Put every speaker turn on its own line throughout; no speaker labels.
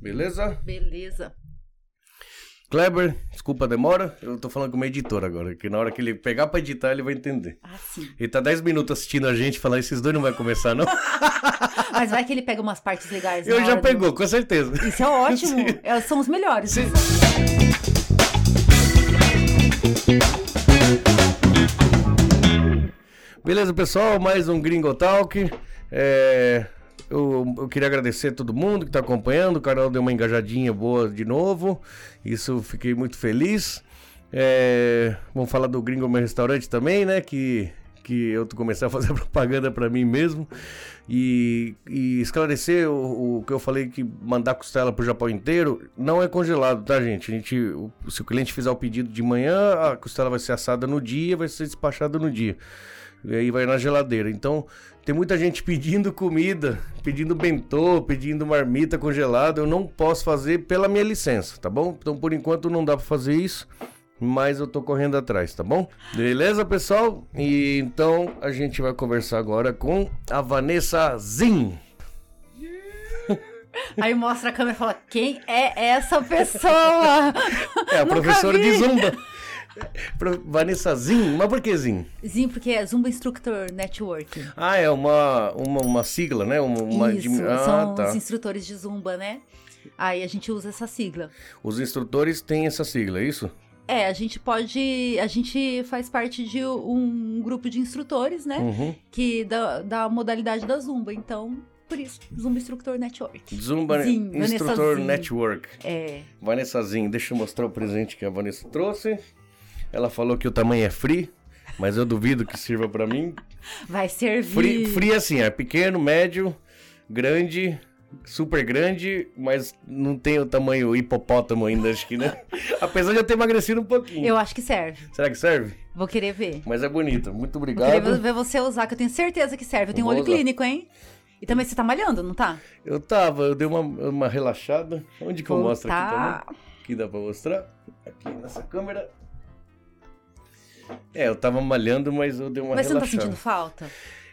Beleza?
Beleza.
Kleber, desculpa a demora. Eu tô falando com o meu editor agora, que na hora que ele pegar pra editar, ele vai entender.
Ah, sim.
Ele tá 10 minutos assistindo a gente falar, esses dois não vai começar, não.
Mas vai que ele pega umas partes legais.
Eu
na
já
hora do-
pegou, com certeza.
Isso é ótimo. Elas são os melhores.
Sim. Beleza, pessoal? Mais um Gringo Talk. É, Eu, eu queria agradecer a todo mundo que está acompanhando. O canal deu uma engajadinha boa de novo. Isso eu fiquei muito feliz. É, Vamos falar do Gringo Meu Restaurante também, né? Que, que eu comecei a fazer propaganda para mim mesmo. E, e esclarecer o, o que eu falei que mandar costela pro Japão inteiro não é congelado, tá, gente? A gente o- se o cliente fizer o pedido de manhã, a costela vai ser assada no dia, vai ser despachada no dia. E aí vai na geladeira. Então, tem muita gente pedindo comida, pedindo bentô, pedindo marmita congelada. Eu não posso fazer pela minha licença, tá bom? Então, por enquanto, não dá pra fazer isso. Mas eu tô correndo atrás, tá bom? Beleza, pessoal? E então a gente vai conversar agora com a Vanessa Zin.
Aí mostra a câmera e fala: quem é essa pessoa?
É a
Nunca
professora de
vi.
Zumba. Pro- Vanessa Zin, mas por que Zin?
Sim, porque é Zumba Instructor Network.
Ah, é uma, uma, uma sigla, né? Uma, uma
Isso,
admi- ah,
são
tá.
os instrutores de Zumba, né? Aí a gente usa essa sigla.
Os instrutores têm essa sigla, é isso?
É, a gente pode. A gente faz parte de um grupo de instrutores, né?
Uhum.
Que da, da modalidade da Zumba. Então, por isso, Zumba Instructor Network.
Zumba
Zin, Vanessa
Instrutor
Zin.
Network.
É.
Vanessa Zin, deixa eu mostrar o presente que a Vanessa trouxe. Ela falou que o tamanho é free, mas eu duvido que sirva pra mim.
Vai servir.
Free, free assim, é pequeno, médio, grande, super grande, mas não tem o tamanho hipopótamo ainda, acho que, né? Apesar de eu ter emagrecido um pouquinho.
Eu acho que serve.
Será que serve?
Vou querer ver.
Mas é bonita. Muito
Vou querer
obrigado.
ver você usar, que eu tenho certeza que serve. Eu tenho
Vou
olho
usar.
clínico, hein? E também você tá malhando, não tá?
Eu tava, eu dei uma, uma relaxada. Onde que eu
Vou
mostro aqui também?
tá.
que dá pra mostrar. Aqui nessa câmera. É, eu tava malhando, mas eu dei uma
Mas você não tá
relaxada.
sentindo falta?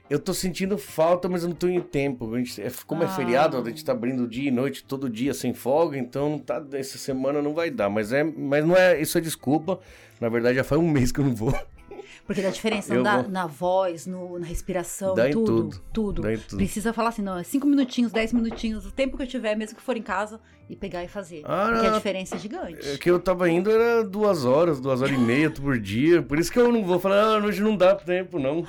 Eu tô sentindo falta, mas eu não tô em tempo. A gente, é- como é
Ah.
feriado, a gente tá abrindo dia e noite, todo dia, sem folga, então não tá, essa semana não vai dar. Mas, é, mas não é, isso é desculpa. Na verdade, já faz um mês que eu não vou.
Porque dá diferença
Eu
não dá
vou.
na voz, no- na respiração,
Dá em
tudo,
tudo.
tudo.
Dá em né, tudo.
Precisa falar assim, não, é cinco minutinhos, dez minutinhos, o tempo que eu tiver, mesmo que for em casa, e pegar e fazer.
Ah,
porque a
não.
diferença é gigante.
É que eu tava indo era duas horas, duas horas e meia por dia. Por isso que eu não vou falar, ah, hoje não dá tempo, não.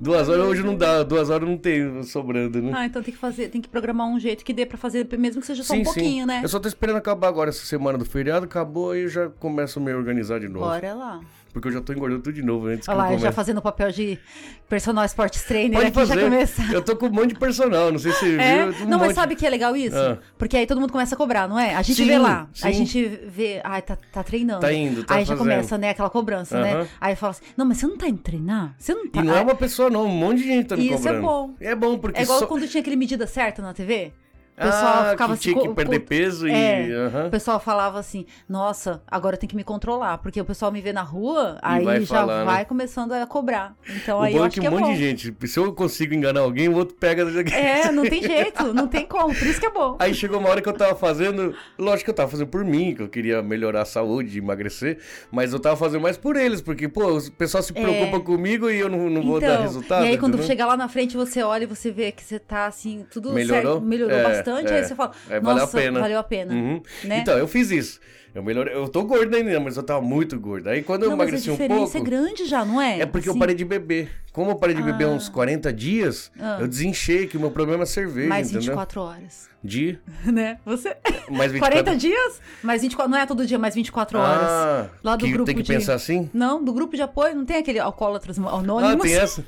Duas horas hoje não dá, duas horas não tem sobrando, né?
Ah, então tem que fazer, tem que programar um jeito que dê pra fazer, mesmo que seja só
Sim,
um pouquinho,
sim.
né?
Eu só tô esperando acabar agora essa semana do feriado, acabou e eu já começo a me organizar de novo.
Bora lá.
Porque eu já tô engordando tudo de novo antes
Olha
que
lá,
eu
eu já
comece.
fazendo o papel de personal sports trainer
Pode
aqui,
fazer.
já começa.
Eu tô com um monte de personal, não sei se você
É?
viu. Um
não,
monte.
mas sabe que é legal isso?
Ah.
Porque aí todo mundo começa a cobrar, não é? A gente
Sim,
vê lá,
sim.
a gente vê, ai, tá, tá treinando.
Tá indo, tá
Aí já
fazendo.
começa, né, aquela cobrança,
Aham.
né? Aí fala assim, não, mas você não tá indo treinar? Você não tá...
E não é uma pessoa, não. Um monte de gente tá me
Isso é
cobrando.
bom.
É bom, porque
É igual
só...
quando tinha aquele medida certa na TV. O pessoal
ah,
ficava
que tinha
assim,
que
co-
perder
co-
peso e...
É.
aham.
O pessoal falava assim, nossa, agora eu tenho que me controlar, porque o pessoal me vê na rua, aí
vai
já
falar, né?
vai começando a cobrar. Então
O
aí eu
bom é
acho
que um
que, é
monte
bom.
de gente... Se eu consigo enganar alguém, o outro pega... né?
É, não tem jeito, não tem como, por isso que é bom.
Aí chegou uma hora que eu tava fazendo, lógico que eu tava fazendo por mim, que eu queria melhorar a saúde, emagrecer, mas eu tava fazendo mais por eles, porque, pô, o pessoal se preocupa comigo e eu não, não vou dar resultado.
É. Então, E aí, quando
entendeu?
chegar lá na frente, você olha e você vê que você tá assim, tudo
Melhorou?
certo, melhorou
É,
bastante.
é.
aí você fala,
É, valeu a
nossa,
pena."
valeu a pena.
Uhum.
né?
Então, eu fiz isso. Eu melhorei. Eu tô gordo ainda, mas eu tava muito gordo. Aí quando eu
não, mas a
emagreci um
diferença
pouco.
é grande já, não é?
É porque eu
Assim,
parei de beber. Como eu parei de beber há uns 40 dias,
Ah.
eu desenchei que o meu problema é cerveja,
Mais
entendeu?
24 horas,
De
né? Você...
mais 24
40 dias? Mais 24, não é todo dia, mais 24 horas.
Ah,
Lá do
que
grupo
tem que
de-
pensar assim?
Não, do grupo de apoio, não tem aquele alcoólatras
Ah,
anônimos?
tem essa?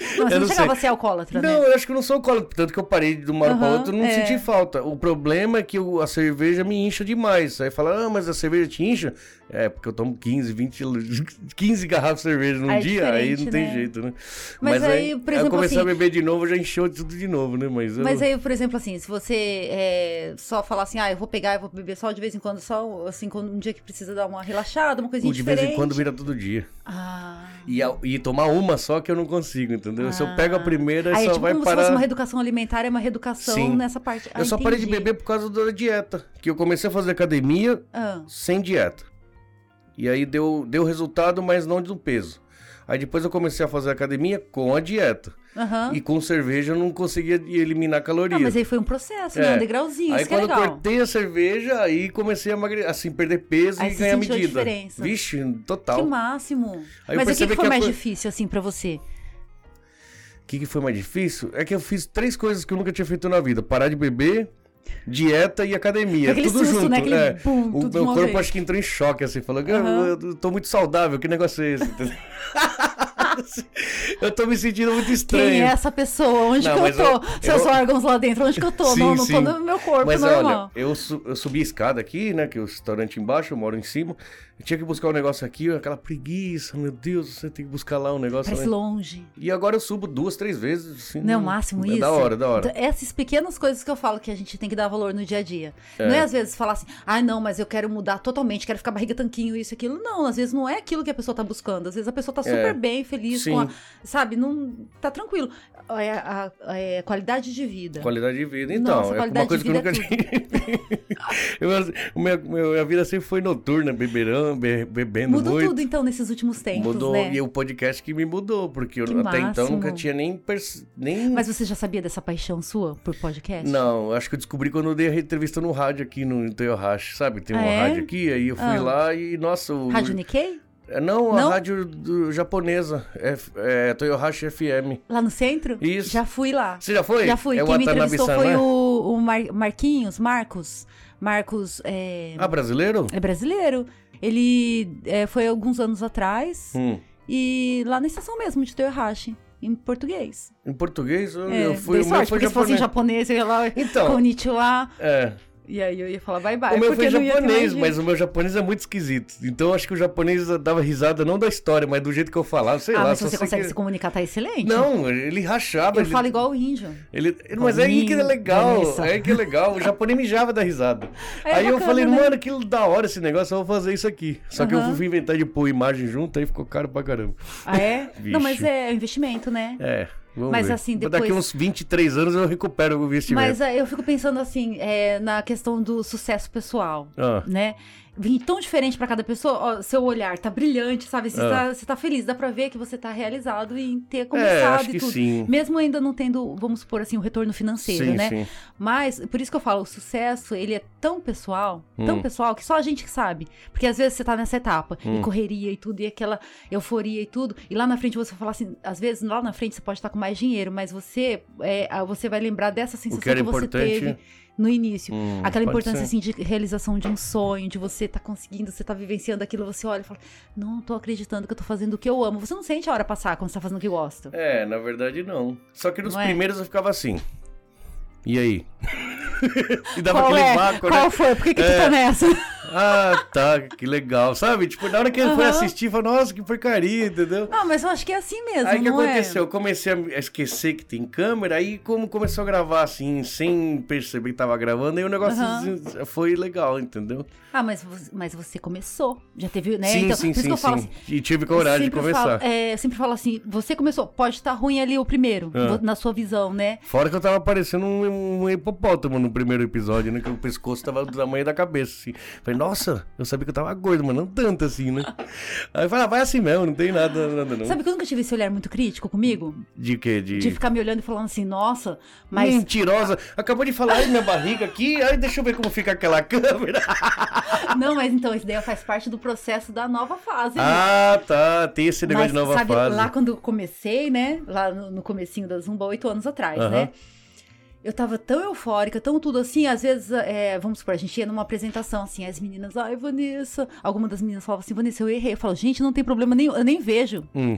Não,
eu
você
não
não chegava
sei.
a ser alcoólatra,
Não,
né?
eu acho que eu não sou alcoólatra, tanto que eu parei de uma hora pra
Aham,
outra e não
é.
senti falta. O problema é que o- a cerveja me incha demais. Aí fala, ah, mas a cerveja te incha? É, porque eu tomo 15, 20, li- 15 garrafas de cerveja num
Aí é
dia, aí não
diferente,
tem
né?
jeito, né?
Mas aí, por exemplo,
eu comecei
assim-
a beber de novo, já encheu tudo de novo, né? Mas, eu-
Mas aí, por exemplo, assim, se você é, só falar assim, ah, eu vou pegar, eu vou beber só de vez em quando, só assim, quando, um dia que precisa dar uma relaxada, uma coisinha
o de
diferente.
vez em quando vira todo dia.
Ah.
E, a- e tomar uma só que eu não consigo, entendeu? Se eu pego a primeira,
Aí é
só
tipo
vai
como se
parar.
fosse uma reeducação alimentar, é uma reeducação
Sim.
nessa parte. Ah,
Eu só parei de
entendi.
beber por causa da dieta. Que eu comecei a fazer academia
Ah,
sem dieta. E aí deu, deu resultado, mas não do peso. Aí depois eu comecei a fazer academia com a dieta.
aham.
E com cerveja eu não conseguia eliminar
Ah,
calorias.
mas aí foi um processo,
É.
né? Um degrauzinho,
Aí
isso que é
quando eu
legal.
cortei a cerveja, aí comecei a emagre- assim, perder peso
Aí
e
você
ganhar
sentiu a
medida.
diferença.
Vixe,
Que
total. O
máximo.
Aí eu
mas o que,
percebi
que foi
que a
mais
coisa-
difícil, assim, pra você?
que, que foi mais difícil? É que eu fiz três coisas que eu nunca tinha feito na vida: parar de beber, dieta e academia.
Aquele
tudo
susto,
junto.
né? Aquele
é.
pum,
o
tudo de
meu
uma
corpo
vez.
acho que entrou em choque, assim, falou: "Eu-
Aham.
eu, tô muito saudável, que negócio é esse? Entendeu? eu tô me sentindo muito
Quem
estranho.
é essa pessoa? Onde
Não,
que eu
mas
tô?
eu-
Seus
eu-
órgãos lá dentro, onde que eu tô?
Sim,
não, não
sim.
tô no meu corpo,
Mas olha,
normal.
eu, su- eu subi a escada aqui, né? Que é o restaurante embaixo, eu moro em cima. Eu tinha que buscar um negócio aqui, aquela preguiça, meu Deus, você tem que buscar lá um negócio.
Parece
né?
longe.
E agora eu subo duas, três vezes. Assim,
Não é o máximo
é
isso?
Da hora, da hora.
Então, Essas pequenas coisas que eu falo que a gente tem que dar valor no dia a dia. Não é às vezes falar assim, ah, não, mas eu quero mudar totalmente, quero ficar barriga tanquinho, isso, aquilo. Não, às vezes não é aquilo que a pessoa tá buscando. Às vezes a pessoa tá super bem, feliz, com a,
É. Sim.
sabe, não tá tranquilo. É a, a- é qualidade de vida.
Qualidade de vida. Então,
Nossa,
é uma
qualidade
coisa
de
que eu nunca
vida é
tive. eu, assim, o meu- meu- minha vida sempre foi noturna, beberão, be- bebendo
Mudou
muito.
tudo, então, nesses últimos tempos,
mudou.
né?
E o podcast que me mudou, porque eu
Que
até então
máximo.
nunca tinha nem. perce- nem...
Mas você já sabia dessa paixão sua por podcast?
Não, acho que eu descobri quando eu dei a entrevista no rádio aqui no Interrache, sabe? Tem
Ah,
uma
é?
rádio aqui, aí eu fui
Ah.
lá e, nossa... O...
Rádio Nikkei?
É, Não, a
Não?
rádio do- japonesa, F... é Toyohashi FM.
Lá no centro?
Isso.
Já fui lá.
Você já foi?
Já fui.
É
Quem me entrevistou
Watanabe-san,
foi
né?
o, o Mar- Marquinhos, Marcos. Marcos é,
Ah, brasileiro?
é brasileiro. Ele é, foi alguns anos atrás
Hum.
e lá na estação mesmo de Toyohashi, em português.
Em português, eu,
É,
eu fui...
dei
o meu
sorte,
foi
porque se fosse em
japonês.
japonês, eu ia lá,
Então.
konnichiwa,
É,
e aí eu ia falar bye bye.
o meu
Ah, porque
foi
não ia ter mais
japonês,
jeito.
mas o meu japonês é muito esquisito. Então, eu acho que o japonês dava risada não da história, mas do jeito que eu falava, sei
ah,
lá.
mas se
só
você
sei
consegue
que-
se comunicar, tá excelente.
Não, ele rachava.
Eu
ele...
falo igual o índio.
Ele, mas é aí que é
Boninho,
legal,
Vanessa.
é aí que é legal. O japonês mijava da risada.
É
aí eu
bacana,
falei,
né?
mano, que da hora esse negócio, eu vou fazer isso aqui. Só que eu
Aham.
fui inventar de pôr imagem junto, aí ficou caro pra caramba.
Ah, é?
Vixe.
não, mas é investimento, né?
É, vamos
Mas
ver.
assim,
Daqui
depois-
uns 23 anos eu recupero o
Mas
investimento.
ah, eu fico pensando assim, é, na questão do sucesso pessoal,
Ah.
né? Vim tão diferente pra cada pessoa, ó, seu olhar tá brilhante, sabe? Você,
Ah.
tá, você tá feliz, dá pra ver que você tá realizado em ter
é,
começado
acho
e
que
tudo.
sim.
Mesmo ainda não tendo, vamos supor assim, o retorno financeiro,
sim,
né?
sim.
Mas, por isso que eu falo, o sucesso, ele é tão pessoal,
Hum.
tão pessoal, que só a gente que sabe. Porque às vezes você tá nessa etapa,
Hum.
e correria e tudo, e aquela euforia e tudo. E lá na frente você vai falar assim, às vezes lá na frente você pode estar com mais dinheiro, mas você, é, ah, você vai lembrar dessa sensação
era
que, você
importante-
teve no início.
Hum,
Aquela
pode
importância,
ser.
assim, de realização de um sonho, de você tá conseguindo, você tá vivenciando aquilo, você olha e fala, não tô acreditando que eu tô fazendo o que eu amo. Você não sente a hora passar quando você tá fazendo o que gosta.
É, na verdade não. Só que nos
Não é?
primeiros eu ficava assim. E aí? e dava
Qual,
aquele
é?
vácuo, né?
Qual foi? Por que, que tu tá nessa?
Ah, tá, que legal. Sabe? Tipo, na hora que ele foi
Aham.
assistir, falou, nossa, que porcaria, entendeu?
Não, mas eu acho que é assim mesmo,
Aí o que
não é?
aconteceu? Eu comecei a me- a esquecer que tem câmera, aí como começou a gravar assim, sem perceber que tava gravando, aí o negócio
Aham.
foi legal, entendeu?
Ah, mas, vo- mas você começou. Já teve, né?
Sim,
então,
sim,
por isso
sim,
que eu falo
sim.
assim.
e tive
eu
coragem de
sempre
começar.
falo- é, eu sempre falo assim, você começou, pode estar ruim ali o primeiro,
Ah.
vo- na sua visão, né?
Fora que eu tava parecendo um, um hipopótamo no primeiro episódio, né? Que o pescoço tava do tamanho da cabeça, assim. Falei, nossa, eu sabia que eu tava gordo, mas não tanto assim, né? Aí eu falei, ah, vai assim mesmo, não tem nada, nada não.
Sabe que eu nunca tive esse olhar muito crítico comigo?
De quê?
De ficar me olhando e falando assim, nossa, mas.
Mentirosa. Acabou de falar, ai, minha barriga aqui, ai, deixa eu ver como fica aquela câmera.
Não, mas então, isso daí faz parte do processo da nova fase. né?
Ah, tá. Tem esse negócio
Mas,
de nova
sabe,
fase.
lá quando eu comecei, né? Lá no, no comecinho da Zumba, oito anos atrás,
Aham.
né? Eu tava tão eufórica, tão tudo assim, às vezes, é, vamos supor, a gente ia numa apresentação, assim, as meninas, ai, Vanessa, alguma das meninas falava assim, Vanessa, eu errei. Eu falo, gente, não tem problema nenhum, eu nem vejo.
Hum.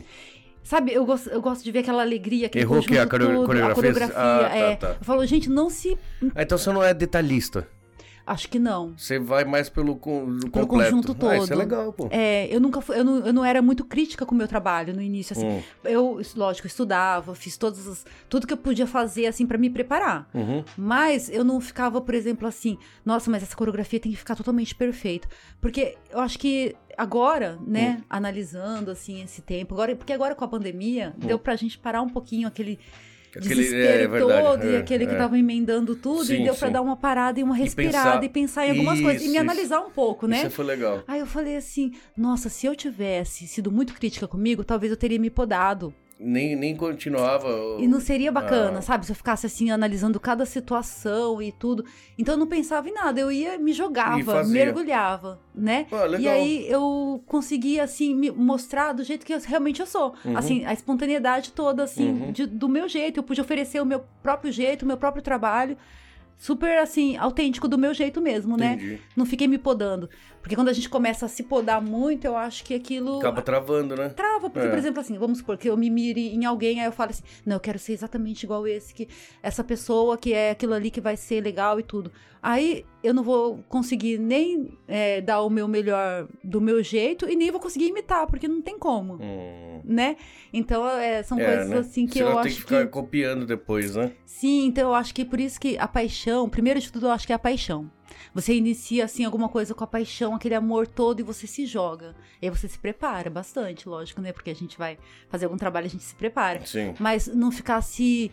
Sabe, eu gosto, eu gosto de ver aquela alegria, aquele
Errou o quê?
conjunto
A coreo-
todo,
coreografia?
a coreografia,
Ah, tá,
é.
tá.
Eu falo, gente, não se...
Ah, Então você não é detalhista.
Acho que não.
Você vai mais pelo, con completo.
Pelo conjunto todo.
Ah, isso é legal, pô.
É, eu nunca fui, eu não, eu não era muito crítica com o meu trabalho no início, assim.
Hum.
Eu, lógico, estudava, fiz todas as, tudo que eu podia fazer, assim, pra me preparar.
Uhum.
Mas eu não ficava, por exemplo, assim, nossa, mas essa coreografia tem que ficar totalmente perfeita. Porque eu acho que agora, né,
Hum.
analisando, assim, esse tempo, agora, porque agora com a pandemia, deu pra gente parar um pouquinho aquele,
Aquele-
desespero
é, é verdade,
todo e
é,
aquele que tá,
é.
tava emendando tudo,
Sim,
e deu pra
sim.
dar uma parada e uma respirada e pensar, em algumas coisas e
Isso,
me
isso.
analisar um pouco, né?
Isso é foi legal.
Aí eu falei assim, nossa, se eu tivesse sido muito crítica comigo, talvez eu teria me podado.
Nem, nem continuava. o-
E não seria bacana,
Ah.
sabe? Se eu ficasse assim, analisando cada situação e tudo. Então eu não pensava em nada, eu ia, me
E
jogava,
fazia.
mergulhava, né?
Ah, legal.
E aí eu consegui, assim, me mostrar do jeito que eu- realmente eu sou.
Uhum.
Assim, a espontaneidade toda, assim,
Uhum.
de- do meu jeito. Eu pude oferecer o meu próprio jeito, o meu próprio trabalho. Super, assim, autêntico do meu jeito mesmo, né?
Entendi.
Não fiquei me podando. Porque quando a gente começa a se podar muito, eu acho que aquilo
Acaba travando, né?
trava. Porque,
É.
por exemplo, assim, vamos supor que eu me mire em alguém, aí eu falo assim, não, eu quero ser exatamente igual esse, que essa pessoa, que é aquilo ali que vai ser legal e tudo. Aí eu não vou conseguir nem é, dar o meu melhor do meu jeito e nem vou conseguir imitar, porque não tem como.
Hum.
Né? Então, é, são
É,
coisas
né?
assim que
Você
eu
vai ter
acho
que ficar
que.
copiando depois, né?
Sim, então eu acho que por isso que a paixão, primeiro de tudo, eu acho que é a paixão. Você inicia, assim, alguma coisa com a paixão, aquele amor todo, e você se joga. E aí você se prepara bastante, lógico, né? Porque a gente vai fazer algum trabalho, a gente se prepara.
Sim.
Mas não ficar se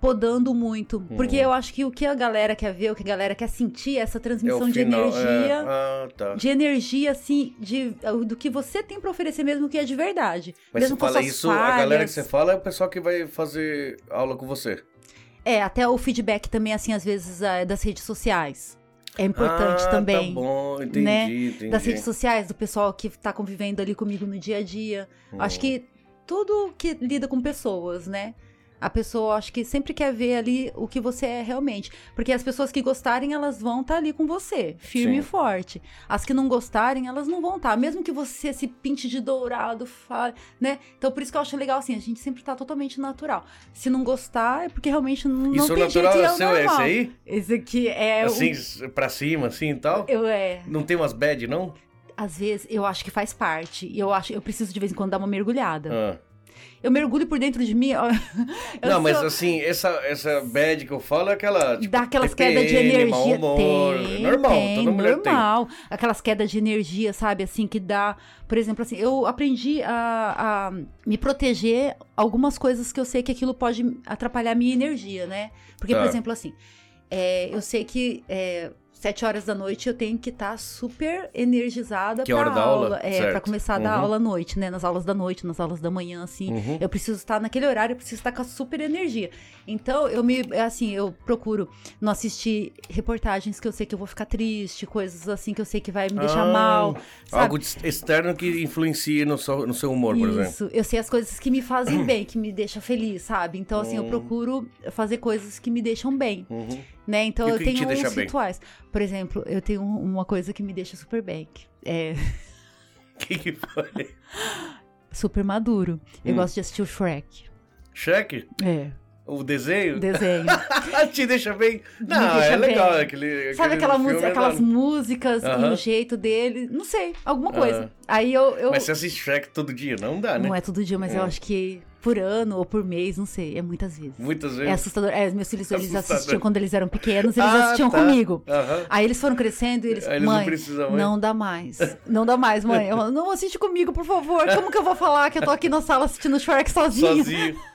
podando muito. Porque
Hum.
eu acho que o que a galera quer ver, o que a galera quer sentir é essa
É
transmissão
o
de
final.
energia.
É... Ah, tá.
De energia, assim, de, do que você tem pra oferecer mesmo que é de verdade.
Mas
mesmo
você
com
fala
suas
isso, a galera que
falhas.
você fala é o pessoal que vai fazer aula com você.
É, até o feedback também, assim, às vezes, é das redes sociais. É importante
ah,
também.
Tá bom, entendi,
né?
entendi.
Das redes sociais, do pessoal que tá convivendo ali comigo no dia a dia.
Hum.
Acho que tudo que lida com pessoas, né? A pessoa, acho que sempre quer ver ali o que você é realmente. Porque as pessoas que gostarem, elas vão estar ali com você, firme
Sim.
e forte. As que não gostarem, elas não vão estar. Mesmo que você se pinte de dourado, fale, né? Então, por isso que eu acho legal, assim, a gente sempre tá totalmente natural. Se não gostar, é porque realmente não,
Isso
não
o
tem
natural
jeito,
é
e é o
seu, é
normal.
esse aí?
Esse aqui é
assim,
o...
pra cima, assim e tal?
Eu, é,
Não tem umas bad, não?
às vezes eu acho que faz parte. E eu acho, eu preciso de vez em quando dar uma mergulhada.
Ah.
Eu mergulho por dentro de mim. ó, eu
Não, mas
sou-
assim, essa, essa bad que eu falo é aquela. Tipo,
dá aquelas
TPM,
quedas de energia.
mau humor. é
tem,
normal,
tem,
toda mulher
normal. Aquelas quedas de energia, sabe? Assim, que dá. Por exemplo, assim, eu aprendi a, a me proteger algumas coisas que eu sei que aquilo pode atrapalhar a minha energia, né? Porque, por
Tá.
exemplo, assim, é, eu sei que. é, Sete horas da noite eu tenho que estar super energizada
Que
pra
hora da aula?
É,
Certo.
pra começar a dar
Uhum.
aula à noite, né? Nas aulas da noite, nas aulas da manhã, assim.
tem. Uhum.
Eu preciso estar naquele horário, eu preciso estar com a super energia. Então, eu me. é Assim, eu procuro não assistir reportagens que eu sei que eu vou ficar triste, coisas assim que eu sei que vai me deixar
Ah,
mal. Sabe?
Algo de- externo que influencia no seu, no seu humor, por exemplo.
Isso, eu sei as coisas que me fazem bem, que me deixam feliz, sabe? Então, assim, eu
Hum.
procuro fazer coisas que me deixam bem,
Uhum.
né? Então,
E o
eu
que que te
tenho
deixa
uns
bem?
rituais. Por exemplo, eu tenho um, uma coisa que me deixa super bem. que É
Que que foi?
super maduro. Eu
Hum.
gosto de assistir o Shrek.
Cheque?
É.
O desenho? Ah,
Desenho.
Te deixa bem? Não,
deixa
é legal.
bem.
Aquele,
Sabe
aquele
aquela
filme
música,
é
aquelas
da-
músicas e
Aham.
o jeito dele, não sei, alguma coisa.
Aham.
Aí eu, eu
Mas você assiste Shrek todo dia? Não dá, né?
não é todo dia, mas eu
É.
acho que por ano ou por mês, não sei, é muitas vezes.
Muitas
É
vezes.
assustador. É, meus filhos eles
Assustador.
assistiam quando eles eram pequenos, eles
Ah,
assistiam
tá.
comigo.
Aham.
Aí eles foram crescendo e eles,
Aí eles não
mãe,
precisam mais."
não dá mais. Não dá mais, mãe. Eu, não assiste comigo, por favor. Como que eu vou falar que eu tô aqui na sala assistindo o Shrek sozinho?
Sozinho.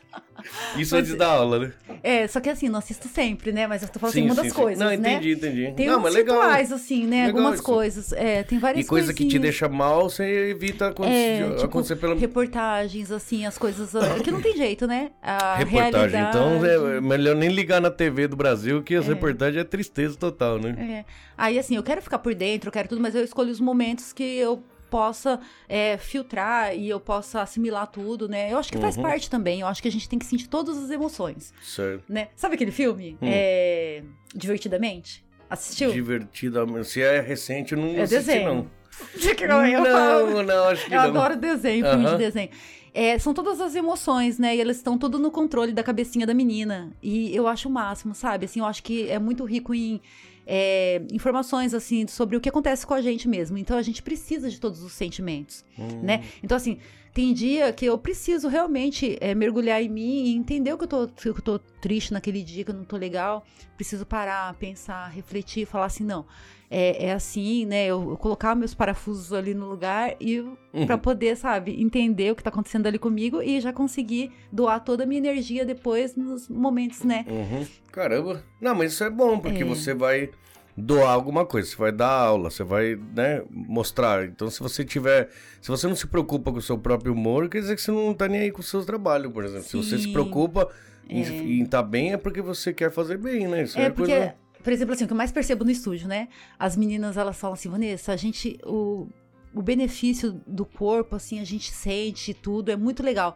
Isso antes da aula, né?
É, só que assim, não assisto sempre, né? Mas eu tô falando assim, uma das coisas,
Não,
né?
entendi, entendi.
Tem
não,
uns
mas legal.
rituais, assim, né?
Legal
Algumas
isso.
coisas. É, tem várias
E coisa que te
coisinhas.
deixa mal, você evita acontecer,
É, tipo,
acontecer pela
reportagens, assim, as coisas... Porque não tem jeito, né? A
reportagem.
realidade-
Então é melhor nem ligar na TV do Brasil, que as reportagens é tristeza total, né?
É. Aí, assim, eu quero ficar por dentro, eu quero tudo, mas eu escolho os momentos que eu possa é, filtrar e eu possa assimilar tudo, né? Eu acho que faz
Uhum.
parte também. Eu acho que a gente tem que sentir todas as emoções,
Certo.
né? Sabe aquele filme?
Hum.
É... Divertidamente? Assistiu?
Divertidamente. Se é recente, eu não
É
assisti,
desenho.
não.
Eu falo-
não, não, acho que
Eu
não.
adoro desenho, filme de
né? Aham.
desenho. É, são todas as emoções, né? E elas estão tudo no controle da cabecinha da menina. E eu acho o máximo, sabe? Assim, eu acho que é muito rico em, é, informações assim sobre o que acontece com a gente mesmo. Então a gente precisa de todos os sentimentos,
Hum.
né? Então assim, tem dia que eu preciso realmente é, mergulhar em mim e entender o que eu, tô, que eu tô triste naquele dia, que eu não tô legal. Preciso parar, pensar, refletir, falar assim, não, é, é assim, né? Eu, eu colocar meus parafusos ali no lugar e
Uhum.
Pra poder, sabe, entender o que tá acontecendo ali comigo e já conseguir doar toda a minha energia depois nos momentos, né?
Uhum. Caramba. Não, mas isso é bom, porque
É.
você vai doar alguma coisa, você vai dar aula, você vai, né, mostrar. Então, se você tiver, se você não se preocupa com o seu próprio humor, quer dizer que você não tá nem aí com o seu trabalho, por exemplo. Se você se
Sim.
preocupa em-
É.
em estar bem, é porque você quer fazer bem, né? Isso é,
É porque,
coisa...
por exemplo, assim, o que eu mais percebo no estúdio, né? As meninas, elas falam assim, Vanessa, a gente, o, o benefício do corpo, assim, a gente sente e tudo, é muito legal.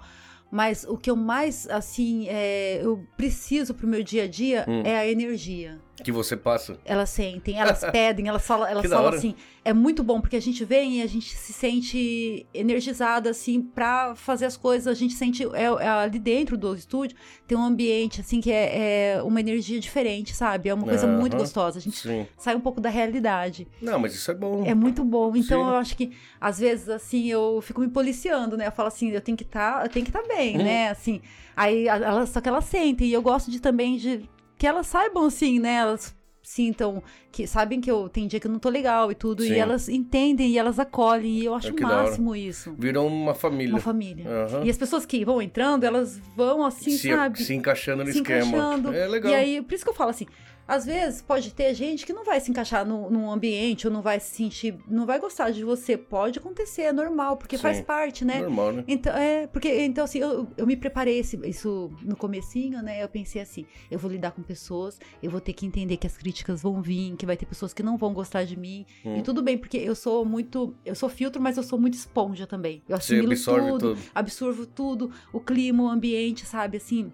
Mas o que eu mais, assim, é, eu preciso pro meu dia a dia
Hum.
é a energia.
que você passa.
Elas sentem, elas pedem, elas falam,
Que
elas
da
falam
hora.
assim. É muito bom, porque a gente vem e a gente se sente energizada, assim, pra fazer as coisas. A gente sente. É, é ali dentro do estúdio tem um ambiente, assim, que é, é uma energia diferente, sabe? É uma coisa muito
Aham.
gostosa. A gente
Sim.
sai um pouco da realidade.
Não, mas isso é bom.
É muito bom. Então
Sim.
eu acho que, às vezes, assim, eu fico me policiando, né? Eu falo assim, eu tenho que estar, eu tenho que estar bem,
Uhum.
né? Assim, aí a- elas, só que elas sentem. E eu gosto de também de que elas saibam, assim, né? Elas sintam, que sabem que eu tem dia que eu não tô legal e tudo.
Sim.
E elas entendem e elas acolhem. E eu acho
Ah, que
o
da hora.
máximo isso.
Virou uma família.
Uma família.
Aham.
E as pessoas que vão entrando, elas vão assim,
se,
sabe?
se encaixando no
se
esquema.
encaixando.
É legal.
E aí, por isso que eu falo assim, às vezes pode ter gente que não vai se encaixar no, num ambiente, ou não vai se sentir, não vai gostar de você. Pode acontecer, é normal, porque
Sim.
faz parte, né?
Normal, né?
Então, é, porque, então, assim, eu, eu me preparei esse- isso no comecinho, né? Eu pensei assim, eu vou lidar com pessoas, eu vou ter que entender que as críticas vão vir, que vai ter pessoas que não vão gostar de mim.
Hum.
E tudo bem, porque eu sou muito, eu sou filtro, mas eu sou muito esponja também. Eu
Você
assimilo
absorve
tudo
tudo.
absorvo tudo, o clima, o ambiente, sabe, assim.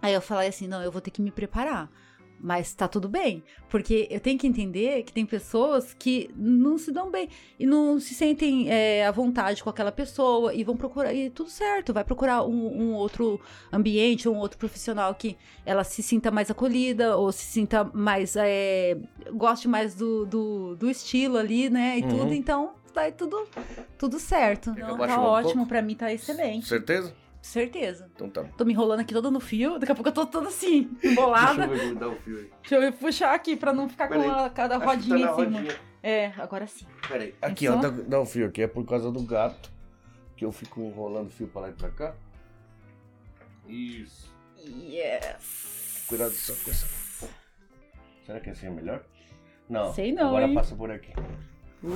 Aí eu falei assim, não, eu vou ter que me preparar. Mas tá tudo bem, porque eu tenho que entender que tem pessoas que não se dão bem e não se sentem é, à vontade com aquela pessoa e vão procurar, e tudo certo, vai procurar um, um outro ambiente, um outro profissional que ela se sinta mais acolhida ou se sinta mais, é, goste mais do, do, do estilo ali, né, e
Uhum.
tudo, então vai tudo, tudo certo.
Quer que eu
Não,
baixe
tá
um pouco?
ótimo, pra mim tá excelente.
Certeza?
Certeza.
Então tá.
Tô me enrolando aqui toda no fio, daqui a pouco eu tô toda assim,
Deixa
embolada.
eu ver, vou dar o fio aí.
Deixa eu, puxar aqui pra não ficar com
Peraí.
a, cada
Acho que tá
rodinha
na
em cima.
rodinha.
É, agora sim.
Peraí. Aqui, ó,
só?
dá, dá um fio aqui. É por causa do gato. Que eu fico enrolando fio pra lá e pra cá. Isso.
Yes!
Cuidado só com essa. Será que assim é melhor? Não.
Sei não,
Agora
hein? Uh.
passa por aqui.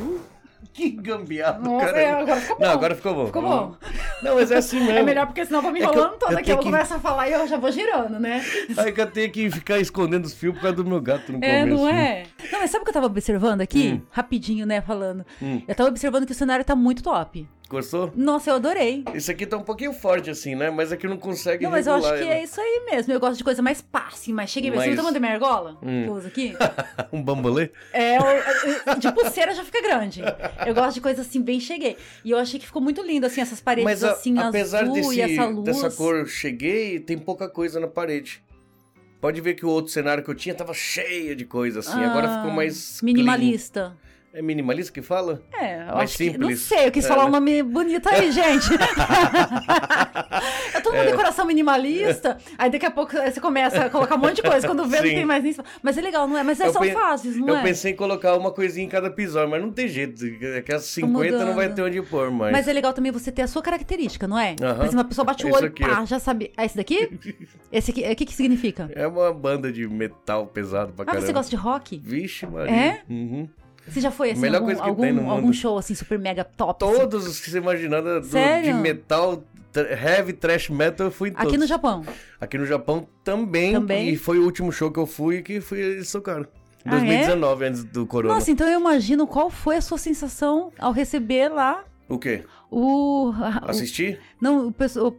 Que gambiarra do
Nossa, é,
cara.
agora ficou bom.
Não, agora ficou bom.
Ficou bom.
Não, mas é assim mesmo.
É melhor porque senão eu vou me
É que eu-
enrolando
eu
toda aqui.
tenho
Eu
que-
começo a falar e eu já vou girando, né?
Aí É que eu tenho que ficar escondendo os fios por causa do meu gato no
É,
começo.
não é? Não, mas sabe o que eu tava observando aqui? Rapidinho, né, falando.
Hum.
Eu tava observando que o cenário tá muito top.
Gostou?
Nossa, eu adorei.
Esse aqui tá um pouquinho forte assim, né? Mas aqui não consegue
Não, mas eu acho
regular né?
que
ele.
é isso aí mesmo. Eu gosto de coisa mais pá, assim, mais cheguei. Mas... Você
Mas-
viu o tamanho da minha argola?
Hum.
Que eu uso aqui?
Um bambolê?
É, o- de pulseira já fica grande. Eu gosto de coisa assim, bem cheguei. E eu achei que ficou muito lindo, assim, essas paredes
Mas a-
assim,
apesar
azul
desse,
e essa luz.
dessa cor, eu cheguei tem pouca coisa na parede. Pode ver que o outro cenário que eu tinha tava cheia de coisa assim. agora
Ah,
ficou mais. clean.
Minimalista.
É minimalista que fala?
É, eu
Mais
acho que. Não
simples.
sei, eu quis
É,
falar
né?
um nome bonito aí, gente. é toda uma decoração minimalista, aí daqui a pouco você começa a colocar um monte de coisa. Quando vê,
Sim.
não tem mais nem. Mas é legal, não é? Mas é,
Eu
são
pe-
fases, não
eu
é?
pensei em colocar uma coisinha em cada episódio, mas não tem jeito. Aquelas 50 não
Tá mudando.
vai ter onde pôr mais.
Mas é legal também você ter a sua característica, não é?
Aham.
Por exemplo, a pessoa bate o
Esse
olho,
aqui,
pá, já sabe. Ah, esse daqui? Esse aqui, é, o que que significa?
É uma banda de metal pesado pra
Ah,
caramba.
você gosta de rock?
Vixe, Maria.
É?
Uhum.
Você já foi assim,
Melhor
algum,
coisa que
algum,
tem no
algum
mundo.
show assim, super mega top? assim?
Todos os que você imaginar da- do- de
Sério?
metal, tra- heavy, trash metal, eu fui em todos.
Aqui no Japão.
Aqui no Japão também.
Também?
E foi o último show que eu fui que fui eles tocaram. Em
Ah,
2019, antes do corona.
Nossa, então eu imagino qual foi a sua sensação ao receber lá
O quê?
o. a- o-
Assisti?
não, o pessoal.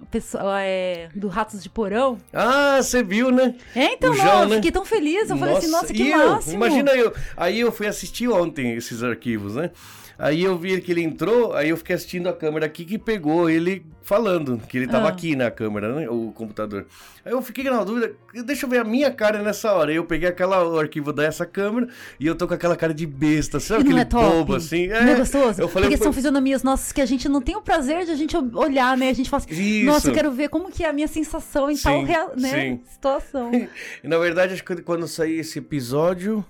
O pessoal é, do Ratos de Porão.
Ah, você viu, né?
É, então,
O
não,
João,
eu
né?
fiquei tão feliz. Eu falei assim, nossa, que
e eu?
máximo.
Imagina eu. Aí eu fui assistir ontem esses arquivos, né? Aí eu vi que ele entrou, aí eu fiquei assistindo a câmera aqui que pegou ele falando, que ele tava
Ah.
aqui na câmera, né? O computador. Aí eu fiquei na dúvida, deixa eu ver a minha cara nessa hora. Aí eu peguei aquela, o arquivo dessa câmera e eu tô com aquela cara de besta, sabe?
E não
aquele
é top?
bobo assim.
Não é gostoso?
Eu falei,
Porque
pô,
são fisionomias nossas que a gente não tem o prazer de a gente olhar, né? A gente fala assim,
Isso.
nossa, eu quero ver como que é a minha sensação em tal
Sim,
rea- né?
sim.
situação.
E na verdade, acho que quando sair esse episódio.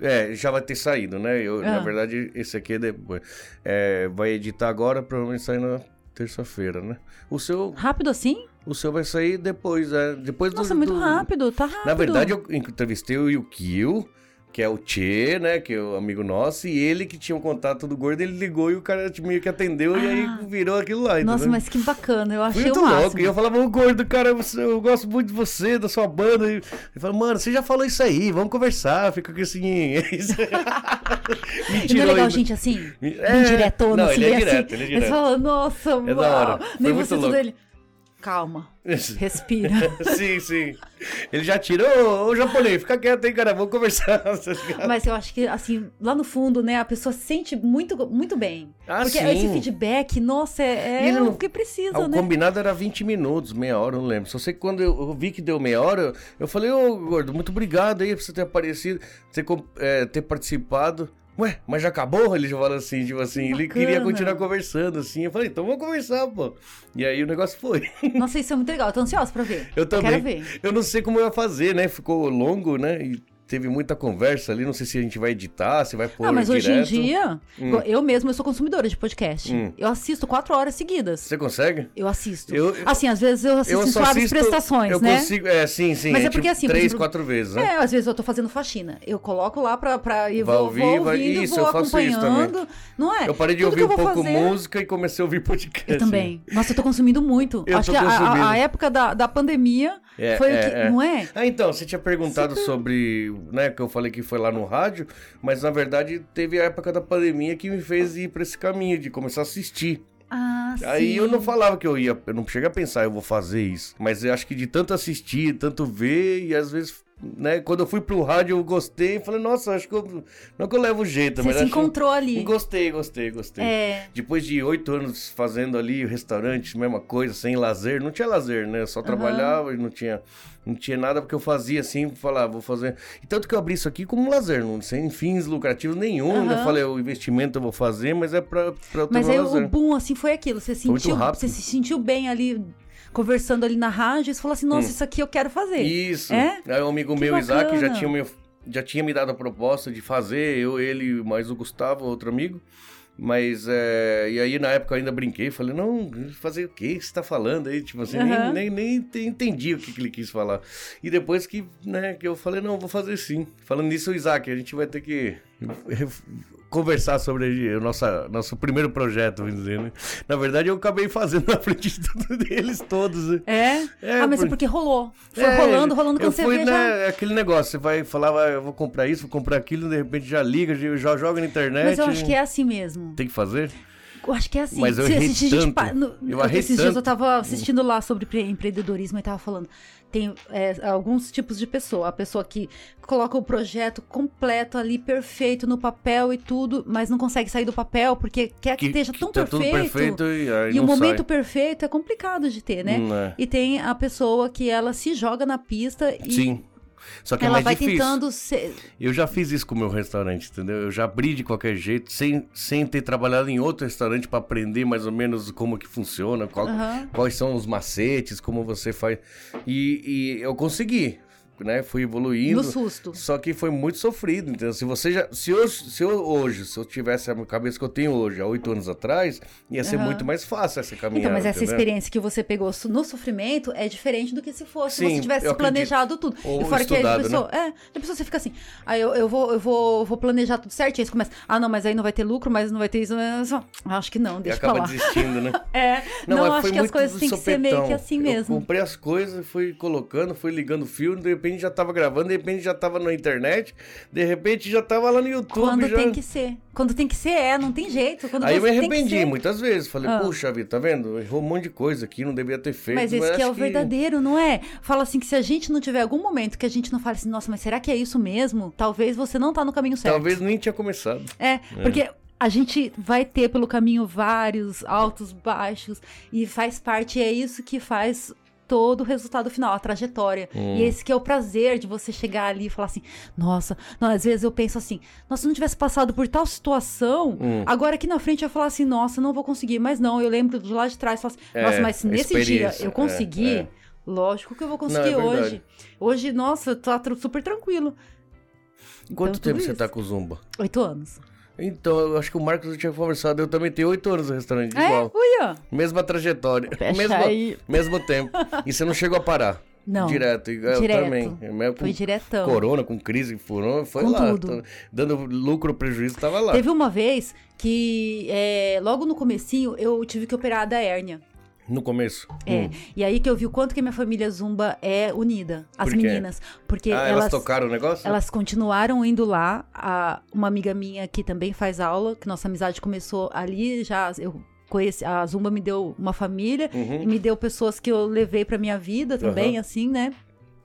É, já vai ter saído, né? Eu, Na
Ah.
verdade, esse aqui é depois. É, vai editar agora, provavelmente sai na terça-feira, né? O seu,
Rápido assim?
o seu vai sair depois, né? Depois do-
Nossa, muito
do-
rápido, tá rápido.
Na verdade, eu entrevistei o Yukio, que é o Tchê, né? Que é o amigo nosso, e ele que tinha o contato do gordo, ele ligou e o cara meio que atendeu e
Ah.
aí virou aquilo lá.
Nossa,
entendeu?
mas que bacana, eu achei
né? muito
o máximo.
louco. E eu falava, ô gordo, cara, você- eu gosto muito de você, da sua banda. E Ele falou, mano, você já falou isso aí, vamos conversar. Fica com esse.
E não é
Mentira,
legal, gente, assim? Bem diretona,
Não,
assim,
ele é
bem
direto,
assim.
ele é
Você
direto. É
fala, nossa,
da
uau.
hora. Foi
Nem
muito
você tudo
louco.
ele. Calma, respira.
sim, sim. Ele já tirou, ô, ô japonês, fica quieto aí, cara, vamos conversar. tá ligado?
Mas eu acho que, assim, lá no fundo, né, a pessoa se sente muito, muito bem.
Ah,
Porque
sim.
esse feedback, nossa, é,
E
é
ele não-
o que precisa,
O
né?
combinado era 20 minutos, meia hora, eu não lembro. Só sei que quando eu eu vi que deu meia hora, eu- eu falei, ô gordo, muito obrigado aí por você ter aparecido, ter, com- eh, ter participado. Ué, mas já acabou? Ele já falou assim, tipo assim, ele
Bacana.
queria continuar conversando, assim. Eu falei, então vamos conversar, pô. E aí o negócio foi.
Nossa, isso é muito legal. Eu tô ansiosa pra ver.
Eu também.
Quero ver.
Eu não sei como eu ia fazer, né? Ficou longo, né? E teve muita conversa ali. Não sei se a gente vai editar, se vai pôr.
ah, mas
direto.
hoje em dia, eu mesma eu sou consumidora de podcast.
Hum.
Eu assisto quatro horas seguidas.
Você consegue?
Eu assisto.
Eu- eu-
assim, às vezes eu assisto em suaves prestações,
eu
né?
consigo. É, sim, sim.
Mas é
tipo
porque assim, por
Três,
exemplo,
quatro vezes, né?
É, às vezes eu tô fazendo faxina. Eu coloco lá pra. pra eu
Vai
vou,
ouvir,
vou
vai-
ouvindo,
Isso,
vou
eu faço isso também.
acompanhando. Não é?
Eu parei de
Tudo que
ouvir um
eu vou
pouco
fazer-
música e comecei a ouvir podcast.
Eu também. Nossa, eu tô consumindo muito.
Eu
Acho
tô
que a- a-
consumindo.
A, época da, da pandemia
É,
foi
é,
o que.
é.
Não é?
Ah, então, você tinha perguntado sobre, né, que eu falei que foi lá no rádio, mas na verdade teve a época da pandemia que me fez ir pra esse caminho de começar a assistir.
Ah, sim.
Aí eu não falava que eu ia, eu não cheguei a pensar, eu vou fazer isso, mas eu acho que de tanto assistir, tanto ver e às vezes, né, quando eu fui pro rádio eu gostei, e falei, nossa, acho que eu, não é que eu levo jeito,
Você
mas
se
acho
encontrou
que
ali.
gostei, gostei, gostei.
É.
Depois de oito anos fazendo ali restaurante, mesma coisa, sem lazer, não tinha lazer, né? Eu só trabalhava e não tinha, não tinha nada porque eu fazia assim, falar, vou fazer. E tanto que eu abri isso aqui como um lazer, não sem fins lucrativos nenhum. né? Eu
Aham.
falei, o investimento eu vou fazer, mas é pra, pra eu ter
Mas
meu
aí
lazer.
o boom, assim, foi aquilo. Você
muito
sentiu,
rápido.
você se sentiu bem ali, conversando ali na rádio, e você falou assim, nossa,
Hum.
isso aqui eu quero fazer.
Isso.
É?
Aí um amigo
Que
meu, Isaac, já
bacana.
tinha, me, já tinha me dado a proposta de fazer, eu, ele, mais o Gustavo, outro amigo. Mas, é, e aí na época eu ainda brinquei, falei, não, fazer o que você tá falando aí? Tipo assim, nem-
Aham.
nem, nem, te- entendi o que, que ele quis falar. E depois que, né, que eu falei, não, vou fazer sim. Falando nisso, Isaac, a gente vai ter que conversar sobre o nossa, nosso primeiro projeto, vamos dizer, né? Na verdade, eu acabei fazendo na frente de tudo deles todos, né?
É?
É,
ah, mas
por-
é porque rolou. Foi
É,
rolando, rolando
eu
quando você
fui,
vê já.
né, aquele negócio, você vai falar, vai, eu vou comprar isso, vou comprar aquilo, de repente já liga, já, já joga na internet.
Mas eu acho que é assim mesmo.
Tem que fazer?
Eu acho que é assim.
Mas eu
Se
errei
esses dias
tanto.
pa- no-
Eu errei
esses dias eu
tanto.
tava assistindo lá sobre pre- empreendedorismo e tava falando. Tem é, alguns tipos de pessoa. A pessoa que coloca o projeto completo ali, perfeito, no papel e tudo, mas não consegue sair do papel porque quer que, esteja tão
tá
perfeito.
tudo perfeito e aí
E o
não
momento
sai.
perfeito é complicado de ter, né?
Não é.
E tem a pessoa que ela se joga na pista e
Sim. Só que é
ela
mais
vai
difícil.
tentando ser.
Eu já fiz isso com o meu restaurante, entendeu? Eu já abri de qualquer jeito, sem, sem ter trabalhado em outro restaurante pra aprender mais ou menos como que funciona, qual,
Aham.
quais são os macetes, como você faz. E, e eu consegui, né? Fui evoluindo.
No susto.
Só que foi muito sofrido, entendeu? Se você já. Se eu, se eu hoje, se eu tivesse a cabeça que eu tenho hoje, há oito anos atrás, ia ser
Aham.
muito mais fácil essa caminhada.
Então, mas essa
entendeu?
experiência que você pegou su- no sofrimento é diferente do que se fosse se
Sim,
você tivesse
eu acredito.
planejado tudo.
Ou
e fora que aí
estudado, né?
a pessoa, é, a pessoa você fica assim, aí eu, eu vou eu vou, vou planejar tudo certo, aí você começa, ah, não, mas aí não vai ter lucro, mas não vai ter isso, mas... ah, acho que não,
E
deixa pra
acaba
lá.
desistindo, né?
É, não,
mas foi
acho que as
muito
coisas têm que ser meio que
sopetão.
assim
eu
mesmo.
Comprei as coisas, fui colocando, fui ligando o fio, de repente já tava gravando, de repente já tava na internet, de repente já tava lá no YouTube.
Quando
já...
tem que ser. Quando tem que ser, é, não tem jeito. Quando
Aí eu
você
me
tem que
arrependi
ser,
muitas vezes. Falei,
Ah.
puxa vida, tá vendo? Errou um monte de coisa aqui, não devia ter feito.
Mas esse que é
acho
o verdadeiro, não é? Fala assim que se a gente não tiver algum momento que a gente não fale assim, nossa, mas será que é isso mesmo? Talvez você não tá no caminho certo.
Talvez nem tinha começado.
É, porque a gente vai ter pelo caminho vários altos, baixos, e faz parte, é isso que faz todo o resultado final, a trajetória.
Hum.
E esse que é o prazer de você chegar ali e falar assim, nossa, não, às vezes eu penso assim, nossa, se eu não tivesse passado por tal situação,
Hum.
agora aqui na frente eu ia falar assim, nossa, não vou conseguir. Mas não, eu lembro de lá de trás, falo assim,
É,
nossa, mas se nesse dia
experiência,
eu consegui,
é, é.
lógico que eu vou conseguir
Não, é
hoje.
verdade.
Hoje, nossa, tá tr- super tranquilo.
Quanto
Então, tudo
tempo você
isso.
tá com o Zumba?
Oito anos.
Então, eu acho que o Marcos eu tinha conversado. Eu também tenho oito anos no restaurante
É,
igual.
uia.
Mesma trajetória.
Fecha
mesmo,
aí.
mesmo tempo. E você não chegou a parar.
Não,
Direto. e Eu
direto.
também. Eu mesmo
foi
com
diretão.
corona, com crise, furou, foi
Com
lá.
tudo.
Tô- Dando lucro, prejuízo, tava lá.
Teve uma vez que, é, logo no comecinho, eu tive que operar da hérnia.
No começo.
É,
Hum.
e aí que eu vi o quanto que a minha família Zumba é unida, as
Por quê?
meninas. Porque
Ah, elas,
elas,
tocaram o negócio?
elas continuaram indo lá. A, uma amiga minha que também faz aula, que nossa amizade começou ali, já eu conheci, a Zumba me deu uma família,
Uhum.
e me deu pessoas que eu levei pra minha vida também,
Aham.
assim, né?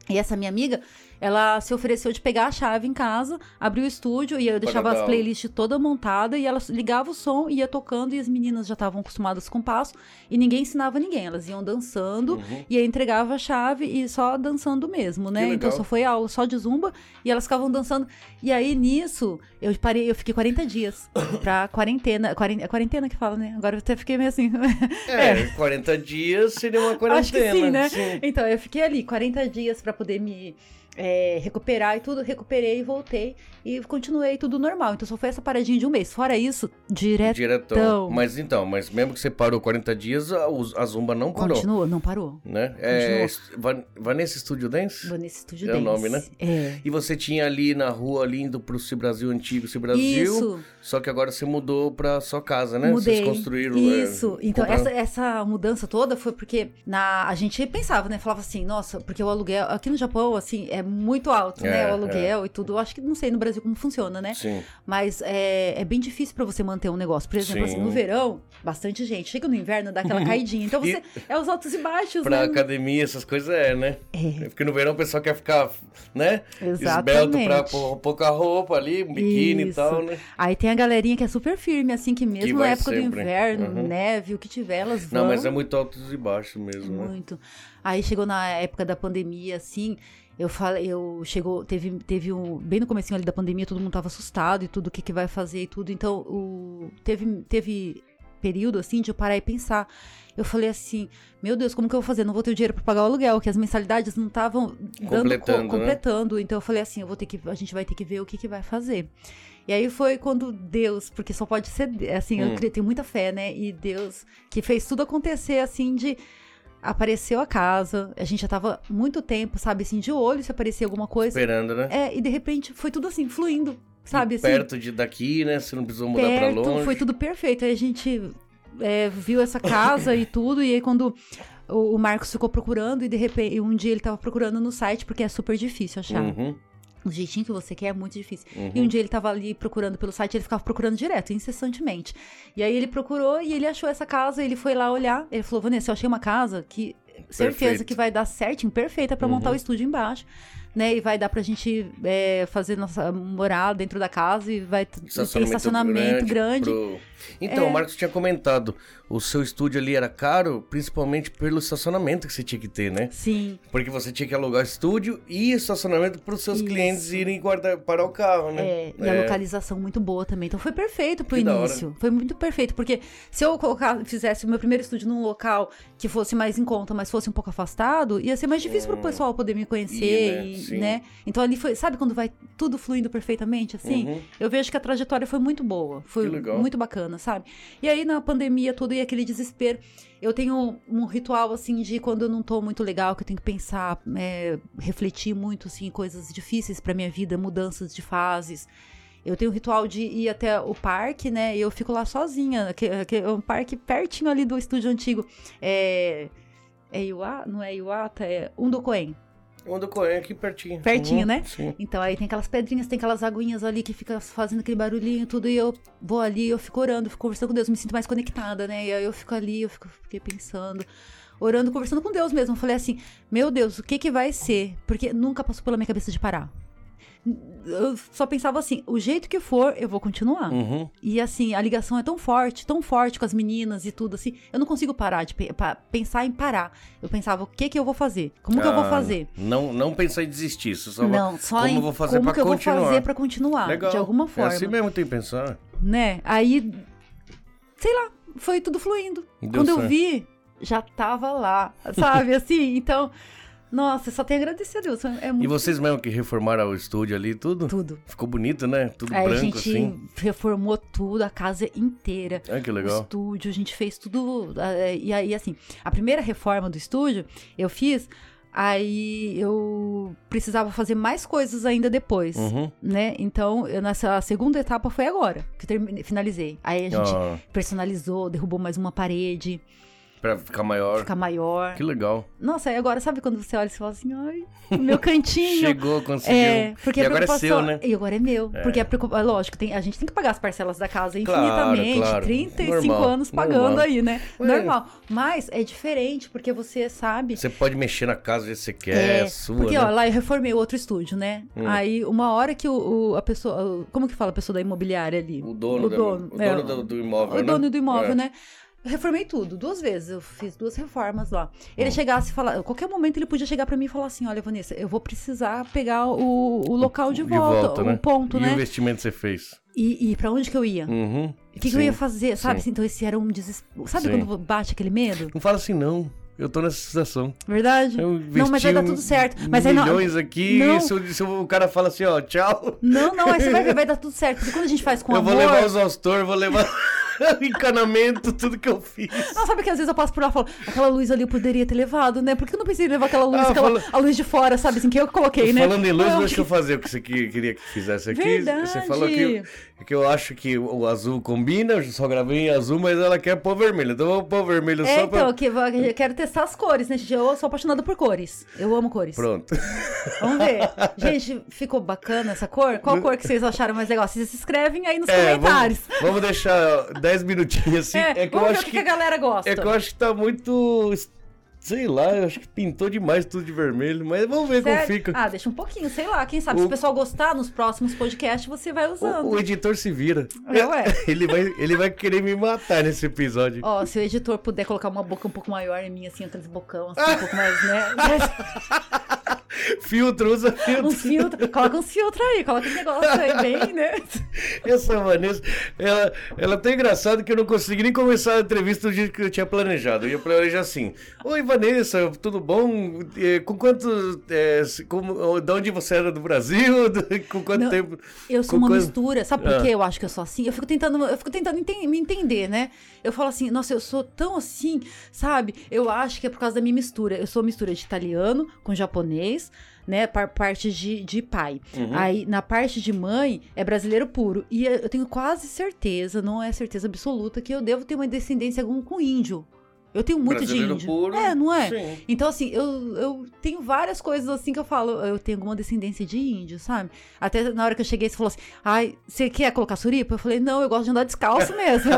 E essa minha amiga, ela se ofereceu de pegar a chave em casa, abrir o estúdio e eu deixava
dar
as
aula.
playlists toda montada e ela ligava o som, ia tocando e as meninas já estavam acostumadas com o passo e ninguém ensinava ninguém, elas iam dançando
Uhum.
e aí entregava a chave e só dançando mesmo, né?
Que
Então
legal.
só foi aula só de zumba e elas ficavam dançando. E aí nisso, eu parei, eu fiquei 40 dias pra quarentena, quarentena, é quarentena que fala, né? Agora eu até fiquei meio assim.
É, 40 dias seria uma quarentena.
Acho que sim, né? Então, eu fiquei ali 40 dias pra poder me é, recuperar e tudo. Recuperei, voltei e continuei tudo normal. Então, só foi essa paradinha de um mês. Fora isso, direto.
Diretão.
Então.
Mas então, mas mesmo que você parou 40 dias, a, os- a Zumba não parou.
Continuou, não parou.
Né? É,
Continua.
est- Van- Vanessa Studio Dance?
Vou nesse estúdio
É o
dance.
nome, né?
É.
E você tinha ali na rua, ali indo pro Ci Brasil antigo, Ci Brasil.
Isso,
Só que agora você mudou pra sua casa, né?
mudei.
Vocês construíram. é,
Isso. então,
compraram-
essa, essa mudança toda foi porque na, a gente pensava, né? Falava assim, nossa, porque o aluguel. Aqui no Japão, assim, é muito alto,
É,
né? O aluguel e tudo. Eu acho que não sei no Brasil como funciona, né?
Sim.
Mas é, é bem difícil pra você manter um negócio. Por exemplo,
Sim.
assim, no verão, bastante gente. Chega no inverno, dá aquela caidinha. Então você é os altos e baixos,
Pra
né?
academia, essas coisas é, né?
É,
Porque no verão o pessoal quer ficar, né? Esbelto pra
exatamente.
pou- pouca roupa ali, um biquíni e
Isso.
tal, né?
Aí tem a galerinha que é super firme, assim, que mesmo
Que vai
na época do
sempre.
inverno,
Uhum.
neve, o que tiver, elas vão.
Não, mas é muito altos e baixos mesmo, né?
Muito. Aí chegou na época da pandemia, assim, eu falei, eu chegou, teve, teve um, bem no comecinho ali da pandemia, todo mundo tava assustado e tudo, o que que vai fazer e tudo, então o, teve, teve período, assim, de eu parar e pensar. Eu falei assim, meu Deus, como que eu vou fazer? Não vou ter o dinheiro para pagar o aluguel, que as mensalidades não estavam dando co-
Completando, né?
completando. Então eu falei assim, eu vou ter que, a gente vai ter que ver o que que vai fazer. E aí foi quando Deus, porque só pode ser, de- assim,
Hum.
eu cre- tenho muita fé, né? E Deus que fez tudo acontecer, assim, de apareceu a casa, a gente já tava muito tempo, sabe, assim, de olho se aparecia alguma coisa.
Esperando, né?
É, e de repente foi tudo assim, fluindo,
E
sabe? Assim,
perto de daqui, né? Você não precisou mudar pra
perto,
longe.
foi tudo perfeito. Aí a gente é, viu essa casa e tudo, e aí quando o, o Marcos ficou procurando, e de repente, e um dia ele tava procurando no site, porque é super difícil achar.
Uhum,
O jeitinho que você quer é muito difícil.
uhum.
E um dia ele tava ali procurando pelo site, ele ficava procurando direto, incessantemente. E aí ele procurou e ele achou essa casa, ele foi lá olhar. Ele falou, Vanessa, eu achei uma casa que certeza
Perfeito.
que vai dar certinho, perfeita pra
Uhum.
montar o estúdio embaixo. Né, e vai dar pra gente é, fazer nossa morada dentro da casa e vai t- ter um estacionamento grande.
Um
É.
pro- Então, o Marcos tinha comentado, o seu estúdio ali era caro, principalmente pelo estacionamento que você tinha que ter, né?
Sim,
Porque você tinha que alugar estúdio e estacionamento para os seus
Isso.
clientes irem guardar, parar o carro, né?
é, e a localização muito boa também. Então foi perfeito pro
Que da hora.
início. Foi muito perfeito, porque se eu colocar, fizesse o meu primeiro estúdio num local que fosse mais em conta, mas fosse um pouco afastado, ia ser mais difícil pro pessoal poder me
E,
conhecer,
Hum. né,
e,
sim.
né? Então ali foi, sabe quando vai tudo fluindo perfeitamente, assim?
Uhum.
Eu vejo que a trajetória foi muito boa, foi
Que legal.
muito bacana, sabe? E aí na pandemia tudo e aquele desespero, eu tenho um ritual assim de quando eu não tô muito legal, que eu tenho que pensar, é, refletir muito assim em coisas difíceis pra minha vida, mudanças de fases. Eu tenho um ritual de ir até o parque, né? E eu fico lá sozinha, que, que é um parque pertinho ali do estúdio antigo. É é Iuá? Não é Iuata, é Undokoen.
O do Coen aqui pertinho.
Pertinho,
Uhum,
né?
Sim.
Então aí tem aquelas pedrinhas, tem aquelas aguinhas ali que fica fazendo aquele barulhinho e tudo, e eu vou ali, eu fico orando, fico conversando com Deus, me sinto mais conectada, né? E aí eu fico ali, eu fico, fiquei pensando, orando, conversando com Deus mesmo. Eu falei assim, meu Deus, o que que vai ser? Porque nunca passou pela minha cabeça de parar. Eu só pensava assim, o jeito que for, eu vou continuar.
Uhum.
E assim, a ligação é tão forte, tão forte com as meninas e tudo, assim. Eu não consigo parar de pe- pa- pensar em parar. Eu pensava, o que que eu vou fazer? Como que eu vou
Ah,
fazer?
Não, não pensar em desistir. Você só vai-
Não, só
como
em
eu vou fazer
como
pra
que eu vou
continuar.
fazer pra continuar,
Legal.
de alguma forma.
É assim mesmo que tem que pensar.
Né? Aí, sei lá, foi tudo fluindo.
Deu
Quando eu
certo.
vi, já tava lá, sabe? assim, então, nossa, só tenho a agradecer a Deus. É
E
muito
vocês mesmo que reformaram o estúdio ali e tudo?
tudo.
Ficou bonito, né? Tudo
Aí É, a
branco
gente
assim.
reformou tudo, a casa inteira.
Ah, que
o
legal.
estúdio, a gente fez tudo. eh, E aí, assim, a primeira reforma do estúdio eu fiz, aí eu precisava fazer mais coisas ainda depois.
Uhum.
Né? Então, eu- nessa segunda etapa foi agora que eu terminei- finalizei. Aí a gente
Ah,
personalizou, derrubou mais uma parede,
pra ficar maior.
ficar maior.
Ah. Que legal.
Nossa, e agora sabe quando você olha e você fala assim, ai, o meu cantinho.
Chegou, conseguiu.
É, porque
E
a
agora é seu,
preocupação-
né?
E agora é meu. Porque é preocupa- lógico, tem- a gente tem que pagar as parcelas da casa
Claro,
infinitamente,
claro.
35
Normal,
anos pagando
normal.
aí, né?
Ué.
Normal. Mas é diferente, porque você sabe.
Você pode mexer na casa do jeito que você quer, é sua.
Porque,
né?
ó, lá eu reformei o outro estúdio, né?
Hum.
Aí, uma hora que o, o- a pessoa. o- como que fala a pessoa da imobiliária ali?
O dono,
o dono,
da, o
é,
dono do, do imóvel.
o
né?
dono do imóvel,
É.
né? Eu reformei tudo, duas vezes. Eu fiz duas reformas lá.
Hum.
Ele chegasse e falar, a qualquer momento ele podia chegar pra mim e falar assim: olha, Vanessa, eu vou precisar pegar o, o local de, volta, o
né?
ponto,
e o
né?
investimento que você fez?
E, e pra onde que eu ia?
Uhum.
O que, que eu ia
Sim.
fazer? Sabe?
sim.
Então esse era um desespero. Sabe
Sim.
quando bate aquele medo?
Não fala assim, não. Eu tô nessa situação.
Verdade?
Eu
não, mas vai
investi
dar tudo certo. Mas aí não.
milhões aqui,
Não.
e se, o- se o cara fala assim, ó, tchau.
Não, não, aí você vai ver, vai dar tudo certo. Porque quando a gente faz com
eu
amor.
vou levar os austor, vou levar o encanamento, tudo que eu fiz.
Não, sabe que às vezes eu passo por lá e falo, aquela luz ali eu poderia ter levado, né? Por que eu não pensei em levar aquela luz,
Ah,
aquela,
fala-
a luz de fora, sabe? Assim, que eu coloquei, né?
Falando em luz,
Não,
eu acho que eu vou fazer o que você que- queria que fizesse aqui. Você
Verdade.
falou que, eu- que eu acho que o azul combina, eu só gravei em azul, mas ela quer pôr vermelho. Então eu vou pôr vermelho
É,
só
então,
pra.
que eu eu quero testar as cores, né, gente? Eu sou apaixonada por cores. Eu amo cores.
Pronto.
Vamos ver. Gente, ficou bacana essa cor? Qual cor que vocês acharam mais legal? Vocês escrevem aí nos comentários.
É, Vamos, vamos deixar 10 minutinhos assim.
É,
É, que eu
vamos ver o
acho
que,
que,
a galera gosta.
é que eu acho que tá muito. Sei lá, eu acho que pintou demais tudo de vermelho, mas vamos ver
Sério?
como fica.
Ah, deixa um pouquinho, sei lá. Quem sabe,
O-
se o pessoal gostar nos próximos podcasts, você vai usando.
O, o editor se vira.
É, ué.
Ele vai, ele vai querer me matar nesse episódio.
Ó, se o editor puder colocar uma boca um pouco maior em mim, assim, aqueles bocão, assim, um pouco mais, né?
Filtro, usa filtro.
Uns filtros. um Coloca uns filtros aí, coloca um negócio aí, bem, né?
Essa Vanessa, ela, ela tá engraçada que eu não consegui nem começar a entrevista do jeito que eu tinha planejado. Eu ia planejar assim: Oi Vanessa, tudo bom? Eh, Com quanto. eh, se- como, de onde você era do Brasil? Do- com quanto
Não,
tempo?
Eu sou
Com Ah.
uma
quanto-
mistura, sabe por que eu acho que eu sou assim? Eu fico tentando, eu fico tentando enten- me entender, né? Eu falo assim, nossa, eu sou tão assim, sabe? Eu acho que é por causa da minha mistura. Eu sou mistura de italiano com japonês, né? Par parte de, de pai.
Hum. Ah,
Aí, na parte de mãe, é brasileiro puro. E é, eu eu tenho quase certeza, não é certeza absoluta, que eu devo ter uma descendência algum com índio. Eu tenho muito
Brasileiro
de índio.
puro,
é, não é?
Sim.
Então, assim, eu, eu tenho várias coisas assim que eu falo, eu tenho alguma descendência de índio, sabe? Até na hora que eu cheguei, você falou assim: ai, você quer colocar suripa? Eu falei: não, eu gosto de andar descalço mesmo.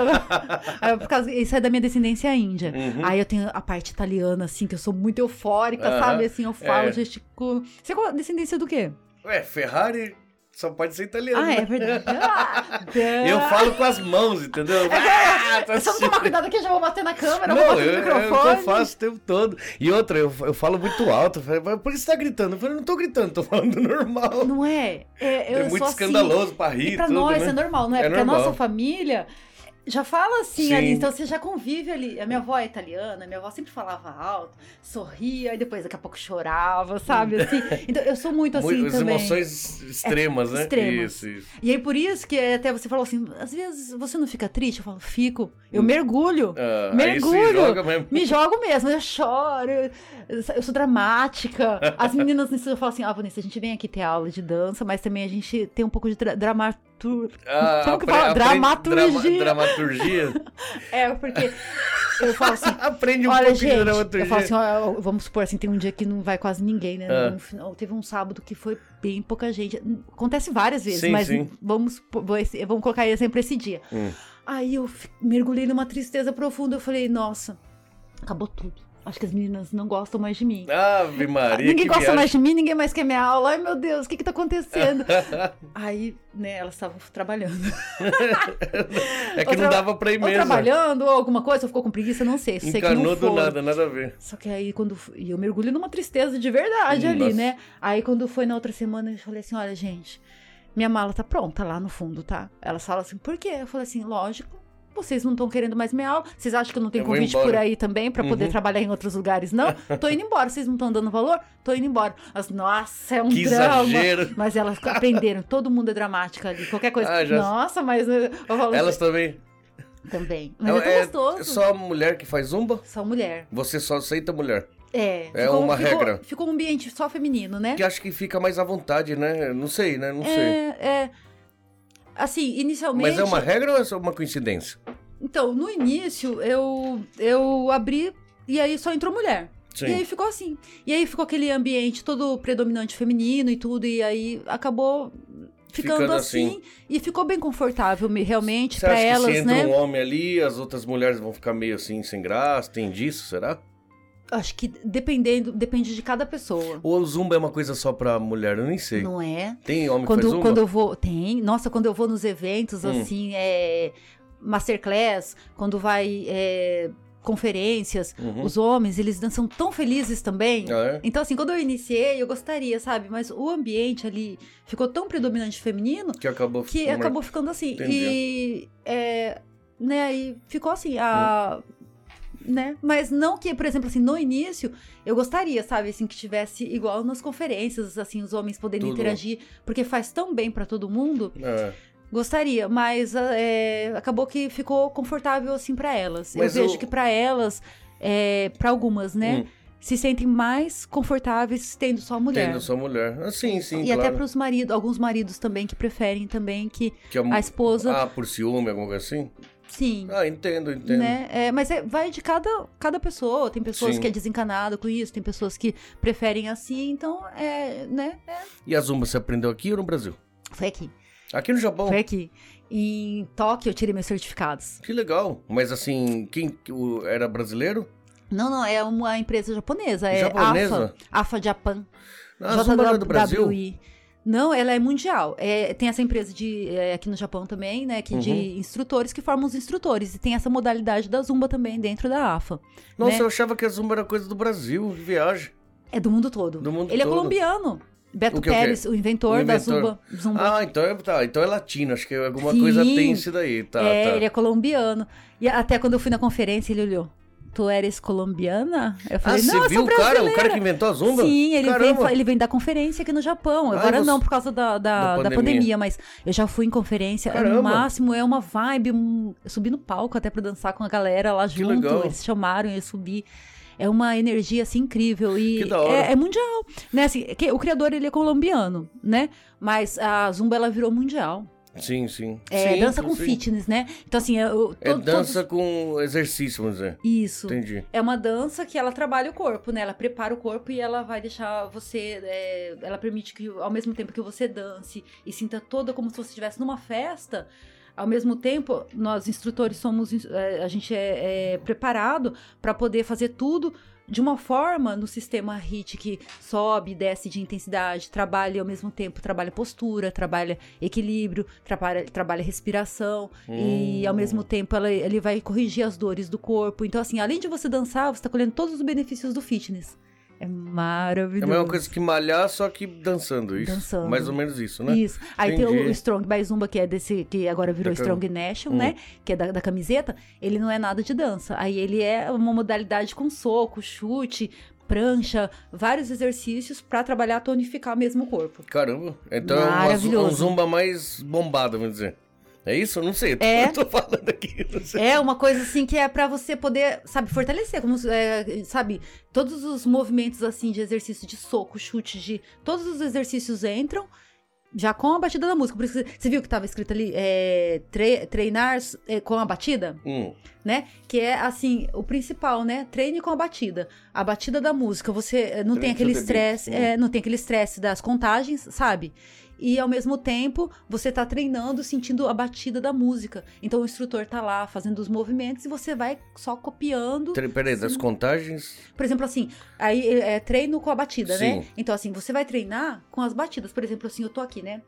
Aí, por causa, isso é da minha descendência índia.
Uhum.
Aí eu tenho a parte italiana, assim, que eu sou muito eufórica,
Aham.
sabe? Assim, eu falo,
É.
gesticulo. Você é qual- descendência do quê?
Ué, É, Ferrari só pode ser italiano.
Uhum. Ah, é
né?
verdade. Ah,
Eu falo com as mãos, entendeu? Ah, tá
Se eu não É. tomar cuidado aqui, eu já vou bater na câmera, eu vou
Não,
bater no
eu, eu,
microfone.
eu faço o tempo todo. E outra, eu, eu falo muito alto. Eu falo, "Mas por que você tá gritando? Eu falei, não tô gritando, tô falando normal.
Não é? É, eu
é muito
sou assim.
escandaloso pra rir
E pra
tudo,
nós
né?
é normal, não é?
É
Porque
normal.
a nossa família já fala assim
Sim.
ali, então você já convive ali. A minha avó é italiana, minha avó sempre falava alto, sorria, e depois daqui a pouco chorava, sabe? Assim. Então eu sou muito assim
Hum. Muito- as
também. É
emoções extremas, né?
extremas.
Isso, isso.
E aí por isso que até você falou assim, às vezes você não fica triste? Eu falo, fico.
Hum.
Eu mergulho.
Ah, Aí se
Mergulho.
joga mesmo.
Me jogo mesmo, eu choro, eu, eu sou dramática. As meninas nisso falam assim: ah, Vanessa, a gente vem aqui ter aula de dança, mas também a gente tem um pouco de dra dramatur-
Ah,
Como que
apre-
fala?
apre-
Dramaturgia.
drama- dramaturgia.
É, porque eu falo assim.
Aprende um
Olha,
pouquinho de
gente,
dramaturgia.
eu falo assim, ó, vamos supor assim, tem um dia que não vai quase ninguém, né?
Ah.
Um final- teve um sábado que foi bem pouca gente. Acontece várias vezes,
Sim,
mas
sim.
vamos supor- vou esse- vamos colocar aí sempre esse dia.
Hum.
Aí eu fi- mergulhei numa tristeza profunda, eu falei, nossa, acabou tudo. Acho que as meninas não gostam mais de mim.
Ave É, Maria.
ninguém
que
gosta
viagem.
mais de mim, ninguém mais quer minha aula. Ai, meu Deus, o que que tá acontecendo? Aí, né, elas estavam trabalhando.
é que
Ou
não
tra-
dava pra ir
Ou
mesmo.
trabalhando, ou alguma coisa, ou ficou com preguiça, não sei. Sei que
Encarnou
não
do
foram.
nada, nada a ver.
Só que aí quando. f- E eu mergulho numa tristeza de verdade
Hum,
ali,
nossa.
né? Aí quando foi na outra semana, eu falei assim: olha, gente, minha mala tá pronta lá no fundo, tá? Elas falam assim, por quê? Eu falei assim, lógico. Vocês não estão querendo mais minha aula. Vocês acham que eu não tenho
Eu vou
convite
embora."
por aí também pra poder
Uhum.
trabalhar em outros lugares? Não, tô indo embora. Vocês não estão dando valor? Tô indo embora. Elas, Nossa, é um
Que
drama.
exagero.
Mas elas aprenderam. Todo mundo é dramática ali. Qualquer coisa.
Ah, já-
Nossa, mas eu falo
Elas também.
também. Mas
Ela-
é tão
é
gostoso.
Só mulher que faz zumba?
Só mulher.
Você só aceita mulher.
É,
É uma
ficou,
regra.
Ficou um ambiente só feminino, né?
Que acho que fica mais à vontade, né? Não sei, né? Não sei.
É, é. Assim, inicialmente.
Mas é uma regra ou é só uma coincidência?
Então, no início, eu, eu abri e aí só entrou mulher. E aí ficou assim. E aí ficou aquele ambiente todo predominante feminino e tudo, e aí acabou ficando,
Ficando
assim, E ficou bem confortável, me- realmente,
Você
pra
acha
elas,
que se entra
né?
um homem ali, as outras mulheres vão ficar meio assim, sem graça? Tem disso, será?
Acho que dependendo, depende de cada pessoa.
Ou o zumba é uma coisa só pra mulher? Eu nem sei.
Não é?
Tem homem que faz
quando,
zumba?
quando eu vou. Tem. Nossa, quando eu vou nos eventos,
Hum.
assim, é, Masterclass, quando vai é, conferências,
Uhum.
os homens, eles dan- são tão felizes também.
Ah, é?
Então, assim, quando eu iniciei, eu gostaria, sabe? Mas o ambiente ali ficou tão predominante feminino
Que acabou...
que
ficando
acabou ficando assim. E. é, né, aí ficou assim, a.
Hum.
Né? Mas não que, por exemplo, assim, no início, eu gostaria, sabe, assim, que tivesse igual nas conferências, assim, os homens podendo
Tudo.
interagir, porque faz tão bem pra todo mundo.
É.
Gostaria, mas é, acabou que ficou confortável, assim, pra elas.
Mas
eu
o-
vejo que pra elas, é, para algumas, né,
Hum.
se sentem mais confortáveis tendo só a mulher.
Tendo sua mulher. Ah, sim, sim,
e
claro.
até pros maridos, alguns maridos também que preferem também que
Que a mu-
a esposa
Ah, por ciúme, alguma coisa assim?
Sim.
Ah, entendo, entendo.
Né? É, mas é- vai de cada, cada pessoa. Tem pessoas
Sim.
que é desencanada com isso, tem pessoas que preferem assim. Então, é, né? É.
E a zumba você aprendeu aqui ou no Brasil?
Foi aqui.
Aqui no Japão.
Foi aqui. Em Tóquio, eu tirei meus certificados.
Que legal. Mas assim, quem o- era brasileiro?
Não, não, é uma empresa japonesa. É
Japonesa?
AFA. AFA Japan.
Ah, a zumba não é do Brasil?
JWI. Não, ela é mundial. É, tem essa empresa de é, aqui no Japão também, né? Que de
Uhum.
instrutores que formam os instrutores. E tem essa modalidade da Zumba também dentro da AFA.
Nossa,
né?
eu achava que a zumba era coisa do Brasil, que viagem.
É do mundo todo.
Do mundo
Ele
todo.
é colombiano. Beto
O que, o
Pérez, o inventor,
O
da
inventor.
Zumba. Zumba.
Ah, então é, tá, então é latino, acho que alguma
Sim.
coisa tem isso daí, tá,
é,
tá.
ele é colombiano. E até quando eu fui na conferência, ele olhou. Tu eres colombiana? Eu
Ah,
falei,
você
não, eu
viu
sou
o cara, o
brasileira.
cara que inventou a zumba?
Sim, ele vem,
Caramba.
ele vem da conferência aqui no Japão.
Ah,
Agora
você-
não, por causa da,
da
da, da pandemia.
pandemia,
mas eu já fui em conferência. É,
Caramba.
No máximo, é uma vibe. Um... Eu subi no palco até pra dançar com a galera lá junto.
legal.
Eles chamaram, eu subi. É uma energia, assim, incrível. E
Que da hora.
É, é mundial. Né? Assim, que- o criador, ele é colombiano, né? Mas a Zumba, ela virou mundial.
Sim, sim.
É,
Sim,
dança
sim,
com
sim.
fitness, né? Então, assim, eu,
É
todo-
dança
todos-
com exercício, vamos dizer.
Isso.
Entendi.
É uma dança que ela trabalha o corpo, né? Ela prepara o corpo e ela vai deixar você. é, ela permite que, ao mesmo tempo que você dance e sinta toda como se você estivesse numa festa, ao mesmo tempo, nós instrutores somos. ins- é, a gente é, é preparado para poder fazer tudo de uma forma no sistema HIT que sobe e desce de intensidade, trabalha ao mesmo tempo, trabalha postura, trabalha equilíbrio, trabalha, trabalha respiração. E ao
Hum.
mesmo tempo ela, ele vai corrigir as dores do corpo. Então, assim, além de você dançar, você tá colhendo todos os benefícios do fitness. É
É a
maravilhoso.
mesma coisa que malhar, só que dançando isso.
Dançando.
Mais ou menos isso, né?
Isso. Aí tem
Entendi.
o Strong by Zumba, que é desse, que agora virou
Da cam-
Strong Nation,
Hum.
né? Que é da, da camiseta. Ele não é nada de dança. Aí ele é uma modalidade com soco, chute, prancha, vários exercícios pra trabalhar, tonificar mesmo o corpo.
Caramba. Então é uma zu- é um
Maravilhoso.
zumba mais bombado, vamos dizer. É isso? Eu não sei. eu tô-
É.
Eu tô falando aqui. eu Não sei.
É uma coisa assim que é pra você poder, sabe, fortalecer, como é, sabe, todos os movimentos assim de exercício de soco, chute, de todos os exercícios entram já com a batida da música. Por isso que você- você viu que tava escrito ali é, tre- treinar é, com a batida,
Hum,
né? Que é assim o principal, né? Treine com a batida, a batida da música. Você é, não
Treine
tem aquele
to the beat,
estresse, é, não tem aquele estresse das contagens, sabe? e ao mesmo tempo você tá treinando sentindo a batida da música. Então o instrutor tá lá fazendo os movimentos e você vai só copiando.
Tre- Peraí, das contagens?
Por exemplo, assim, aí é treino com a batida, né?
Sim.
Então, assim, você vai treinar com as batidas. Por exemplo, assim, eu tô aqui, né?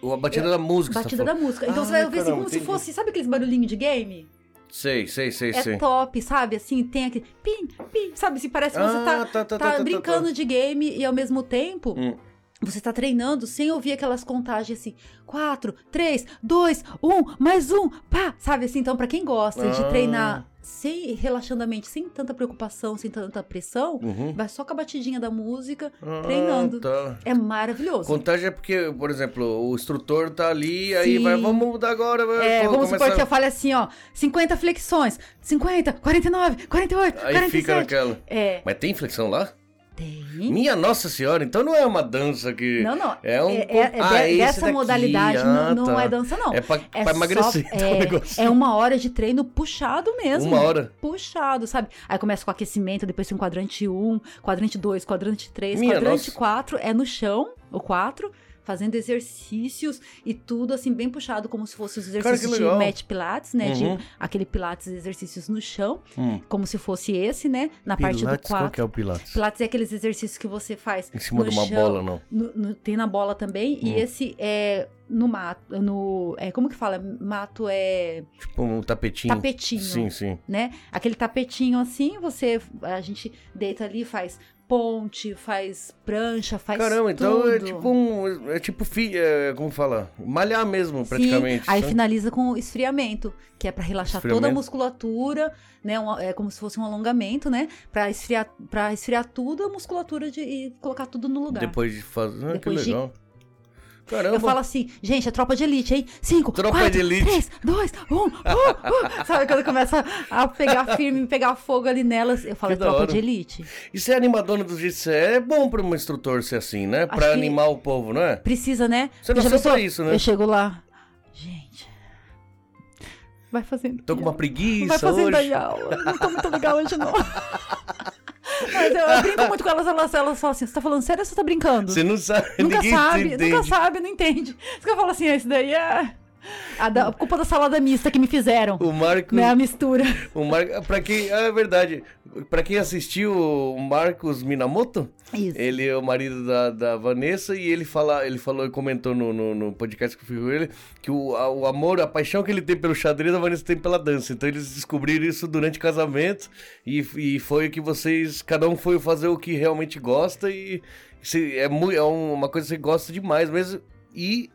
Ou a batida da música, você
É, Batida
tá
da música. Então
Ah,
você vai ouvir assim
caramba,
como se
entendi.
fosse, sabe aqueles barulhinhos de game?
falando? Sei, sei, sei,
é
sei.
top, sabe? Assim, tem aquele pim, pim, sabe? Se parece que você tá,
tá, tá,
tá brincando de game e ao mesmo tempo
Hum.
você tá treinando sem ouvir aquelas contagens assim: 4, 3, 2, 1, mais um, pá! Sabe assim? Então, pra quem gosta de
Ah.
treinar sem relaxando a mente, sem tanta preocupação, sem tanta pressão,
Uhum.
vai só com a batidinha da música. Treinando.
Ah, tá.
É maravilhoso.
Contagem é porque, por exemplo, o instrutor tá ali, aí
Sim.
vai, vamos mudar agora. Vai,
É,
pô,
vamos
começa-
supor que eu fale assim, ó, 50 flexões, 50, 49, 48,
Aí
47.
fica naquela.
É,
Mas tem flexão lá?
tem.
Minha Nossa Senhora, então não é uma dança que.
Não, não.
É um.
É, é- é
Ah,
de-
esse
dessa
daqui,
modalidade
ah,
não, não
tá.
é dança, não.
É pra, pra
só-
emagrecer então, o negócio.
é, é uma hora de treino puxado mesmo.
Uma hora.
Puxado, sabe? Aí começa com aquecimento, depois tem um quadrante 1, quadrante 2, quadrante 3,
Minha
quadrante
nossa.
4 é no chão, o 4, fazendo exercícios e tudo assim, bem puxado, como se fosse os exercícios
legal.
de mat pilates, né?
Uhum.
De aquele pilates exercícios no chão,
Hum.
como se fosse esse, né? Na parte do
Pilates, qual
4.
que é o Pilates?
Pilates é aqueles exercícios que você faz
Em cima
no
de uma
chão,
bola, não.
no- no- tem na bola também. E
Hum.
esse é no mato. No, é, como que fala? Mato é
Tipo um tapetinho.
tapetinho,
Sim, sim.
né? Aquele tapetinho assim, você. A gente deita ali, faz ponte, faz prancha, faz.
Caramba, então
tudo.
é tipo um. É tipo. Fi, é, como fala? Malhar mesmo,
Sim,
praticamente.
aí
sabe?
finaliza com o esfriamento, que é pra relaxar toda a
Esfriamento.
musculatura, né? Um- é como se fosse um alongamento, né? Pra esfriar, pra esfriar tudo a musculatura de, e colocar tudo no lugar.
Depois de fazer. Ah, que
Depois de-
legal. Caramba.
Eu falo assim, gente, é tropa de elite, hein? Cinco,
Tropa
quatro,
de elite.
três, dois, um, uh, uh. Sabe quando começa a pegar firme, pegar fogo ali nelas? Eu falo,
Que
é
da
tropa
hora.
de elite.
E ser animadora do jeito que você é, é bom pra um instrutor ser assim, né?
Acho
Pra
que-
animar o povo, não é?
Precisa, né?
Você
Porque já
nasceu pra
pensou?
isso, né?
Eu chego lá, gente, vai fazendo.
Tô com uma
Vai
preguiça
fazendo aí
hoje.
a aula. Não tô muito legal hoje, não. Mas eu, eu brinco muito com elas, elas, elas falam assim, você tá falando sério ou você tá brincando?
Você não sabe,
Nunca
ninguém
sabe,
te entende.
nunca sabe, não entende. Isso que eu falo assim, ah, isso daí é a da- a culpa da salada mista que me fizeram.
O Marcos,
Né, a mistura.
o Mar... pra quem, ah, é verdade, pra quem assistiu o Marcos Minamoto,
Isso.
ele é o marido da, da Vanessa e ele, fala, ele falou e comentou no, no, no podcast que eu fui com ele que o, a- o amor, a paixão que ele tem pelo xadrez, a Vanessa tem pela dança. Então eles descobriram isso durante o casamento e, e foi o que vocês, cada um foi fazer o que realmente gosta e se- é, mui- é um- uma coisa que você gosta demais mesmo. E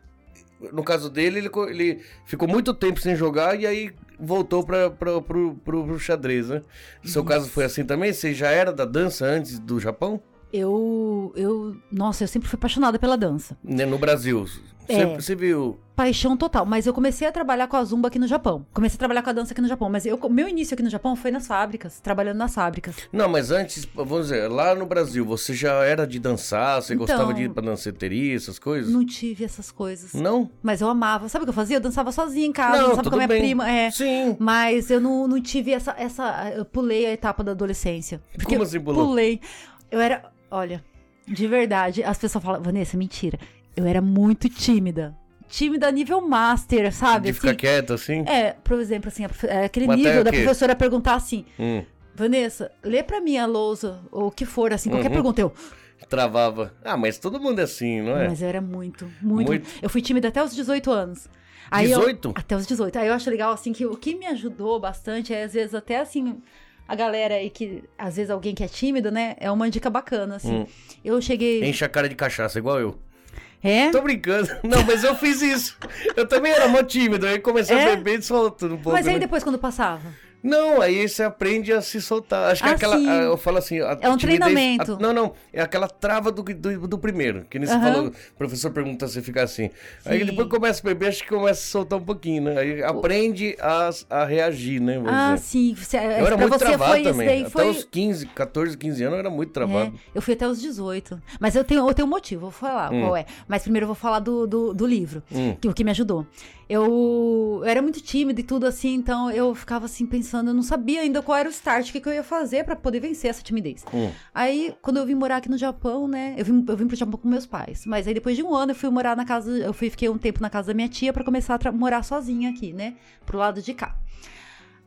no caso dele, ele, co- ele ficou muito tempo sem jogar e aí voltou pra, pra, pro, pro, pro xadrez, né? No seu caso foi assim também? Você já era da dança antes do Japão?
Eu, eu. Nossa, eu sempre fui apaixonada pela dança.
Né, No Brasil. Você,
É.
você viu.
Paixão total. Mas eu comecei a trabalhar com a zumba aqui no Japão. Comecei a trabalhar com a dança aqui no Japão. Mas eu, meu início aqui no Japão foi nas fábricas, trabalhando nas fábricas.
Não, mas antes, vamos dizer, lá no Brasil, você já era de dançar, você
Então-
gostava de ir pra danceteria, essas coisas?
Não tive essas coisas.
Não?
Mas eu amava. Sabe o que eu fazia? Eu dançava sozinha em casa, dançava com a minha
bem.
prima. É.
Sim.
Mas eu não, não tive essa, essa. Eu pulei a etapa da adolescência. Porque
Como assim
eu
pulou?
pulei. Eu era. Olha, de verdade, as pessoas falam, Vanessa, mentira. Eu era muito tímida. Tímida nível master, sabe?
de ficar
Assim,
quieto assim?
é, por exemplo, assim, a profe- é aquele
Mas até
nível da
o quê?
professora perguntar assim,
Hum,
Vanessa, lê pra mim a lousa, ou o que for, assim, qualquer
Uhum.
pergunta eu.
travava. Ah, mas todo mundo é assim, não é?
Mas eu era muito, muito,
Muito.
Eu fui tímida até os 18 anos. Aí eu-
18?
até os 18. Aí eu acho legal, assim, que o que me ajudou bastante é, às vezes, até assim, a galera aí que, às vezes, alguém que é tímido, né? É uma dica bacana, assim.
Hum.
Eu cheguei.
Enche a cara de cachaça, igual eu.
É?
Tô brincando. Não, mas eu fiz isso. Eu também era mó tímido. Aí comecei
É?
a beber e soltando um pouco.
Mas aí
né?
depois, quando passava.
Não, aí você aprende a se soltar. Acho que
Ah,
é aquela.
sim.
ah, Eu falo assim. a
É um
timidez-
treinamento.
a- não, não. É aquela trava do, do, do primeiro. Que nem você
Aham.
falou. O professor pergunta se fica assim. Aí
Sim.
depois começa a beber, acho que começa a soltar um pouquinho, né? Aí aprende a, a reagir, né? vamos
Ah,
dizer.
sim. Você,
Eu era
pra
muito
você
travado
foi
também.
isso daí.
Até
Foi...
os 15, 14, 15 anos eu era muito
É,
travado.
eu fui até os 18. Mas eu tenho, eu tenho um motivo, vou falar
Hum.
qual é. Mas primeiro eu vou falar do, do, do livro,
Hum.
que o que me ajudou. Eu, eu era muito tímida e tudo assim, então eu ficava assim pensando, eu não sabia ainda qual era o start, o que, que eu ia fazer pra poder vencer essa timidez.
Hum.
Aí, quando eu vim morar aqui no Japão, né? Eu vim, eu vim pro Japão com meus pais. Mas aí, depois de um ano, eu fui morar na casa. Eu fui, fiquei um tempo na casa da minha tia pra começar a tra- morar sozinha aqui, né? Pro lado de cá.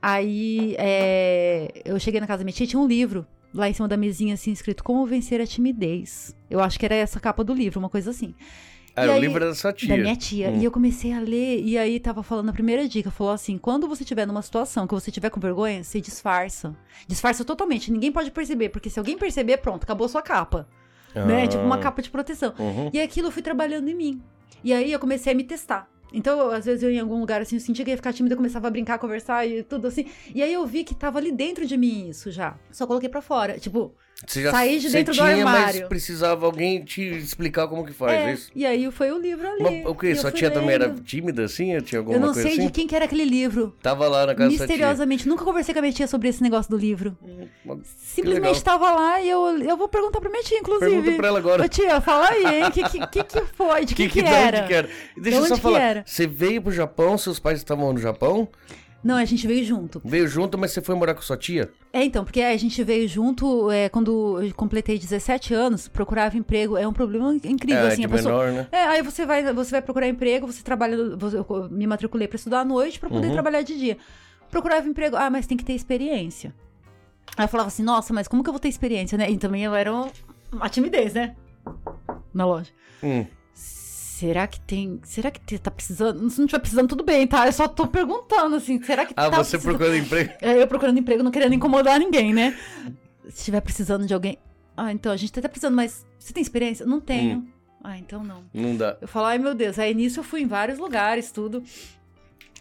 Aí, é, eu cheguei na casa da minha tia e tinha um livro lá em cima da mesinha, assim, escrito Como Vencer a Timidez. Eu acho que era essa a capa do livro, uma coisa assim.
Ah,
E
o
aí-
livro da sua
Da
tia.
minha tia.
Hum.
E eu comecei a ler, e aí tava falando a primeira dica. Falou assim: quando você tiver numa situação que você tiver com vergonha, você disfarça. Disfarça totalmente. Ninguém pode perceber, porque se alguém perceber, pronto, acabou sua capa. Né?
Ah,
Tipo uma capa de proteção.
uhum.
E aquilo eu fui trabalhando em mim. E aí eu comecei a me testar. Então, eu, às vezes eu ia em algum lugar assim, eu sentia que ia ficar tímida, eu começava a brincar, conversar e tudo assim. E aí eu vi que tava ali dentro de mim isso já. Só coloquei pra fora. Tipo,
Você já
saí de
você
dentro do
tinha, Mas
armário.
precisava alguém te explicar como que faz
é.
isso.
E aí foi o livro ali.
Mas o
E
que?
eu
Sua
fui
tia também era
lendo.
tímida assim? Tinha alguma
Eu não
coisa
sei
assim?
de quem que era aquele livro.
Tava lá na casa da sua
Misteriosamente, nunca conversei com a minha tia sobre esse negócio do livro.
tia. Uma-
Simplesmente
Hum, legal.
estava lá e eu, eu vou perguntar pra minha tia, inclusive.
Pergunta pra ela agora.
Ô tia, fala aí, hein? O que, que, que que foi? De que, que,
de onde
era?
que é? era? Deixa eu
onde
só
que
falar.
era?
Você veio pro Japão, seus pais estavam no Japão,
Não, a gente veio junto.
veio junto, mas você foi morar com sua tia?
É, então, porque a gente veio junto, é, quando eu completei 17 anos, procurava emprego, é um problema incrível,
é,
assim,
de
a pessoa...
menor, né?
É, aí você vai, você vai procurar emprego, você trabalha. você- eu me matriculei pra estudar à noite pra poder
Uhum.
trabalhar de dia. Procurava emprego, ah, mas tem que ter experiência. Aí eu falava assim, nossa, mas como que eu vou ter experiência, né? E também eu era um- uma timidez, né? Na loja.
Hum.
Será que tem. Será que te- tá precisando? Se não tiver precisando, tudo bem, tá? Eu só tô perguntando, assim, será que
Ah,
tá
você
precisando?
procurando emprego?
É, eu procurando emprego, não querendo incomodar ninguém, né? Se tiver precisando de alguém. Ah, então, a gente tá precisando, mas você tem experiência? Não tenho.
Hum.
Ah, então não.
Não dá.
Eu falo, ai meu Deus. Aí nisso eu fui em vários lugares, tudo.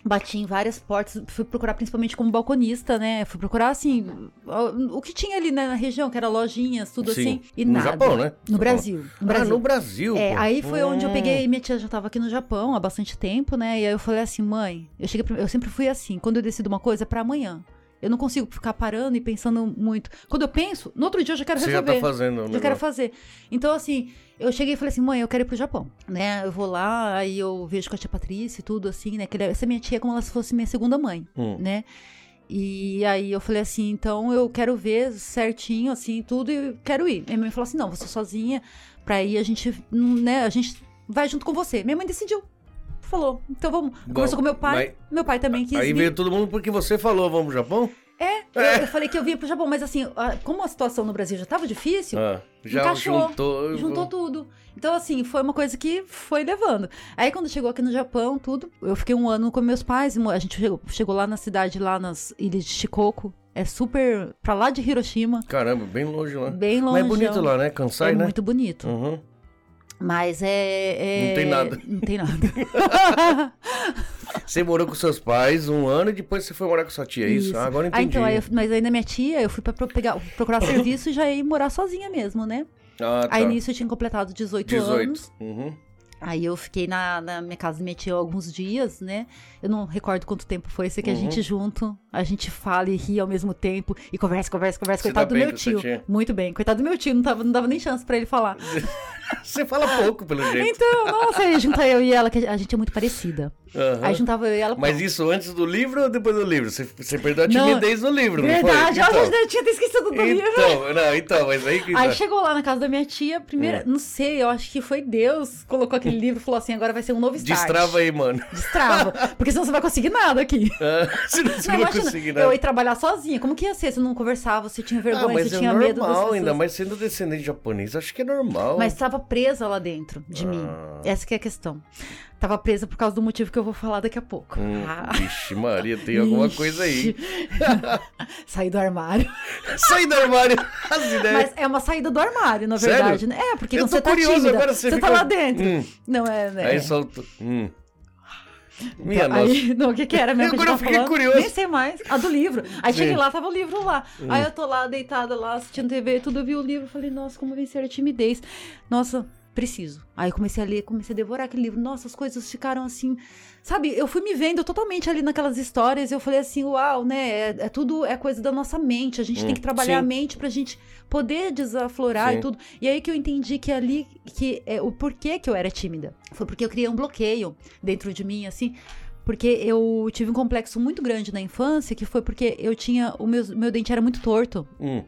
Bati em várias portas, fui procurar principalmente como balconista, né? Fui procurar, assim, o- o que tinha ali né, na região, que era lojinhas, tudo
Sim.
assim. E
no
nada.
Japão, né?
No Brasil. No Brasil.
Ah, no Brasil.
É,
pô.
aí foi onde eu
Hum.
peguei. Minha tia já tava aqui no Japão há bastante tempo, né? E aí eu falei assim, mãe, eu cheguei, pra- eu sempre fui assim. Quando eu decido uma coisa, é pra amanhã. Eu não consigo ficar parando e pensando muito. Quando eu penso, no outro dia eu já quero
Você já tá
resolver.
fazendo. o
Eu
negócio.
quero fazer. Então, assim, eu cheguei e falei assim, mãe, eu quero ir pro Japão, né? Eu vou lá, aí eu vejo com a tia Patrícia e tudo, assim, né? Que ele- essa minha tia é como ela se fosse minha segunda mãe,
Hum.
né? E aí eu falei assim, então eu quero ver certinho, assim, tudo, e eu quero ir. Minha mãe falou assim, não, você sozinha, pra ir a gente, hum, né? A gente vai junto com você. Minha mãe decidiu. Falou, então vamos. Conversou com meu pai, meu pai também quis
Aí
vir.
veio todo mundo porque você falou, vamos pro Japão?
Eu, eu falei que eu vinha pro Japão, mas assim, a- como a situação no Brasil já tava difícil,
Ah, já
Encaixou.
juntou.
Juntou tudo. Então, assim, foi uma coisa que foi levando. Aí, quando chegou aqui no Japão, tudo, eu fiquei um ano com meus pais. mo- A gente chegou, chegou lá na cidade, lá nas ilhas de Shikoku. É super. pra lá de Hiroshima,
Caramba, bem longe lá.
bem longe.
Mas é bonito lá, né? Kansai,
é
né?
muito bonito.
Uhum.
Mas é, é-
Não tem nada.
Não tem nada.
Você morou com seus pais um ano e depois você foi morar com sua tia, é isso? Ah, agora
Ah,
entendi.
então, aí eu- mas aí na minha tia, eu fui pra pro- pegar, procurar serviço e já ia morar sozinha mesmo, né?
Ah, tá.
Aí nisso eu tinha completado 18,
18.
anos.
Uhum.
Aí eu fiquei na, na minha casa, me tia alguns dias, né? Eu não recordo quanto tempo foi, sei que
Uhum.
a gente junto, a gente fala e ri ao mesmo tempo, e conversa, conversa, conversa.
Você
Coitado
tá
do
bem
meu
com sua
tio.
tia?
Muito bem. Coitado do meu tio, não, tava, não dava nem chance pra ele falar.
Você fala pouco, pelo jeito.
Então, nossa, aí junta eu e ela, que a gente é muito parecida.
Aham.
Aí juntava eu e ela.
Mas
pronto.
isso antes do livro ou depois do livro? Você, você perdeu a
Não,
timidez no livro,
Verdade,
não
nossa,
foi?
eu já tinha até esquecido do livro.
então, não, então, mas aí que.
Aí é chegou lá na casa da minha tia,
É.
primeira, não sei, eu acho que foi Deus, colocou aquele livro e falou assim: agora vai ser um novo start.
Destrava aí, mano.
Destrava. Porque senão você vai conseguir nada aqui.
Ah, Você não, você
Não,
não
imagina,
conseguiu,
eu
nada.
ia trabalhar sozinha. Como que ia ser? Você não conversava, você tinha
Ah,
vergonha,
mas
você
é
tinha
normal,
medo das pessoas.
ainda mais sendo descendente japonês, acho que é normal.
Mas estava presa lá dentro de mim.
Ah.
Essa que é a questão. Tava presa por causa do motivo que eu vou falar daqui a pouco.
Hum,
Ah,
Vixe, Maria, tem alguma
ixi.
coisa aí.
Saí do armário.
Sai do armário, as ideias.
Mas é uma saída do armário, na
Sério?
verdade. né? É, porque
Eu
quando
tô
você tá
curioso
tímida,
agora, você
você,
fica-
tá lá dentro.
Hum,
Não é, né?
Aí solta. Hum. Minha
Então,
nossa.
Aí, não, o que que era mesmo? que a
Agora
gente
eu fiquei
tava falando?
curioso.
Nem sei mais. A do livro. Aí cheguei
Sim. Hum.
lá, tava o livro lá. Aí eu tô lá, deitada lá, assistindo TV, tudo, eu vi o livro. Falei, nossa, como vencer a timidez. Nossa, preciso. Aí eu comecei a ler, comecei a devorar aquele livro. Nossa, as coisas ficaram assim... Sabe, eu fui me vendo totalmente ali naquelas histórias. Eu falei assim, uau, né? É, é tudo, é coisa da nossa mente. A gente
Hum,
tem que trabalhar a
sim.
mente pra gente poder desaflorar
Sim.
e tudo. E aí que eu entendi que ali, que é, o porquê que eu era tímida. Foi porque eu criei um bloqueio dentro de mim, assim, Porque eu tive um complexo muito grande na infância, que foi porque eu tinha. O meu, meu dente era muito torto.
Hum.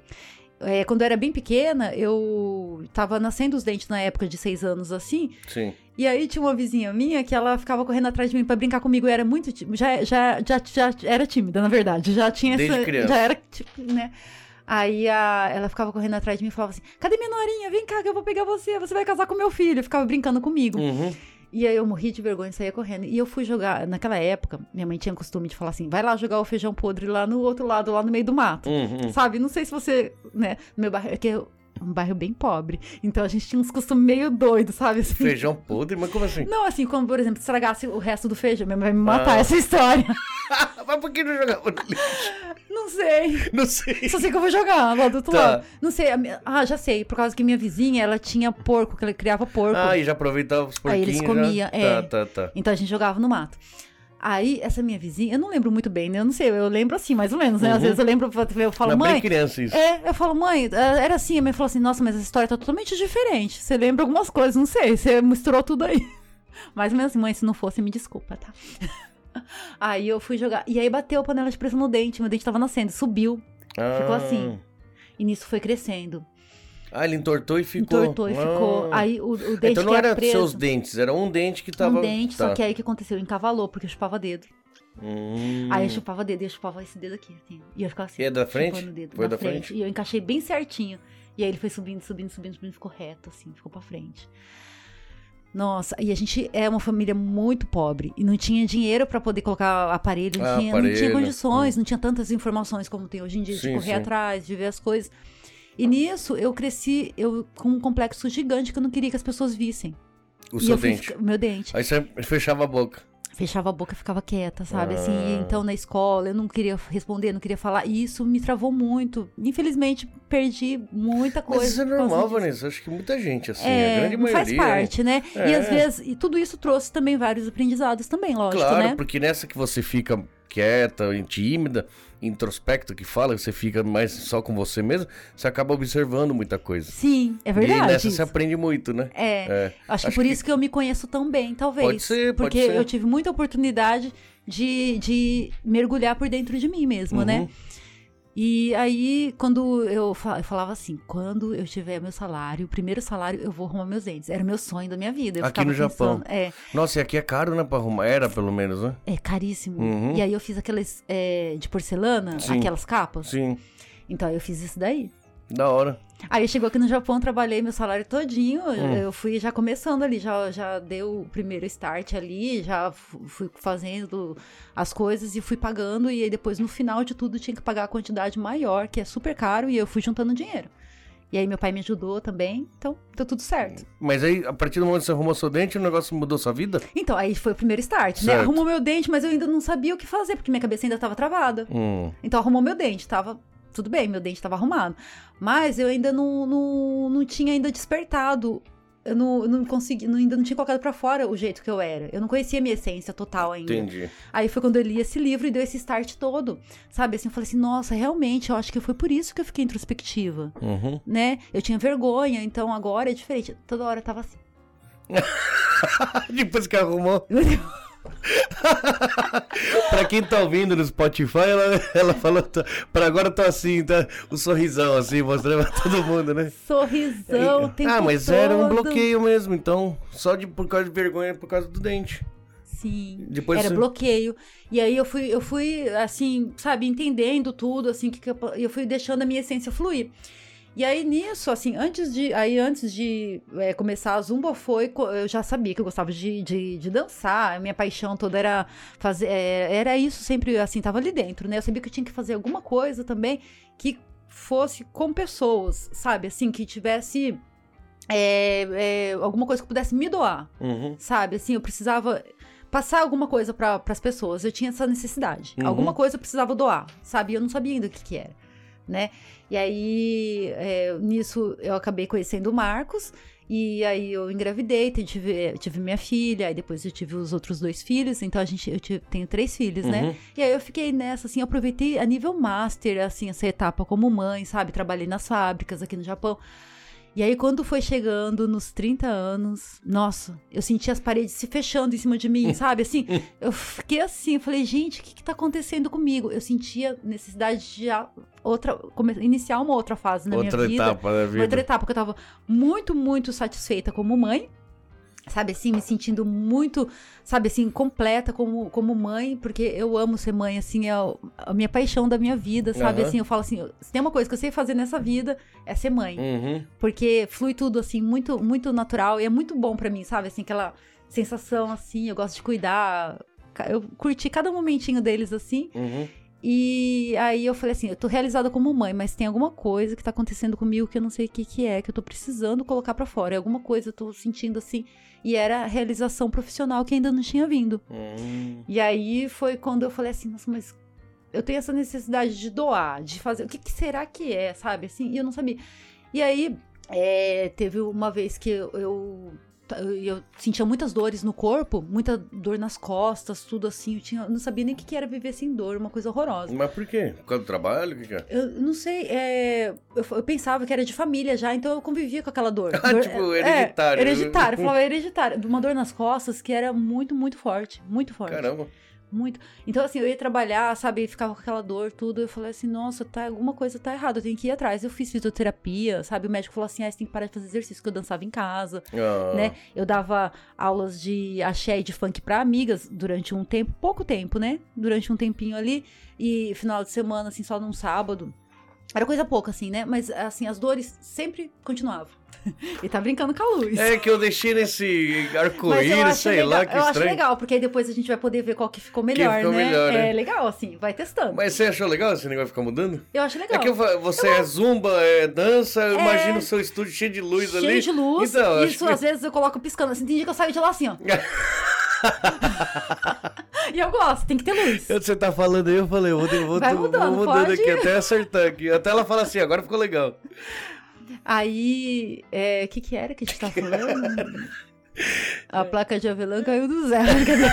É, quando eu era bem pequena, eu tava nascendo os dentes na época de seis anos assim.
Sim.
E aí tinha uma vizinha minha que ela ficava correndo atrás de mim pra brincar comigo. Eu era muito tímida. Já, já, já, já era tímida, na verdade. Já tinha
Desde
essa.
criança.
Já era, tipo, né? Aí a- ela ficava correndo atrás de mim e falava assim: cadê minha norinha? Vem cá que eu vou pegar você, você vai casar com meu filho. Eu Ficava brincando comigo.
Uhum.
E aí eu morri de vergonha e saía correndo. E eu fui jogar, naquela época, minha mãe tinha o costume de falar assim: vai lá jogar o feijão podre lá no outro lado, lá no meio do mato.
Uhum.
Sabe? Não sei se você, né? No meu bairro, é que é um bairro bem pobre. Então a gente tinha uns costumes meio doidos, sabe? Assim.
Feijão podre, mas como assim?
Não, assim, como, por exemplo, estragasse o resto do feijão, minha mãe vai me matar
Ah.
essa história.
mas por que não jogava no lixo?
Não sei.
Não sei.
Só sei que eu vou jogar lá do outro
Tá.
lado. Não sei. a minha- Ah, já sei. Por causa que minha vizinha, ela tinha porco, que ela criava porco.
Ah, e já aproveitava os
Aí
porquinhos.
eles
já...
comia, é.
Tá, tá, tá.
Então a gente jogava no mato. Aí, essa minha vizinha, eu não lembro muito bem, né? Eu não sei, eu lembro assim, mais ou menos, né?
Uhum.
Às vezes eu lembro, eu falo,
Mas bem
mãe.
criança isso.
É, eu falo, mãe, eh, era assim. A mãe falou assim: nossa, mas essa história tá totalmente diferente. Você lembra algumas coisas, não sei, você misturou tudo aí. Mais ou menos assim, mãe, se não fosse, me desculpa, tá? Aí eu fui jogar. E aí bateu a panela de pressão no dente, meu dente tava nascendo, subiu.
Ah.
ficou assim. E nisso foi crescendo.
Ah, ele entortou e ficou.
Entortou e
Ah.
ficou. Aí o, o dente
Então não
que
era
era preso.
seus dentes, era um dente que tava.
Um dente,
tá.
só que aí o que aconteceu? Encavalou, porque eu chupava dedo.
Hum.
Aí eu chupava dedo, e eu chupava esse dedo aqui, assim. E eu ficava assim.
E é da
chupando
frente?
o dedo,
Foi
da
da frente?
E eu encaixei bem certinho. E aí ele foi subindo, subindo, subindo, subindo, ficou reto, assim, ficou pra frente. Nossa, e a gente é uma família muito pobre e não tinha dinheiro pra poder colocar aparelho, não,
Ah,
tinha, não tinha
aparelho, hum.
condições, não tinha tantas informações como tem hoje em dia,
Sim,
de correr
sim.
atrás, de ver as coisas. E nisso eu cresci eu com um complexo gigante que eu não queria que as pessoas vissem.
O
e
seu
eu fui
dente.
fica- meu dente
Aí você fechava a boca.
fechava a boca e ficava quieta, sabe? Assim,
Ah.
e então na escola eu não queria responder, não queria falar. E isso me travou muito. Infelizmente, perdi muita coisa.
Mas isso é
por causa
normal,
disso.
Vanessa. Acho que muita gente, assim, a
É,
grande
não
maioria.
faz parte, né? E
É.
às vezes, e tudo isso trouxe também vários aprendizados também, lógico,
Claro,
né?
porque nessa que você fica quieta, e tímida, introspecto que fala, que você fica mais só com você mesmo, você acaba observando muita coisa.
Sim, é
e
verdade.
nessa
isso.
você aprende muito, né?
É,
É.
acho que
acho
por
que-
isso que eu me conheço tão bem, talvez.
Pode ser, pode
Porque
ser.
eu tive muita oportunidade de, de mergulhar por dentro de mim mesmo, né?
Uhum.
E aí, quando eu, fa- eu falava assim, quando eu tiver meu salário, o primeiro salário, eu vou arrumar meus dentes. Era o meu sonho da minha vida. Eu
Aqui
ficava
no Japão.
pensando, É,
Nossa, e aqui é caro, né, pra arrumar? Era, pelo menos, né?
é caríssimo.
Uhum.
E aí eu fiz aquelas é, de porcelana,
Sim.
aquelas capas.
Sim,
Então eu fiz isso daí.
da hora.
Aí chegou aqui no Japão, trabalhei meu salário todinho.
Hum.
Eu fui já começando ali, já, já dei o primeiro start ali, já fu- fui fazendo as coisas e fui pagando. E aí depois, no final de tudo, tinha que pagar a quantidade maior, que é super caro, e eu fui juntando dinheiro. E aí meu pai me ajudou também, então deu tudo certo.
Mas aí, a partir do momento que você arrumou seu dente, o negócio mudou sua vida?
Então, aí foi o primeiro start, né?
Certo.
Arrumou meu dente, mas eu ainda não sabia o que fazer, porque minha cabeça ainda estava travada.
Hum.
Então arrumou meu dente, tava tudo bem, meu dente tava arrumado. Mas eu ainda não, não, não tinha ainda despertado. Eu não, eu não consegui, não- ainda não tinha colocado pra fora o jeito que eu era. Eu não conhecia a minha essência total ainda.
Entendi.
Aí foi quando eu li esse livro e deu esse start todo. Sabe, assim, eu falei assim, nossa, realmente, eu acho que foi por isso que eu fiquei introspectiva,
Uhum.
né? Eu tinha vergonha, então agora é diferente. Toda hora eu tava assim.
Depois que arrumou. pra quem tá ouvindo no Spotify, ela, ela falou, tá, pra agora tá assim, tá? O sorrisão assim, mostrando pra todo mundo, né?
Sorrisão, o tempo
ah, mas
todo.
era um bloqueio mesmo, então. Só de, por causa de vergonha, por causa do dente.
Sim.
Depois
era
você-
bloqueio. E aí eu fui, eu fui, assim, sabe, entendendo tudo, assim, que que eu, eu fui deixando a minha essência fluir. E aí nisso, assim, antes de, aí antes de é, começar a Zumba foi, co- eu já sabia que eu gostava de, de, de dançar, a minha paixão toda era fazer, é, era isso sempre, assim, tava ali dentro, né? Eu sabia que eu tinha que fazer alguma coisa também que fosse com pessoas, sabe? Assim, que tivesse é, é, alguma coisa que eu pudesse me doar
Uhum.
sabe? Assim, eu precisava passar alguma coisa para as pessoas. Eu tinha essa necessidade.
Uhum.
Alguma coisa eu precisava doar, sabe? Eu não sabia ainda o que, que era, né? E aí, é, nisso, eu acabei conhecendo o Marcos. E aí eu engravidei, te- tive, tive minha filha, aí depois eu tive os outros dois filhos, então a gente, eu tive- tenho três filhos, né?
Uhum.
E aí eu fiquei nessa, assim, eu aproveitei a nível master, assim, essa etapa como mãe, sabe? Trabalhei nas fábricas aqui no Japão. E aí, quando foi chegando nos 30 anos, nossa, eu senti as paredes se fechando em cima de mim, sabe? Assim, eu fiquei assim, eu falei, gente, o que, que tá acontecendo comigo? Eu sentia necessidade de a- outra, come- iniciar uma outra fase na
Outra
minha vida.
etapa da vida.
Outra etapa, porque eu tava muito, muito satisfeita como mãe. Sabe assim, me sentindo muito, sabe assim, completa como, como mãe, porque eu amo ser mãe, assim, é o- a minha paixão da minha vida, sabe?
Aham.
Assim, eu falo assim, eu- se tem uma coisa que eu sei fazer nessa vida, é ser mãe.
Uhum.
Porque flui tudo, assim, muito, muito natural e é muito bom pra mim, sabe? Assim, aquela sensação, assim, eu gosto de cuidar. ca- Eu curti cada momentinho deles, assim,
Uhum.
e aí eu falei assim, eu tô realizada como mãe, mas tem alguma coisa que tá acontecendo comigo que eu não sei o que que é, que eu tô precisando colocar pra fora. É Alguma coisa eu tô sentindo assim, e era a realização profissional que ainda não tinha vindo.
Uhum.
E aí foi quando eu falei assim, nossa, mas eu tenho essa necessidade de doar, de fazer. O que, que será que é, sabe? Assim, e eu não sabia. E aí é, teve uma vez que eu, eu, eu sentia muitas dores no corpo, muita dor nas costas, tudo assim. Eu, tinha, eu não sabia nem o que, que era viver sem dor, uma coisa horrorosa.
Mas por quê? Por causa do trabalho? O que, que é?
Eu não sei, é, eu, eu pensava que era de família já, então eu convivia com aquela dor.
Ah,
Dor-
tipo,
é,
hereditário. né?
hereditário, eu falava hereditário. Uma dor nas costas que era muito, muito forte. Muito forte.
Caramba.
Muito. Então, assim, eu ia trabalhar, sabe? Ficava com aquela dor, tudo. Eu falei assim, nossa, tá, alguma coisa tá errada, eu tenho que ir atrás. Eu fiz fisioterapia, sabe? O médico falou assim, ah, você tem que parar de fazer exercício, que eu dançava em casa,
Ah,
né? Eu dava aulas de axé e de funk pra amigas durante um tempo, pouco tempo, né? Durante um tempinho ali. E final de semana, assim, só num sábado. Era coisa pouca, assim, né? Mas, assim, as dores sempre continuavam. e tá brincando com a luz.
É que eu deixei nesse
Mas eu
arco-íris,
acho
sei
legal,
lá, que
eu acho
estranho.
legal, porque aí depois a gente vai poder ver qual que ficou melhor,
ficou
né?
melhor, né?
É legal, assim, vai testando.
Mas você achou legal esse negócio ficar mudando?
Eu acho legal.
É que eu fa- você é zumba, é dança, eu
É.
imagino o seu estúdio cheio de luz
Cheio
ali.
de luz,
Então, eu
isso
acho que-
às vezes eu coloco piscando, assim, tem dia que eu saio de lá assim, ó. e eu gosto, tem que ter luz.
Quando você tá falando aí, eu falei, eu vou, eu vou,
Vai
vou
mudando,
mudando
pode.
aqui até acertar aqui. Até ela fala assim, agora ficou legal.
Aí, é, o que que era que a gente tava falando? A placa de avelã caiu do zero. brincadeira.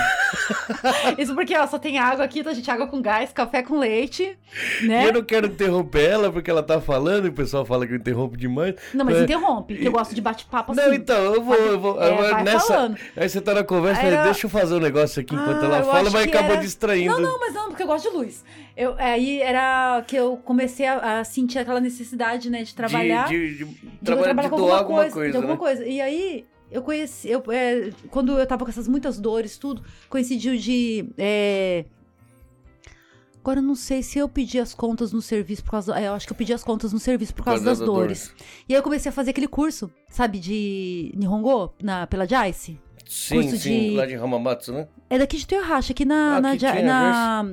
Isso porque, ó, só tem água aqui, então, gente, água com gás, café com leite,
E
né?
eu não quero interromper ela, porque ela tá falando, e o pessoal fala que eu interrompo demais.
Não, mas
É.
interrompe, que eu gosto de bate-papo assim.
Não, então, eu vou,
Pode-
eu vou.
é,
eu vou
vai
nessa.
falando.
Aí você tá na conversa,
Era-
mas deixa eu fazer um negócio aqui enquanto
Ah,
ela
eu
fala,
acho
mas
que
acabou
era-
distraindo.
Não, não, mas não, porque eu gosto de luz. Eu, aí era que eu comecei a, a sentir aquela necessidade, né, de trabalhar. De,
de, de, de,
eu
trabalhar, de
trabalhar com
doar alguma coisa.
de alguma
né?
coisa. E aí eu conheci, eu, é, quando eu tava com essas muitas dores, tudo, coincidiu de. é, Agora eu não sei se eu pedi as contas no serviço por causa. é, eu acho que eu pedi as contas no serviço por causa das dores. E aí eu comecei a fazer aquele curso, sabe, de Nihongo, na, pela Jice.
Sim,
Curso
sim,
de-
lá de Hamamatsu, né?
É daqui de Toyohashi, aqui na,
Ah,
na,
aqui
Ja-
tinha,
na,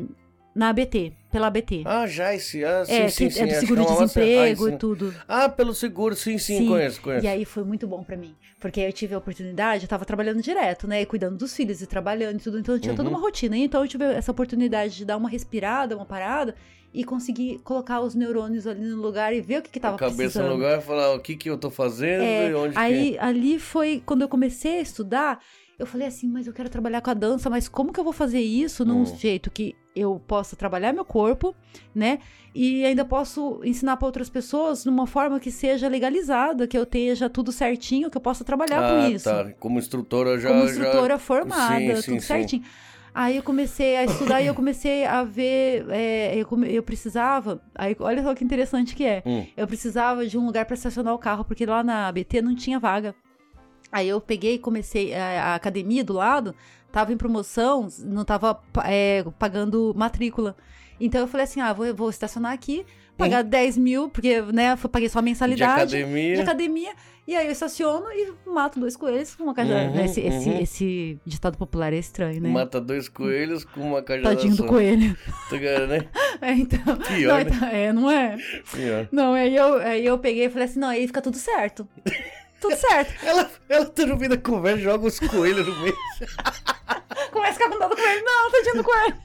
na ABT, pela ABT.
Ah, já esse. Ah, sim,
é,
sim,
tem-
sim.
é do
acho que Hamamatsu é- ah,
seguro-desemprego
sim.
e tudo.
Ah, pelo seguro, sim, sim,
Sim.
conheço, conheço.
E aí foi muito bom pra mim, porque eu tive a oportunidade, eu tava trabalhando direto, né, e cuidando dos filhos e trabalhando e tudo, então eu tinha toda
Uhum.
uma rotina, e então eu tive essa oportunidade de dar uma respirada, uma parada, e conseguir colocar os neurônios ali no lugar e ver o que que tava
cabeça
precisando.
no lugar e falar o que que eu tô fazendo
É,
e onde que...
Aí ali foi quando eu comecei a estudar, eu falei assim, mas eu quero trabalhar com a dança, mas como que eu vou fazer isso num
Hum.
jeito que eu possa trabalhar meu corpo, né? E ainda posso ensinar para outras pessoas de uma forma que seja legalizada, que eu tenha já tudo certinho, que eu possa trabalhar é com isso.
tá. Como instrutora já...
Como
já-
instrutora formada,
Sim, sim, sim.
tudo certinho. Aí eu comecei a estudar e eu comecei a ver, é, eu, come- eu precisava, aí olha só que interessante que é.
Hum.
Eu precisava de um lugar pra estacionar o carro, porque lá na ABT não tinha vaga. Aí eu peguei e comecei é, a academia do lado, tava em promoção, não tava pa- é, pagando matrícula. Então eu falei assim: ah, vou, vou estacionar aqui, pagar 10 mil, porque né, eu paguei só a
Hum. De
mensalidade
academia.
de academia. E aí eu estaciono e mato dois coelhos com uma cajada.
Uhum,
esse, esse-
uhum.
esse ditado popular é estranho, né?
Mata dois coelhos com uma cajada
Tadinho
só.
do coelho.
Tá ligado, né?
É, então.
Pior,
não,
né?
então, é, não é?
Pior.
Não, aí eu, aí eu peguei e falei assim: não, aí fica tudo certo. tudo certo.
Ela, ela tá no meio da conversa, joga os coelhos no meio.
Começa a ficar com dó do coelho. Não, tadinho do coelho.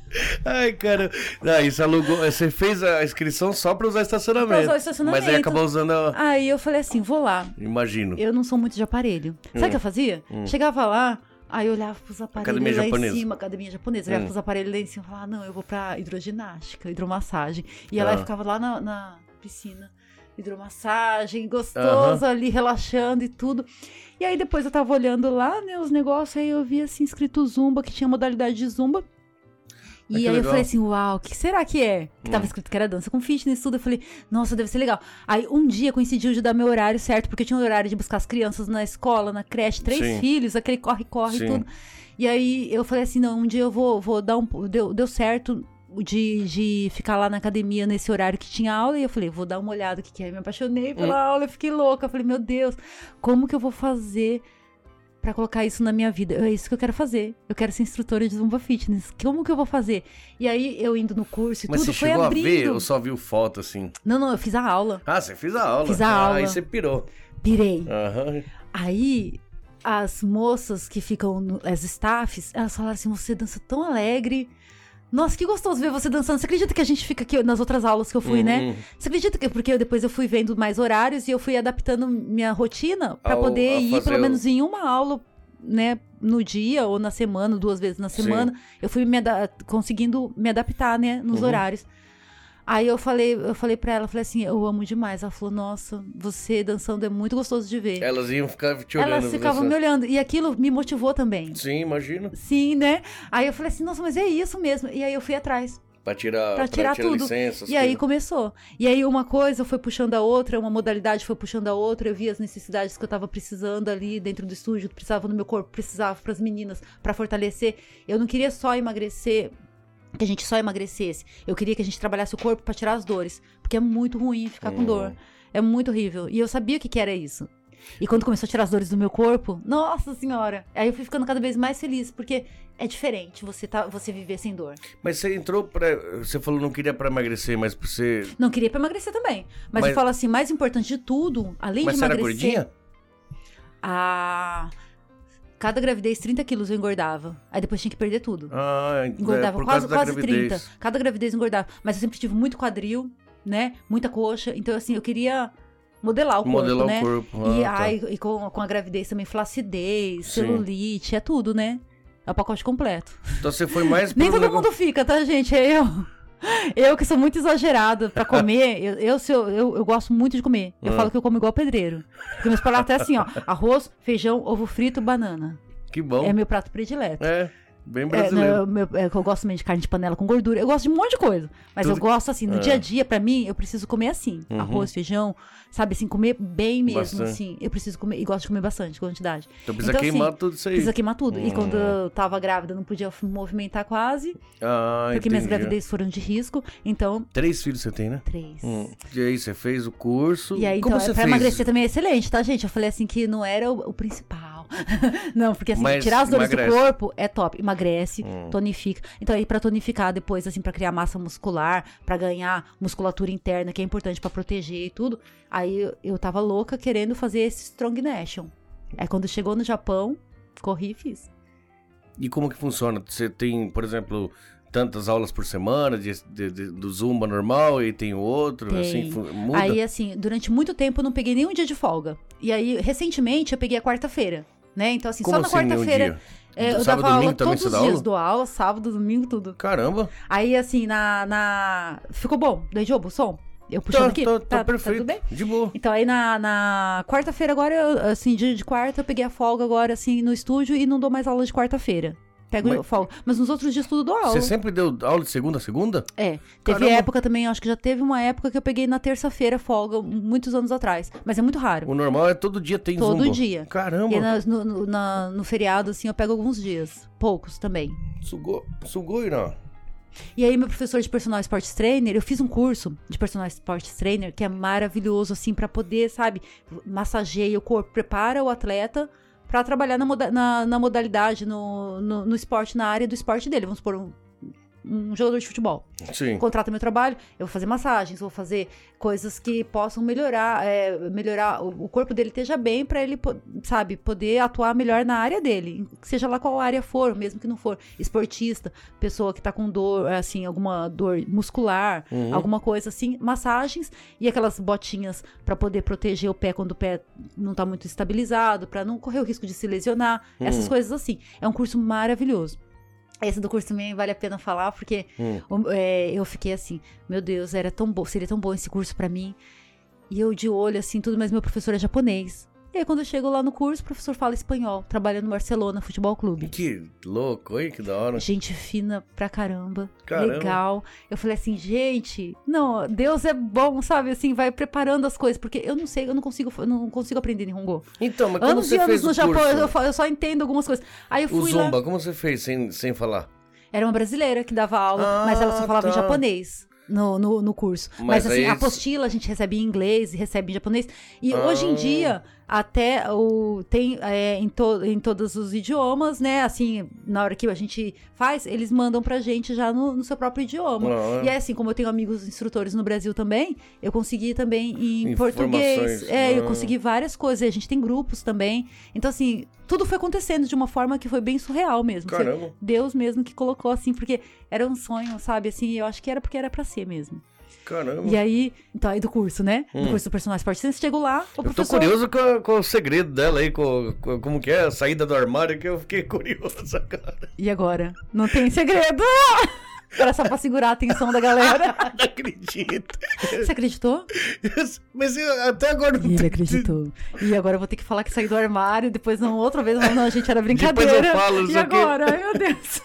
Ai, cara. Não, isso alugou. Você fez a inscrição só pra usar estacionamento.
Pra usar o estacionamento.
Mas aí acabou usando. a-
Aí eu falei assim: vou lá.
Imagino.
Eu não sou muito de aparelho. Sabe o que eu fazia? Chegava lá, aí eu olhava pros aparelhos
Hum. Academia
lá
japonesa.
em cima, academia japonesa, olhava
Hum.
pros aparelhos lá em cima e falava, ah, não, eu vou pra hidroginástica, hidromassagem. E ela
Ah.
ficava lá na, na piscina. hidromassagem, gostoso ali, relaxando e tudo. E aí depois eu tava olhando lá, né, os negócios, aí eu vi assim, escrito Zumba, que tinha modalidade de Zumba.
Ah, que
E aí eu
legal. Hum.
falei assim, uau, o que será que é? Que tava escrito que era dança com fitness e tudo. Eu falei, nossa, deve ser legal. Aí um dia coincidiu de dar meu horário certo, porque eu tinha um horário de buscar as crianças na escola, na creche, três
Sim.
filhos, aquele corre-corre
Sim.
e tudo. E aí eu falei assim, não, um dia eu vou, vou dar um... Deu, deu certo de, de ficar lá na academia nesse horário que tinha aula. E eu falei, vou dar uma olhada o que que é. Me apaixonei pela aula, eu fiquei louca. Eu falei, meu Deus, como que eu vou fazer pra colocar isso na minha vida? É isso que eu quero fazer. Eu quero ser instrutora de Zumba Fitness. Como que eu vou fazer? E aí, eu indo no curso e
Mas
tudo,
você
foi
chegou
abrindo.
a ver ou só viu foto assim?
Não, não, eu fiz a aula.
Ah, você fez a aula.
Fiz a
Ah,
aula.
Aí você pirou.
Pirei.
Aham.
Aí, as moças que ficam, no- as staffs, elas falaram assim: você dança tão alegre. Nossa, que gostoso ver você dançando. Você acredita que a gente fica aqui nas outras aulas que eu fui, né?
Uhum.
Você acredita que porque eu- depois eu fui vendo mais horários e eu fui adaptando minha rotina pra
Ao- a
poder ir
fazer
pelo
o-
menos em uma aula, né, no dia ou na semana, duas vezes na
Sim.
semana. Eu fui me ada- conseguindo me adaptar, né, nos
Uhum.
horários. Aí eu falei, eu falei para ela, eu falei assim, eu amo demais. Ela falou: "Nossa, você dançando é muito gostoso de ver".
Elas iam ficar te olhando.
Elas ficavam me
dançando.
olhando e aquilo me motivou também.
Sim, imagino.
Sim, né? Aí eu falei assim, nossa, mas é isso mesmo. E aí eu fui atrás.
Pra tirar,
Pra tirar tudo.
licença.
E aí começou. E aí uma coisa foi puxando a outra, uma modalidade foi puxando a outra, eu vi as necessidades que eu tava precisando ali dentro do estúdio, que precisava no meu corpo, precisava pras meninas, pra fortalecer. Eu não queria só emagrecer, que a gente só emagrecesse. Eu queria que a gente trabalhasse o corpo pra tirar as dores, porque é muito ruim ficar
Hum.
com dor. É muito horrível. E eu sabia o que, que era isso. E quando começou a tirar as dores do meu corpo, nossa senhora! Aí eu fui ficando cada vez mais feliz, porque é diferente você, tá, você viver sem dor.
Mas você entrou pra. Você falou não queria pra emagrecer, mas pra você.
Não queria pra emagrecer também. Mas,
Mas-
eu falo assim, mais importante de tudo, além
mas
de
você era
emagrecer.
gordinha?
A... Cada gravidez, 30 quilos eu engordava. Aí depois tinha que perder tudo.
Ah, é,
Engordava
por
quase,
causa da
quase
gravidez.
30. Cada gravidez engordava. Mas eu sempre tive muito quadril, né? Muita coxa. Então, assim, eu queria modelar o
Modelar
corpo, né?
o corpo.
E,
ah, tá.
ai, e com, com a gravidez também, flacidez,
Sim.
celulite, é tudo, né? É o pacote completo.
Então você foi mais
Nem
pro
todo
negócio-
mundo fica, tá, gente? É eu. Eu que sou muito exagerada pra comer. Eu, eu, se eu, eu, eu gosto muito de comer. Eu
Ah.
falo que eu como igual pedreiro. Porque meus pratos é assim, ó. Arroz, feijão, ovo frito, banana.
Que bom.
É meu prato predileto.
É, bem
É, não,
brasileiro.
eu, meu- é que eu gosto mesmo de carne de panela com gordura. Eu gosto de um monte de coisa. Mas
Tudo
eu gosto assim, no
É.
dia a dia, pra mim, eu preciso comer assim.
Uhum.
Arroz, feijão, sabe assim, comer bem mesmo,
Bastante.
assim. Eu preciso comer, e gosto de comer bastante, quantidade.
então precisa
então,
queimar
assim,
tudo isso aí.
Precisa queimar tudo. E quando
Hum.
eu tava grávida, eu não podia movimentar quase.
Ah,
Porque minhas
entendi.
gravidez foram de risco, então,
Três filhos você tem, né?
três.
Hum. E aí você fez o curso.
E aí,
Como
então,
você
pra
fez?
emagrecer também é excelente, tá, gente? Eu falei assim que não era o, o principal. não, porque assim,
Mas
tirar as dores
emagrece.
do corpo é top. Emagrece,
Hum.
tonifica. Então, aí, pra tonificar depois, assim, pra criar massa muscular, pra ganhar musculatura interna, que é importante pra proteger e tudo. Aí eu, eu tava louca querendo fazer esse Strong Nation. Aí quando chegou no Japão, corri e fiz.
E como que funciona? Você tem, por exemplo, tantas aulas por semana de, de- de- do Zumba normal e tem o outro,
Tem.
assim, fu- muda?
Aí, assim, durante muito tempo eu não peguei nenhum dia de folga. E aí, recentemente, eu peguei a quarta-feira, né? Então, assim,
como
só na
assim, nenhum
quarta-feira.
dia?
é, eu
Sábado,
dava
domingo
aula
também
todos
você
os
dá
dias,
aula?
do aula, sábado, domingo, tudo.
Caramba,
Aí, assim, na. na... Ficou bom? Dei jogo, o som? Eu puxando
tá,
aqui?
tá, tá perfeito,
tudo bem?
de boa.
Então, aí na, na quarta-feira, agora, eu- assim, dia de quarta, eu peguei a folga agora, assim, no estúdio e não dou mais aula de quarta-feira. Pego
Mas-
folga. Mas nos outros dias tudo dou aula.
Você sempre deu aula de segunda a segunda?
É, teve
Caramba.
época também, acho que já teve uma época que eu peguei na terça-feira folga, muitos anos atrás. Mas é muito raro.
O normal é todo dia tem
Todo
Zumba.
dia.
Caramba,
E nas- no, no- na- no feriado, assim, eu pego alguns dias. Poucos também.
sugou, sugou, Irã.
E aí, meu professor de personal sports trainer, eu fiz um curso de personal sports trainer que é maravilhoso, assim, pra poder, sabe, massageia o corpo, prepara o atleta pra trabalhar na, moda- na- na modalidade, no, no, no esporte, na área do esporte dele. Vamos supor, um- um jogador de futebol
Sim.
contrata meu trabalho, eu vou fazer massagens, vou fazer coisas que possam melhorar, é, melhorar o, o corpo dele esteja bem pra ele, po- sabe, poder atuar melhor na área dele, seja lá qual área for, mesmo que não for esportista, pessoa que tá com dor, assim, alguma dor muscular,
Uhum.
alguma coisa assim, massagens e aquelas botinhas pra poder proteger o pé quando o pé não tá muito estabilizado, pra não correr o risco de se lesionar, essas
Hum.
coisas assim. É um curso maravilhoso. Esse do curso também vale a pena falar, porque
Hum.
o- é, eu fiquei assim, meu Deus, era tão bom, seria tão bom esse curso pra mim. E eu de olho, assim, tudo, mas meu professor é japonês. E aí, quando eu chego lá no curso, o professor fala espanhol, trabalha no Barcelona Futebol Clube.
Que louco, hein? Que da hora.
Gente fina pra caramba,
Caramba.
legal. Eu falei assim, gente, não, Deus é bom, sabe? Assim, vai preparando as coisas, porque eu não sei, eu não consigo, eu não consigo aprender Nihongo.
Então, mas como
Anos e
você
anos
fez
no
o
Japão,
curso?
eu, fa- eu só entendo algumas coisas. Aí eu
O
fui lá,
Zumba, como você fez sem, sem falar?
era uma brasileira que dava aula,
Ah,
mas ela só falava em
tá.
japonês. No, no, no curso.
Mas
Mas,
aí
assim, a
isso-
apostila a gente recebe em inglês e recebe em japonês. E
Ah.
hoje em dia, até o. Tem é, em, to, em todos os idiomas, né? Assim, na hora que a gente faz, eles mandam pra gente já no, no seu próprio idioma.
Ah,
E é assim, como eu tenho amigos instrutores no Brasil também, eu consegui também em
Informações,
português. É, eu
ah.
consegui várias coisas. E a gente tem grupos também. Então, assim, tudo foi acontecendo de uma forma que foi bem surreal mesmo. Foi-
Caramba.
Deus mesmo que colocou assim, porque era um sonho, sabe? Assim, eu acho que era porque era pra ser mesmo.
Caramba.
E aí, então aí do curso, né?
Hum.
Do curso do personal esportista, chegou lá, o
Eu tô
professor.
curioso com, a- com o segredo dela aí, com, com- como que é a saída do armário, que eu fiquei curioso agora.
E agora? Não tem segredo! Era só pra segurar a atenção da galera.
Não acredito.
Você acreditou?
Mas eu até agora não
E ele
tem-
acreditou. E agora eu vou ter que falar que saí do armário, depois não, outra vez, não, não, gente, era
eu
brincadeira.
falo isso
e
aqui.
agora? Ai, Meu Deus.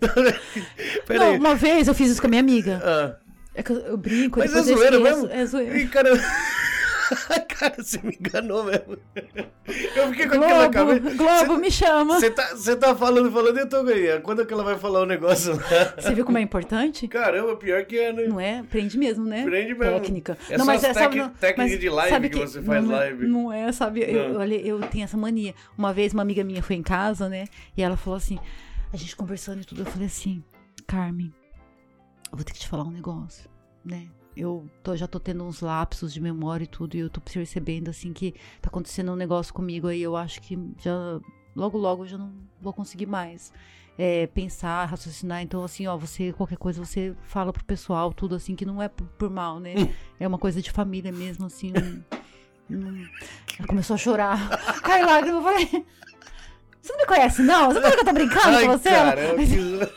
Não,
Peraí.
uma vez eu fiz isso com a minha amiga.
Ah,
É que eu, eu brinco,
Mas
depois
é
eu
zoeira
esqueço.
mesmo?
É zoeira.
Ih, cara. cara, você me enganou mesmo. Eu fiquei com aquilo na é cabeça.
Globo, Globo, me chama.
Você tá, você tá falando, falando, eu tô ganhando. Quando é que ela vai falar o negócio lá?
Você viu como é importante?
Caramba, pior que é, né?
Não é? Prende mesmo, né?
Prende mesmo.
Técnica.
É só as
sabe,
tec-
não-
técnica de live que você faz
não, é-
live.
Não é, sabe? Eu,
Não.
olha, eu tenho essa mania. Uma vez uma amiga minha foi em casa, né? E ela falou assim, a gente conversando e tudo, eu falei assim, Carmen, eu vou ter que te falar um negócio, né? Eu tô- já tô tendo uns lapsos de memória e tudo, e eu tô percebendo, assim, que tá acontecendo um negócio comigo aí, eu acho que já, logo, logo, eu já não vou conseguir mais é, pensar, raciocinar. Então, assim, ó, você, qualquer coisa, você fala pro pessoal, tudo assim, que não é por, por mal, né? É uma coisa de família mesmo, assim. um- um- Ela começou a chorar. Cai lágrima, eu falei. Você não me conhece, não? Você não sabe que eu tô brincando
Ai,
com é você?
cara, eu quis...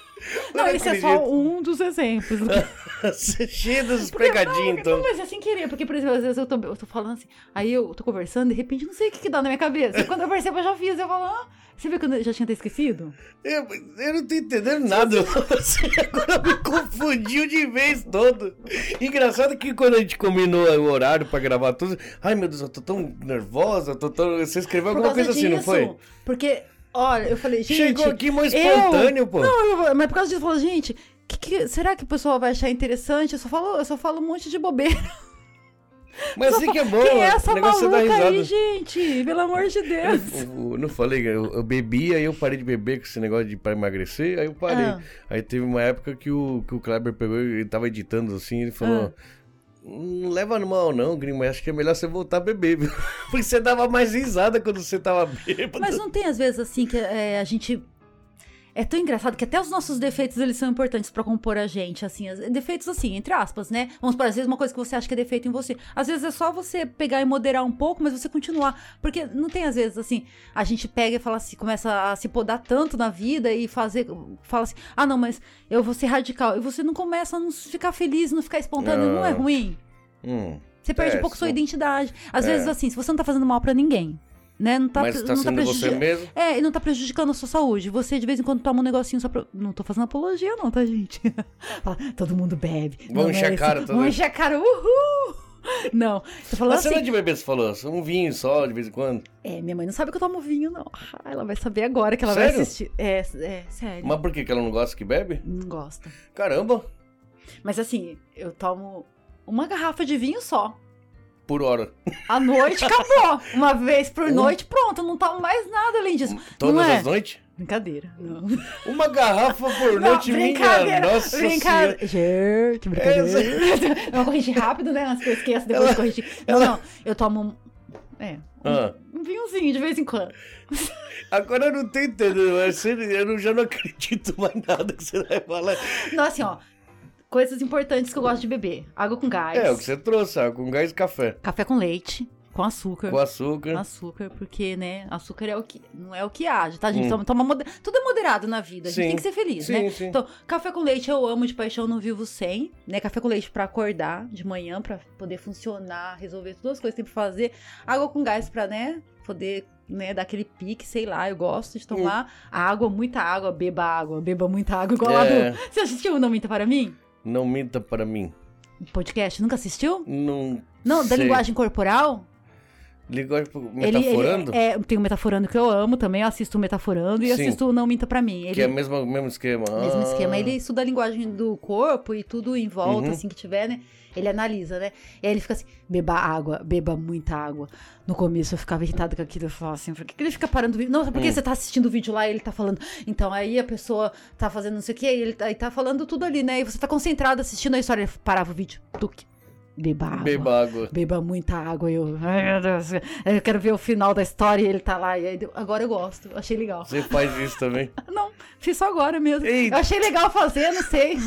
não, isso é só um dos exemplos. do que-
Você é cheio dos
Porque-
pegadinhos,
Não,
então.
mas é sem querer, porque, por exemplo, às vezes eu tô, eu tô falando assim, aí eu tô conversando, de repente eu não sei o que, que dá na minha cabeça. Quando eu percebo, eu já fiz, eu falo, ah, você viu que eu já tinha até esquecido?
Eu, eu não tô entendendo nada. Você agora me confundiu de vez todo. Engraçado que quando a gente combinou o horário pra gravar tudo. Ai meu Deus, eu tô tão nervosa. eu Tô tão... Você escreveu
Por
alguma
causa
coisa
disso.
assim, não foi?
Porque, olha, eu falei, gente.
Chegou aqui mó espontâneo, pô.
Não, eu- mas por causa disso, eu falo, gente, que que- será que o pessoal vai achar interessante? Eu só falo, eu só falo um monte de bobeira.
Mas
Eu
sei que é
falo,
bom.
Quem é
o
essa
negócio é dar
maluca aí,
risada.
gente? Pelo amor de Deus.
Eu, eu não falei, eu, eu bebi, aí eu parei de beber com esse negócio de pra emagrecer, aí eu parei.
Ah.
Aí teve uma época que o, que o Kleber pegou e tava editando assim, ele falou.
Ah.
Não leva no mal, não, Gringo, mas acho que é melhor você voltar a beber, viu?" Porque você dava mais risada quando você tava bêbado.
Mas não tem às vezes assim que é, a gente. É tão engraçado que até os nossos defeitos eles são importantes pra compor a gente, assim, as- defeitos assim, entre aspas, né? Vamos para às vezes uma coisa que você acha que é defeito em você. Às vezes é só você pegar e moderar um pouco, mas você continuar, porque não tem às vezes assim, a gente pega e fala assim, começa a se podar tanto na vida e fazer, fala assim: "Ah, não, mas eu vou ser radical". E você não começa a não ficar feliz, não ficar espontâneo, não é
Não.
ruim.
Hum,
Você perde um pouco sua
Péssimo.
identidade. Às
É.
vezes assim, se você não tá fazendo mal pra ninguém, né? Não tá
mas tá
não
sendo você
prejudi-
mesmo?
é, e não tá prejudicando a sua saúde. Você de vez em quando toma um negocinho só pra. Não tô fazendo apologia, não, tá, gente? Fala, todo mundo bebe.
Vamos
Não, não
encher a
isso.
cara, todo mundo.
Vamos encher a cara, uhul! Não, tô falando
Mas você não é
assim.
de beber, você falou, só um vinho só, de vez em quando.
É, minha mãe não sabe que eu tomo vinho, não. Ah, ela vai saber agora que ela
Sério?
vai assistir. É, é, sério.
Mas por que que ela não gosta que bebe?
Não gosta.
Caramba,
Mas assim, eu tomo uma garrafa de vinho só.
por hora.
À noite acabou. Uma vez por
Um-
noite, pronto. Eu não tomo mais nada além disso.
Todas
não é?
as noites?
Brincadeira. Não.
Uma garrafa por noite minha. Nossa senhora.
brincadeira. Gente, brincadeira. É uma corrigir rápido, né? Antes que eu esqueça, depois
Ela-
corrigir. Não, não. Eu tomo um, é,
Ah.
um vinhozinho de vez em quando.
Agora eu não tô entendendo, mas você- eu não- já não acredito mais nada que você vai falar.
Não, assim, ó. Coisas importantes que eu gosto de beber. Água com gás.
É, o que você trouxe, água com ah, gás e café.
Café com leite. Com açúcar.
Com açúcar.
Açúcar, porque, né, açúcar é o que, não é o que age, tá? A gente toma, toma moder- tudo é moderado na vida, a gente
Hum. Sim.
tem que ser feliz,
sim,
né?
sim.
Então, café com leite eu amo de paixão, não vivo sem, né? Café com leite pra acordar de manhã, pra poder funcionar, resolver todas as coisas que tem pra fazer. Água com gás pra, né, poder, né, dar aquele pique, sei lá, eu gosto de tomar.
É.
Água, muita água, beba água, beba muita água, igual lá do...
É,
Você assistiu o Não Minta Para Mim?
não minta para mim.
O Podcast, nunca assistiu?
Não.
Não, da
sei.
linguagem corporal?
Linguagem pro-
Ele-
metaforando?
Ele, é, tem o Metaforando que eu amo também, eu assisto o Metaforando e
Sim.
assisto o Não Minta Pra Mim. Ele,
Que é o mesmo, mesmo esquema.
mesmo
Ah,
esquema, ele estuda a linguagem do corpo e tudo em volta,
Uhum.
assim, que tiver, né? Ele analisa, né? E aí ele fica assim, beba água, beba muita água. No começo eu ficava irritada com aquilo, eu falava assim, por que, que ele fica parando o vídeo? Não, porque
Hum.
você tá assistindo o vídeo lá e ele tá falando. Então aí a pessoa tá fazendo não sei o que, e ele tá, e tá falando tudo ali, né? E você tá concentrado assistindo a história, ele parava o vídeo, tuque, beba água
Beba água.
beba muita água. e Eu, ai meu Deus, eu quero ver o final da história e ele tá lá. E aí, deu- agora eu gosto, achei legal.
Você faz isso também.
Não, fiz só agora mesmo.
Eita.
Eu achei legal fazer, não sei.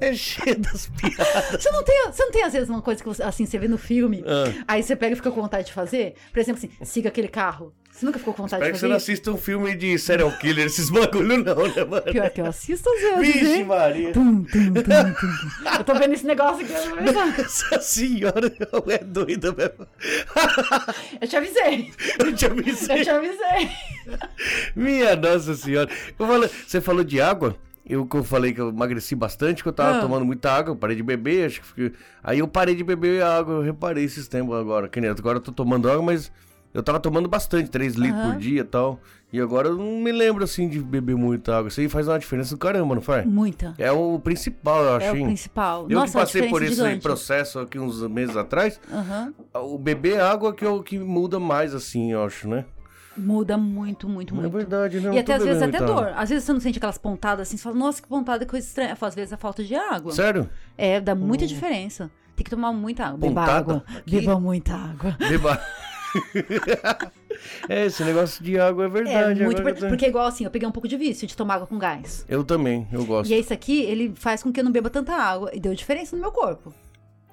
é cheio das piadas.
Você não tem, você não tem às vezes uma coisa que você, assim, você vê no filme,
Ah.
aí você pega e fica com vontade de fazer? Por exemplo, assim, siga aquele carro. Você nunca ficou com vontade
Espero que
de
você não
fazer? isso?
assista um filme de serial killer, esses bagulho não, né, mano?
Pior é que eu assisto às vezes.
Vixe,
hein?
Maria.
Tum, tum, tum, tum. Eu tô vendo esse negócio aqui. eu não vejo.
Essa senhora é doida mesmo.
Eu te avisei.
Eu te
Eu
avisei.
te avisei.
Minha nossa senhora. Eu falo- você falou de água? Eu que eu falei que eu emagreci bastante, que eu tava
Ah.
tomando muita água, eu parei de beber, acho que fiquei- aí eu parei de beber água, eu reparei esses tempos agora, que nem agora eu tô tomando água, mas eu tava tomando bastante, 3 litros
Aham.
por dia e tal. E agora eu não me lembro assim de beber muita água. Isso aí faz uma diferença do caramba, não faz?
Muita.
É o principal, eu acho.
Hum. É o
hein?
principal.
Eu
Nossa,
que passei por esse
isso aí
processo aqui uns meses atrás,
Aham.
o beber água que é o que muda mais, assim, eu acho, né?
Muda muito, muito,
É
muito.
verdade, né? Eu
E
tô
até às vezes
bebendo
até
muita
dor.
água.
Às vezes você não sente aquelas pontadas assim, você fala, nossa, que pontada, que coisa estranha. Eu falo, Às vezes é falta de água.
Sério?
É, dá
Hum.
muita diferença. Tem que tomar muita água. Beba
Pontada?
água.
Aqui?
Beba muita água.
Beba. é, esse negócio de água é verdade.
é muito
agora
por-
que eu tô-
Porque é igual assim, eu peguei um pouco de vício de tomar água com gás.
Eu também, eu gosto.
E aí, isso aqui, ele faz com que eu não beba tanta água. E deu diferença no meu corpo.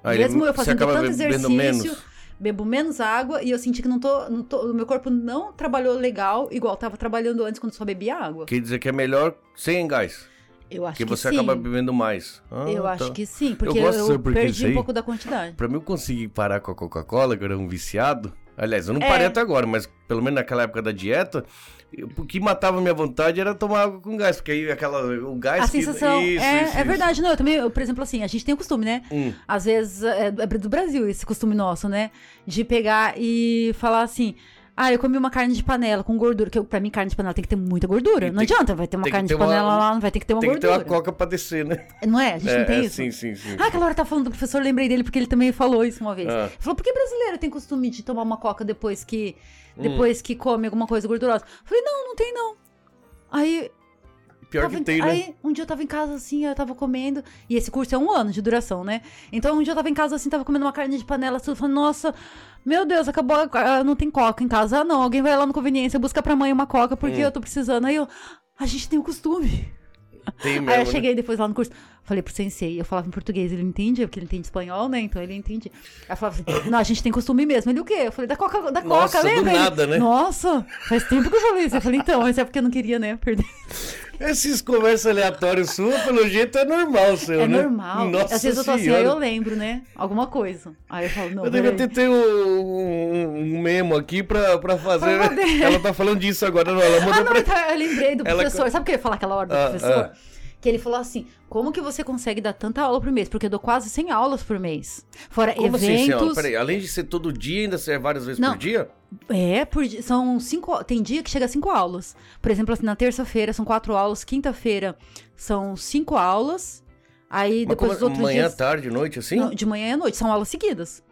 Aí
mesmo eu
você
fazendo
acaba
tanto
bebendo
exercício,
menos.
bebo menos água e eu senti que não tô, não tô- o meu corpo não trabalhou legal, igual tava trabalhando antes quando só bebia água.
Quer dizer que é melhor sem gás.
Eu acho
Porque
que
você
sim.
acaba bebendo mais. Ah,
Eu
tá.
acho que sim, porque eu,
gosto, sabe por que isso
perdi um
aí?
pouco da quantidade.
Pra mim, eu consegui parar com a Coca-Cola, que eu era um viciado. Aliás, eu não
É.
parei até agora, mas pelo menos naquela época da dieta, eu- o que matava minha vontade era tomar água com gás, porque aí aquela, o gás...
A
que-
sensação
Isso,
é,
isso,
é
isso.
verdade, não. Eu também, eu, por exemplo, assim, a gente tem o costume, né?
Hum.
Às vezes é, é do Brasil esse costume nosso, né? De pegar e falar assim. Ah, eu comi uma carne de panela com gordura, que eu- pra mim carne de panela tem que ter muita gordura.
E
não
tem que-
adianta, vai ter uma
tem que
carne
ter
de panela
uma-
lá, não vai ter que ter uma
Tem que ter
gordura.
uma coca pra descer, né?
Não é? A gente não tem isso?
Sim, sim, sim.
Ah, aquela hora tá falando do professor, eu lembrei dele porque ele também falou isso uma vez.
Ah.
Ele Falou, por que brasileiro tem costume de tomar uma coca depois que
Hum.
depois que come alguma coisa gordurosa? Eu Falei, não, não tem não. Aí
Pior
Tava
que
em-
tem, né?
Aí, um dia eu tava em casa assim, eu tava comendo. E esse curso é um ano de duração, né? Então, um dia eu tava em casa assim, tava comendo uma carne de panela, tudo falando, nossa, meu Deus, acabou, a- ah, não tem coca em casa. Ah, não, alguém vai lá no conveniência buscar pra mãe uma coca porque
Hum.
eu tô precisando. Aí eu, a gente tem o costume.
Tem mesmo,
Aí
né?
eu cheguei depois lá no curso, falei pro sensei, eu falava em português, ele entendia, porque ele entende espanhol, né? Então ele entende. Aí eu falava assim, não, a gente tem costume mesmo. Ele, o quê? Eu falei, da coca, da
Nossa,
coca,
do
lembra? Ele,
nada, né?
Nossa, faz tempo que eu falei isso. Eu falei, então, mas é porque eu não queria, né, perder.
Esses conversas aleatórias suas, pelo jeito, é normal, seu,
É
né?
normal.
Nossa
Às vezes eu tô assim,
Senhora.
aí eu lembro, né? Alguma coisa. Aí eu falo, não,
Eu devia ter,
peraí. Ah,
ter um, um memo aqui pra, pra fazer.
Pra poder.
Ela tá falando disso agora, não. Ela mandou
Ah, não,
pra.
então eu lembrei do
Ela-
professor. Sabe o que eu ia falar aquela hora do
Ah,
professor?
ah.
Que ele falou assim, como que você consegue dar tanta aula por mês? Porque eu dou quase 100 aulas por mês. Fora
Como assim, senhora?
eventos...
Peraí, além de ser todo dia, ainda ser várias vezes
Não.
por dia?
é, por di- são cinco... au- Tem dia que chega a cinco aulas. Por exemplo, assim, na terça-feira são quatro aulas. Quinta-feira são cinco aulas. Aí
Mas
depois
como
os outros
manhã,
dias...
tarde, noite, assim?
Não, de manhã e à noite. São aulas seguidas.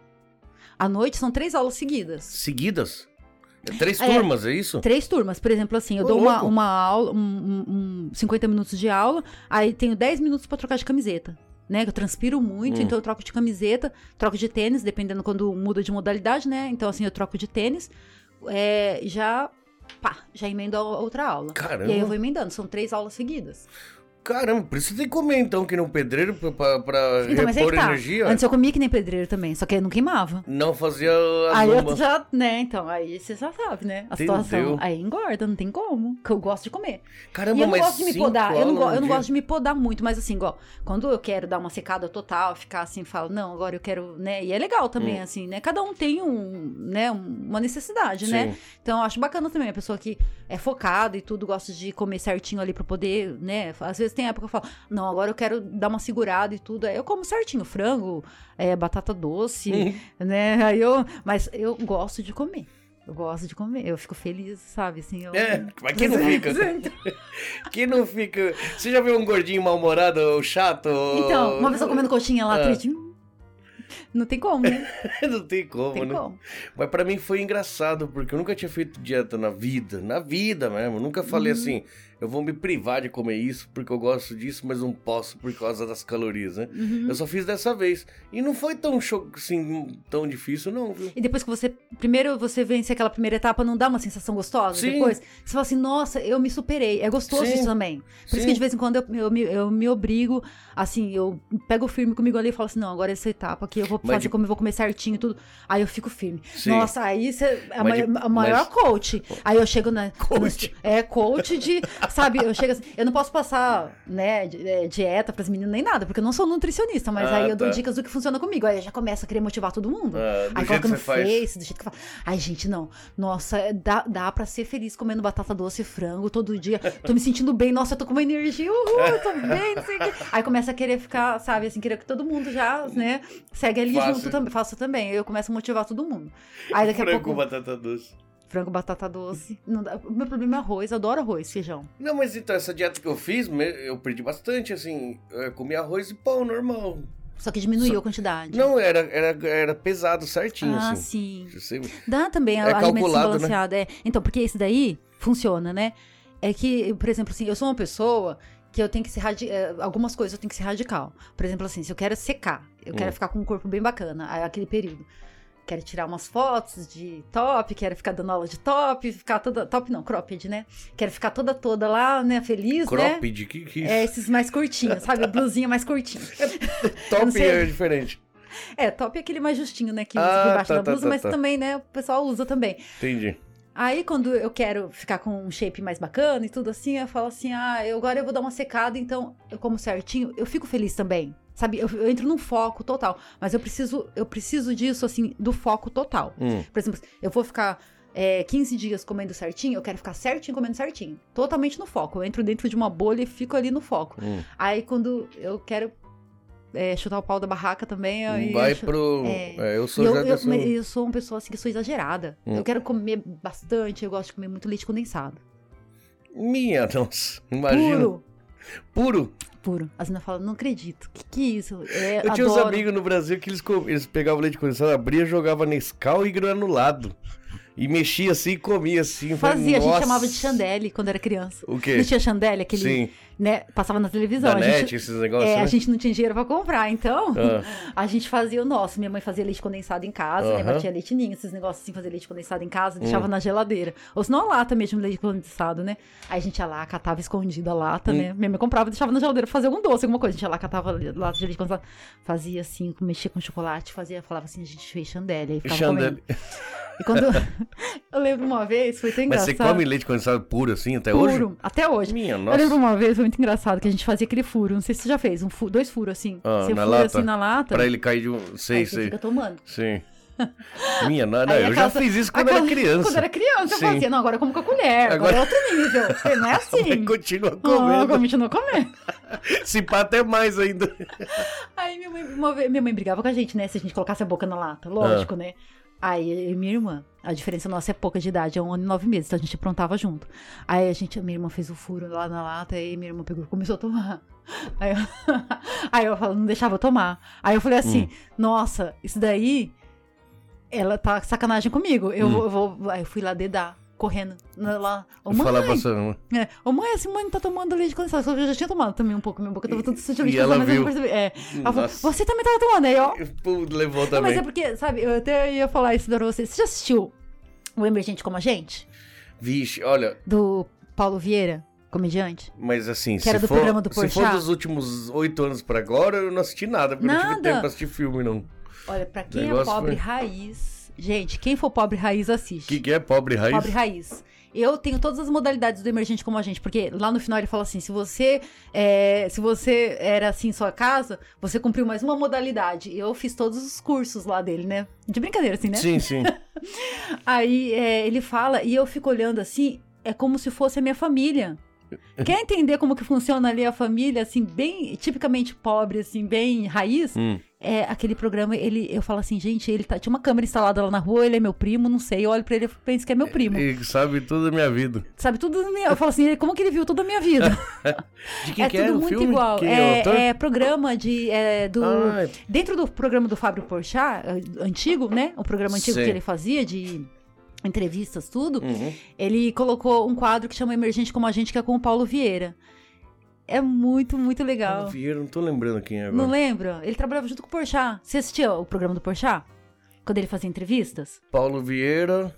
À noite são três aulas seguidas.
Seguidas? É Três
É.
turmas, é isso?
Três turmas, por exemplo, assim, eu
Ô,
dou uma,
louco.
uma aula, um, um- um 50 minutos de aula, aí tenho 10 minutos pra trocar de camiseta. Né, que eu transpiro muito,
Hum.
então eu troco de camiseta, troco de tênis, dependendo quando muda de modalidade, né? Então, assim, eu troco de tênis, é, já pá, já emendo a outra aula. E aí eu
Caramba.
vou emendando, são três aulas seguidas.
Caramba, precisa comer então, que nem um pedreiro, pra- pra, pra
Então, mas aí
repor
que tá.
energia.
Antes eu comia que nem pedreiro também, só que eu não queimava.
Não fazia a
Aí
zumba.
eu já, né, então, aí você já sabe, né, a
Tá Entendeu.
situação. Aí engorda, não tem como, que eu gosto de comer.
Caramba,
e eu não
mas
gosto de me
cinco
podar, eu não, go-
aulas
eu não
no
gosto de me podar muito, mas assim, igual, quando eu quero dar uma secada total, ficar assim, falo, não, agora eu quero, né, e é legal
Hum.
também, assim, né, cada um tem um, né, um- uma necessidade,
dia.
né.
Sim.
Então, eu acho bacana também a pessoa que é focada e tudo, gosta de comer certinho ali pra poder, né? Às vezes tem época que eu falo, não, agora eu quero dar uma segurada e tudo. Aí eu como certinho, frango, é, batata doce,
Hum.
né? Aí eu, mas eu gosto de comer. Eu gosto de comer, eu fico feliz, sabe? Assim, eu...
É, mas quem não fica?
Então,
Quem não fica? Você já viu um gordinho mal-humorado ou chato? ou-
Então, uma pessoa comendo coxinha lá,
Ah.
triste. hum, Não tem como, né? não
não tem como,
tem
né?
como.
Mas pra mim foi engraçado, porque eu nunca tinha feito dieta na vida, na vida mesmo. Eu nunca
Uhum.
falei assim, eu vou me privar de comer isso porque eu gosto disso, mas não posso por causa das calorias, né?
Uhum.
Eu só fiz dessa vez. E não foi tão cho- assim, tão difícil, não, viu?
E depois que você. Primeiro você vence aquela primeira etapa, não dá uma sensação gostosa?
Sim.
Depois você fala assim, nossa, eu me superei. É gostoso
Sim.
isso também. Por
Sim.
isso que de vez em quando eu, eu, me, eu me obrigo, assim, eu pego firme comigo ali e falo assim, não, agora essa etapa aqui eu vou
Mas
fazer
de-
como eu vou comer certinho e tudo. Aí eu fico firme.
Sim.
Nossa, aí você é a,
Mas
maior,
de-
a maior
mas-
coach. Aí eu chego na.
Coach.
É, coach de. Sabe, eu chego assim. Eu não posso passar, né, di- é, dieta pras meninas nem nada, porque eu não sou nutricionista, mas
Ah,
aí eu dou
tá.
dicas do que funciona comigo. Aí eu já começo a querer motivar todo mundo.
Ah, do jeito
Aí coloca
que
no
você faz.
Face, do jeito que fala. Ai, gente, não. Nossa, é- dá, dá pra ser feliz comendo batata doce e frango todo dia. Tô me sentindo bem. Nossa, eu tô com uma energia. Uhul, eu tô bem, não sei o quê. Aí começa a querer ficar, sabe, assim, querer que todo mundo já, né, segue ali
Faça.
junto também. Faça também. Aí eu começo a motivar todo mundo. Aí daqui
Frango
a pouco,
com batata doce.
frango, batata doce. Não dá- O meu problema é arroz. Eu adoro arroz, feijão.
Não, mas então, essa dieta que eu fiz, me- eu perdi bastante, assim. Eu comia arroz e pão normal.
Só que diminuiu
Só-
a quantidade.
Não, era, era, era pesado certinho,
ah,
assim.
sim. Né?
Você-
Dá também a
É
alimentação
calculado, né?
balanceada. É. Então, porque esse daí funciona, né? É que, por exemplo, assim, eu sou uma pessoa que eu tenho que ser radi- eh, algumas coisas eu tenho que ser radical. Por exemplo, assim, se eu quero secar, eu quero
Hum.
ficar com um corpo bem bacana, aí aquele período. Quero tirar umas fotos de top, quero ficar dando aula de top, ficar toda top não, cropped, né? Quero ficar toda toda lá, né, feliz, né?
Cropped, que, que isso?
É, esses mais curtinhos, sabe? Blusinha mais curtinha. eu não
Top
sei.
é diferente.
É, top é aquele mais justinho, né? Que usa
Ah,
por baixo
tá,
da
tá,
blusa,
tá,
mas
tá.
também, né? O pessoal usa também.
Entendi.
Aí, quando eu quero ficar com um shape mais bacana e tudo assim, eu falo assim: ah, eu, agora eu vou dar uma secada, então eu como certinho, eu fico feliz também. Sabe, eu, eu entro num foco total. Mas eu preciso, eu preciso disso, assim, do foco total.
Hum.
Por exemplo, eu vou ficar é, 15 dias comendo certinho, eu quero ficar certinho comendo certinho. Totalmente no foco. Eu entro dentro de uma bolha e fico ali no foco.
hum.
Aí quando eu quero é, chutar o pau da barraca também, aí.
Vai
eu chu-
pro.
é.
é, eu sou
eu,
já
eu,
dessa-
mas eu sou uma pessoa assim que sou exagerada.
Hum.
Eu quero comer bastante, eu gosto de comer muito leite condensado.
Minha, nossa. Imagina.
Puro.
Puro.
Puro. As meninas falam, não acredito. Que que é isso? É,
Eu tinha uns
adoro.
amigos no Brasil que eles, com- eles pegavam leite condensado, abria, jogava Nescau e granulado. E mexia assim e comia assim. Eu falei,
Fazia, a
"Nossa."
gente chamava de chandelle quando era criança.
O
Não
quê?
tinha chandelle, aquele,
Sim,
né, passava na televisão.
da
A gente,
net, esses negócios,
é,
né?
a gente não tinha dinheiro pra comprar, então
Ah,
a gente fazia o nosso. Minha mãe fazia leite condensado em casa, né,
Aham. Hum.
batia leite ninho, esses negócios assim, fazia leite condensado em casa, deixava na geladeira. Ou senão a lata mesmo, leite condensado, né? Aí a gente ia lá, catava escondida a
Hum.
lata, né? Minha mãe comprava e deixava na geladeira pra fazer algum doce, alguma coisa. A gente ia lá, catava lata de leite condensado, fazia assim, mexia com chocolate, fazia, falava assim, a gente fez chandelle, aí ficava
Chandelle.
comendo. E quando... eu lembro uma vez, foi tão
Mas
engraçado.
você come leite condensado puro assim até
Puro, até
hoje?
hoje.
Minha,
Eu lembro
nossa.
uma vez, foi muito engraçado, que a gente fazia aquele furo. Não sei se você já fez, um fu- dois furos assim.
Ah,
você
na
fura
lata?
assim na lata.
Pra ele cair de um. Sei,
aí você
sei.
fica tomando.
Sim. Minha, não, não,
Aí a
eu já
casa-
fiz isso quando
a
era
casa-
criança.
Quando era criança,
Sim.
eu fazia. Não, agora eu como com a colher. Agora,
Agora-
é outro nível. Porque Não é assim.
Mas Continua
Ah,
comendo.
continua comendo.
Se pá até mais ainda.
Aí minha mãe, uma vez- minha mãe brigava com a gente, né? Se a gente colocasse a boca na lata,
Ah.
lógico, né? Aí eu e minha irmã, a diferença nossa é pouca de idade, é um ano e nove meses, então a gente aprontava junto. Aí a gente, minha irmã fez o furo lá na lata, aí minha irmã pegou e começou a tomar. Aí eu, aí eu falo, não deixava eu tomar. Aí eu falei
Hum.
assim, nossa, isso daí, ela tá sacanagem comigo. Eu,
Hum.
vou, eu vou- aí eu fui lá dedar, correndo, na- lá, ô mãe,
Falar pra sua mãe.
é, ô mãe, a Simone tá tomando leite condensado. Só que Eu já tinha tomado também um pouco, minha boca tava toda suja de leite
E ela
condensado, mas eu não
viu.
percebi. É. Ela falou,
Nossa.
você também tá tava tomando aí, ó.
Pô, Levou
Não, mas
também.
é porque, sabe, eu até ia falar isso pra você. Você já assistiu o Emergente Como a Gente?
Vixe, olha,
Do Paulo Vieira? comediante.
Mas assim,
Que
se,
era do
for,
programa do
se for
Porchat?
dos últimos oito anos pra agora, eu não assisti nada, porque eu não tive
Nada.
tempo pra assistir filme, não. O
Olha, pra quem é
Negócio
pobre
foi-
raiz. Gente, quem for pobre raiz, assiste.
que, que é pobre raiz?
Pobre raiz. Eu tenho todas as modalidades do emergente como a gente, porque lá no final ele fala assim: se você é, se você era assim em sua casa, você cumpriu mais uma modalidade. Eu fiz todos os cursos lá dele, né? De brincadeira, assim, né?
Sim, sim.
Aí é, ele fala e eu fico olhando assim, é como se fosse a minha família. Quer entender como que funciona ali a família, assim, bem tipicamente pobre, assim, bem raiz?
Hum.
É, aquele programa, ele, eu falo assim, gente, ele tá, tinha uma câmera instalada lá na rua, ele é meu primo, não sei, eu olho pra ele e penso que é meu primo.
E sabe tudo da minha vida.
Sabe, tudo da minha- Eu falo assim, como que ele viu toda a minha vida?
De quem
é
É, que
tudo
é o
muito
filme?
igual.
Quem é o
é,
ator?
é programa de. é, do,
Ah, é-
Dentro do programa do Fábio Porchat, eh, antigo, né? O programa antigo
Sei.
que ele fazia de entrevistas, tudo.
Uhum.
Ele colocou um quadro que chama Emergente como a gente, que é com o Paulo Vieira. É muito, muito
Paulo
legal.
Vieira, não tô lembrando quem é agora.
Não lembra? Ele trabalhava junto com o Porchat. Você assistia o programa do Porchat? Quando ele fazia entrevistas?
Paulo Vieira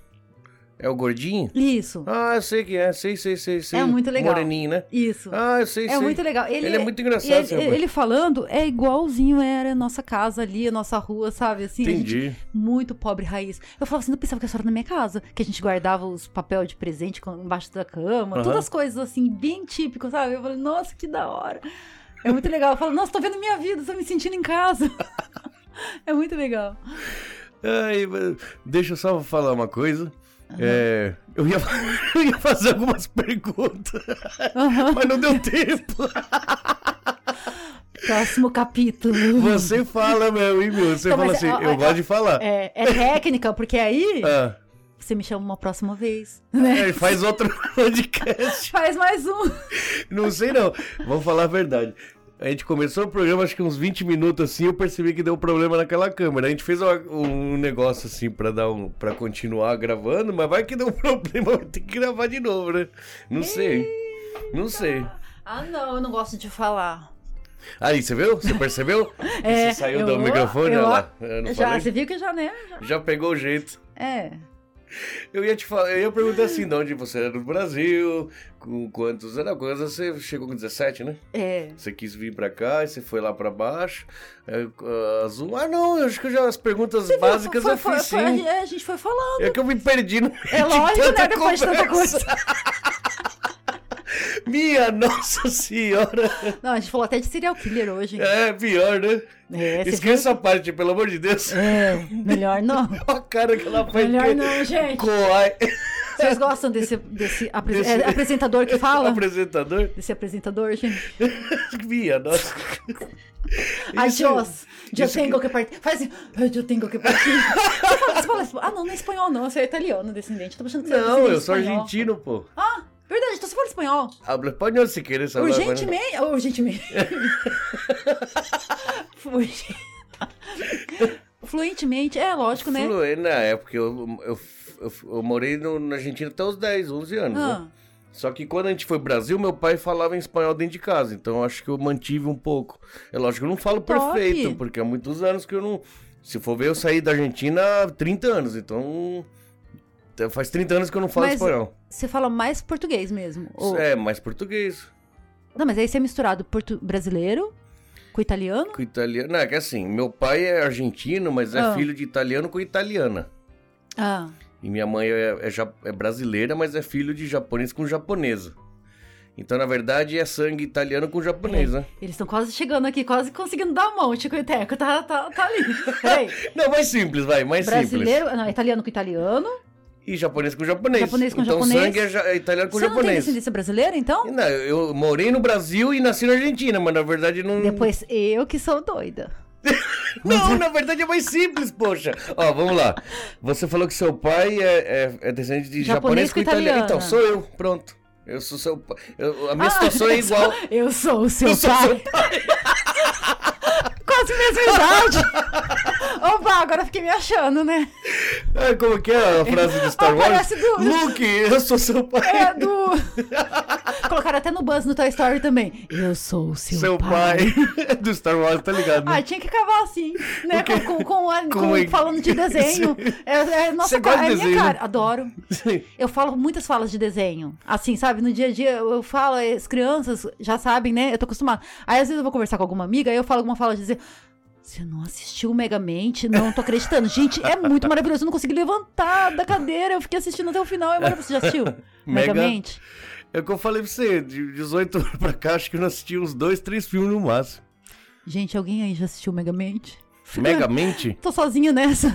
é o gordinho?
Isso,
Ah, eu sei quem é. Sei, sei, sei, sei.
É muito legal.
Moreninho, né?
isso.
Ah, eu sei,
É
sei.
muito legal. Ele,
Ele, é muito engraçado,
E
esse
ele,
rapaz.
ele falando é igualzinho era a nossa casa ali, a nossa rua, sabe? Assim, a gente
Entendi.
muito pobre raiz. Eu falava assim, não pensava que isso era na minha casa, que a gente guardava os papel de presente com- embaixo da cama,
Aham.
todas as coisas assim, bem típicas, sabe? Eu falei, nossa, que da hora. É muito legal. Eu falo, nossa, tô vendo minha vida, tô me sentindo em casa. é muito legal.
Ai, mas deixa eu só falar uma coisa. É, eu, ia, eu ia fazer algumas perguntas,
Aham.
mas não deu tempo.
Próximo capítulo.
Você fala, meu, hein, meu? Você
Então,
fala
mas,
assim,
ó,
eu
ó,
gosto
ó,
de falar.
É, é técnica, porque aí
Ah,
você me chama uma próxima vez.
aí faz outro podcast.
Faz mais um.
Não sei não, vamos falar a verdade. A gente começou o programa, acho que uns 20 minutos assim, eu percebi que deu problema naquela câmera. A gente fez uma- um negócio assim pra dar um para continuar gravando, mas vai que deu problema, vai ter que gravar de novo, né? Não sei. Não sei.
Ah, não, eu não gosto de falar.
Aí, você viu? Você percebeu?
É,
você saiu
eu-
do microfone,
eu-
olha lá. Eu não
já,
falei?
você viu que já, né? Já-
Já pegou o jeito.
É.
Eu ia te falar, eu ia perguntar assim, de onde você era do Brasil, com quantos anos, coisa, você chegou com 17, né?
É.
Você quis vir pra cá, e você foi lá pra baixo. é, ah, Azul. Ah, não, eu acho que eu já as perguntas básicas
Foi-
eu
foi-
fiz
foi-
sim.
é, a gente foi falando.
É que eu me perdi no meio
É
de
lógico,
tanta
né? Depois de tanta
conversa.
coisa.
Minha nossa senhora.
Não, a gente falou até de serial killer hoje. hein?
É pior, né?
É, você
Esqueça a parte, pelo amor de Deus.
viu? É, melhor não.
Olha a cara que ela faz.
Melhor
que-
não, gente.
Coai.
Vocês gostam desse, desse, apre-
Desse-
é, apresentador que fala?
Apresentador.
Desse apresentador, gente.
Minha nossa. Isso-
Adiós. Eu
isso
tenho que partir. Faz assim. Eu tenho que partir. Você fala assim. Ah, não, não é espanhol, não. Você é italiano, descendente. Eu tô achando que você é
Não,
descendente
eu sou
espanhol.
argentino, pô.
Ah, verdade. Então você fala espanhol.
Habla espanhol se querer saber.
Urgentemente. Oh, urgentemente. Urge- Fluentemente, é lógico, né?
Fluente, na época é, eu, eu, eu, eu morei no- na Argentina até os 10, 11 anos. né?
Ah,
Só que quando a gente foi pro Brasil, meu pai falava em espanhol dentro de casa, então eu acho que eu mantive um pouco. É lógico que eu não falo
Top.
perfeito, porque há muitos anos que eu não. Se for ver, eu saí da Argentina há 30 anos, então. então Faz 30 anos que eu não falo
Mas-
espanhol.
você fala mais português mesmo. ou-
É, mais português.
Não, mas aí você é misturado portu... brasileiro com italiano?
Com italiano. Não, é que assim, meu pai é argentino, mas é
Ah.
filho de italiano com italiana.
Ah,
E minha mãe é, é ja- é brasileira, mas é filho de japonês com japonesa. Então, na verdade, é sangue italiano com japonês, né?
eles estão quase chegando aqui, quase conseguindo dar um a mão, Tico e Teco. Tá, tá, tá ali. Peraí.
Não, mais simples, vai, mais
brasileiro. ah, Não, italiano com italiano.
simples. E japonês com japonês.
Japonês com
então,
japonês.
sangue é, ja- é italiano com
você não tem
japonês.
descendência brasileira, então?
Não, eu morei no Brasil e nasci na Argentina, mas na verdade não.
Depois eu que sou doida.
Não, na verdade é mais simples, poxa. Ó, vamos lá. Você falou que seu pai é, é- é descendente de japonês, com italiano. Então,
italiana.
sou eu, pronto. Eu sou seu pai. Eu- a minha
Ah,
situação é
eu sou-
igual.
Eu sou o seu
Eu sou
pai.
seu
Quase mesma idade. Opa, agora fiquei me achando, né?
É, como que é a frase do Star
Ah, É.
Wars?
parece do-
Luke, eu sou seu pai.
É do. Colocaram até no Buzz no Toy Story também. Eu sou o seu,
Seu pai do Star Wars, tá ligado?
Ah,
Né?
tinha que acabar assim, né? Com, com, com, a-
Com
com-
a-
falando de desenho. É, é nossa
Você
cara,
gosta de
é minha
desenho, né?
cara. Adoro. Eu falo muitas falas de desenho. Assim, sabe? No dia a dia eu, eu falo, eh, as crianças já sabem, né? Eu tô acostumada. Aí às vezes eu vou conversar com alguma amiga, aí eu falo alguma fala de desenho. Você não assistiu Megamente? Não tô acreditando. Gente, é muito maravilhoso. Eu não consegui levantar da cadeira. Eu fiquei assistindo até o final. É maravilhoso. Você já assistiu?
Mega-
Megamente?
É o que eu falei pra você, de 18 anos pra cá, acho que eu não assisti uns dois, três filmes no máximo.
Gente, alguém aí já assistiu Megamente?
Megamente?
Tô sozinha nessa.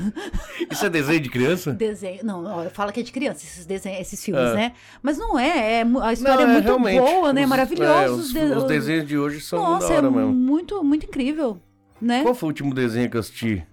Isso é desenho de criança?
Desenho. Não, ó, fala que é de criança, esses, desenhos, esses filmes,
É.
né? Mas não é. é mu- a história
Não,
é muito boa, né?
os-
Maravilhosa.
é, os,
de-
os desenhos de hoje são
Nossa,
da hora
é
mesmo.
muito, muito incrível. Né?
Qual foi o último desenho que eu assisti?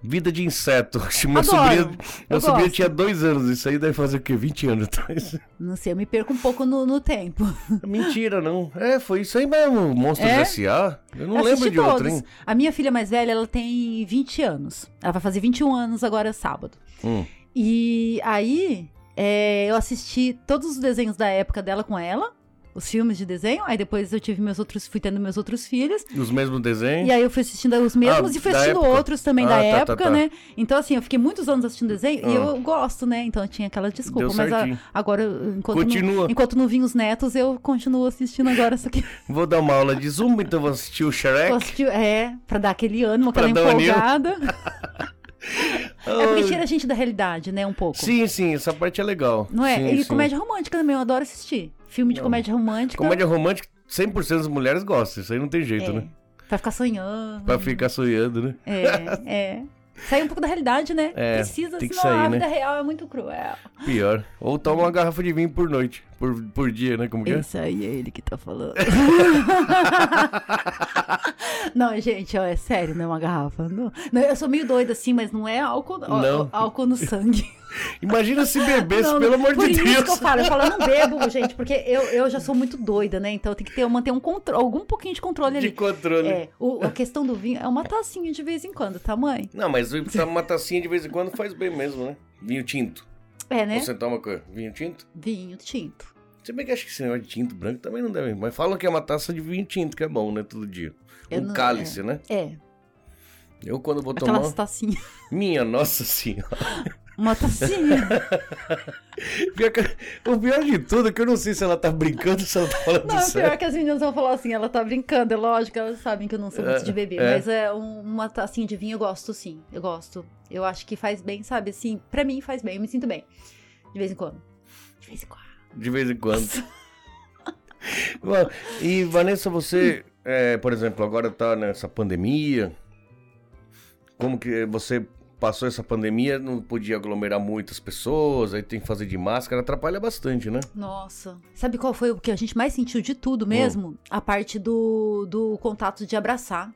Vida de inseto. Acho que Meu
Adoro.
sobrinho, meu
Eu
sobrinho
gosto.
tinha dois anos, isso aí deve fazer o quê? 20 anos atrás.
Não sei, eu me perco um pouco no, no tempo.
Mentira, não. É, foi isso aí mesmo, Monstros
É?
S.A. Eu não
Eu
lembro
assisti
de
todos.
outro, hein?
A minha filha mais velha, ela tem 20 anos. Ela vai fazer 21 anos agora sábado.
Hum.
E aí, é, eu assisti todos os desenhos da época dela com ela. Os filmes de desenho, aí depois eu tive meus outros, fui tendo meus outros filhos,
Os mesmos desenhos.
E aí eu fui assistindo os mesmos
Ah,
e fui
da
assistindo
época.
outros também
Ah,
da
tá, tá,
época,
tá.
né? Então, assim, eu fiquei muitos anos assistindo desenho e
Ah.
eu gosto, né? Então eu tinha aquela desculpa.
Deu
mas a-
certinho.
agora, enquanto não,
Continua.
enquanto não vim os netos, eu continuo assistindo agora isso aqui.
Vou dar uma aula de zumba, então vou assistir o
Eu
Shrek.
assisti- é, pra dar aquele ânimo,
Pra
aquela
dar o anil.
empolgada. é
Ah,
porque tira a gente da realidade, né? Um pouco.
Sim, sim, essa parte é legal.
Não é?
Sim,
e
sim.
comédia romântica também, eu adoro assistir. Filme de comédia romântica.
Comédia romântica, 100% das mulheres gostam. Isso aí não tem jeito,
é,
né?
Pra ficar sonhando.
Pra ficar sonhando, né?
É, é. Sair um pouco da realidade, né?
É,
Precisa,
tem que
senão a
sair, né?
vida real é muito cruel.
Pior. Ou toma uma garrafa de vinho por noite. Por, por dia, né? Como que é?
Esse aí é ele que tá falando. não, gente, ó, é sério, não é uma garrafa. Não. Não, eu sou meio doida assim, mas não é álcool, ó,
Não.
álcool no sangue.
Imagina se bebesse,
Não, não,
pelo amor
por
de
isso
Deus.
que eu falo, eu falo, eu não bebo, gente, porque eu, eu já sou muito doida, né? Então eu tenho que ter, manter um controle, algum pouquinho de controle
De
ali.
controle. né?
É, o- a questão do vinho é uma tacinha de vez em quando, tá, mãe?
Não, mas uma tacinha de vez em quando faz bem mesmo, né? Vinho tinto.
É, né?
Você toma co- vinho tinto?
Vinho tinto.
Se bem que acho que esse negócio de tinto branco também não deve. Mas falam que é uma taça de vinho tinto, que é bom, né? Todo dia.
Eu
um
não-
cálice, né?
É,
Eu quando vou tomar.
aquelas tacinhas.
Minha nossa senhora.
Uma tacinha.
Pior que- O pior de tudo é que eu não sei se ela tá brincando ou se ela tá falando
Não, o pior
sério.
é que as meninas vão falar assim, ela tá brincando, é lógico, elas sabem que eu não sou muito
É,
de bebê,
é.
mas é um- uma tacinha de vinho eu gosto sim, eu gosto. Eu acho que faz bem, sabe, assim, pra mim faz bem, eu me sinto bem. De vez em quando. De vez em quando.
De vez em quando. Bom, e Vanessa, você, é, por exemplo, agora tá nessa pandemia. Como que você passou essa pandemia? Não podia aglomerar muitas pessoas, aí tem que fazer de máscara, atrapalha bastante, né?
Nossa. Sabe qual foi o que a gente mais sentiu de tudo mesmo? A parte do, do contato de abraçar.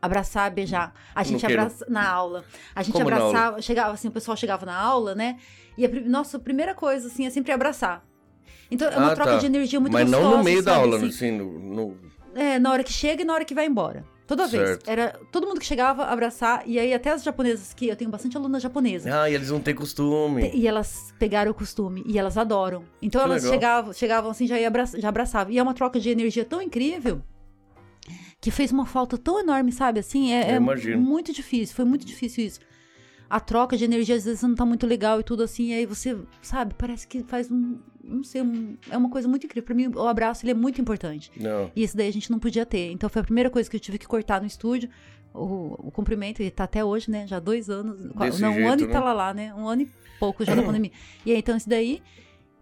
Abraçar, beijar. A
No
gente
quê?
abraça na aula. A gente
Como na
abraçava, chegava assim, o pessoal chegava na aula, né? E a pri- nossa, a primeira coisa assim é sempre abraçar. Então é uma
Ah,
troca
tá.
de energia muito
Mas
gostosa.
não no meio da
sabe,
aula,
assim?
assim, no, no-
É, na hora que chega e na hora que vai embora. Toda vez.
Certo.
Era todo mundo que chegava abraçar, e aí até as japonesas, que eu tenho bastante aluna japonesa.
Ah, e eles não têm costume.
E elas pegaram o costume, e elas adoram. Então
Que
elas
legal.
chegavam, chegavam assim, já, ia abra- já abraçavam. E é uma troca de energia tão incrível que fez uma falta tão enorme, sabe? Assim, é,
Eu
é
imagino.
muito difícil, foi muito difícil isso. A troca de energia às vezes não tá muito legal e tudo assim, e aí você, sabe, parece que faz um. Não sei, um- é uma coisa muito incrível. Pra mim, o abraço ele é muito importante.
Não.
E isso daí a gente não podia ter. Então foi a primeira coisa que eu tive que cortar no estúdio. O, o cumprimento, e tá até hoje, né? Já dois anos. qua-
Desse
não,
jeito,
um ano
né?
e tá lá, lá, né? Um ano e pouco já da pandemia. E aí, então, isso daí.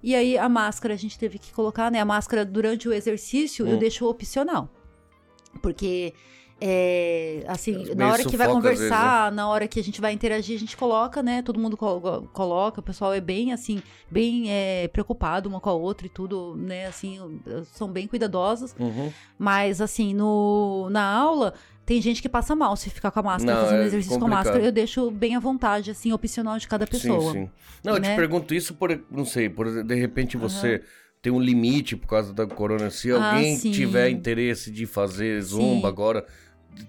E aí a máscara a gente teve que colocar, né? A máscara durante o exercício
Hum.
eu deixo opcional. Porque. é, assim,
Meio
na hora que vai
sufoca às vezes, né?
conversar, na hora que a gente vai interagir, a gente coloca, né? Todo mundo colo- coloca, o pessoal é bem assim, bem é, preocupado uma com a outra e tudo, né? Assim, são bem cuidadosos.
Uhum.
Mas, assim, no, na aula, tem gente que passa mal se ficar com a máscara,
Não,
fazendo
é
exercício com
complicado.
a máscara. Eu deixo bem à vontade, assim, opcional de cada pessoa.
Sim, sim. Não, eu te
né?
pergunto isso por, não sei, por de repente você tem um limite por causa da corona. Se
Ah,
alguém
sim.
tiver interesse de fazer zumba
Sim.
agora,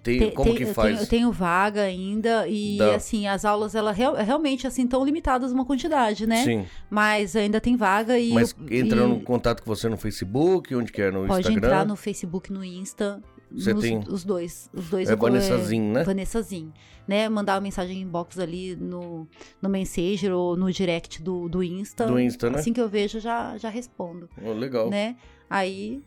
Tem,
Tem-
como
tem-
que
eu
faz?
Tenho, eu tenho vaga ainda e,
Dá.
assim, as aulas, ela real- realmente, assim, estão limitadas uma quantidade, né?
Sim.
Mas ainda tem vaga e...
Mas
eu-
entrando
e
em contato com você no Facebook, onde que é? No
Pode
Instagram?
entrar no Facebook, no Insta,
Você
nos-
tem-
os dois. Os dois
É
eu tô-
Vanessazinho, né?
Vanessazin, né? Mandar uma mensagem em inbox ali no, no Messenger ou no direct do, do Insta.
Do Insta, né?
Assim que eu vejo, já, já respondo,
Oh, legal.
né? Aí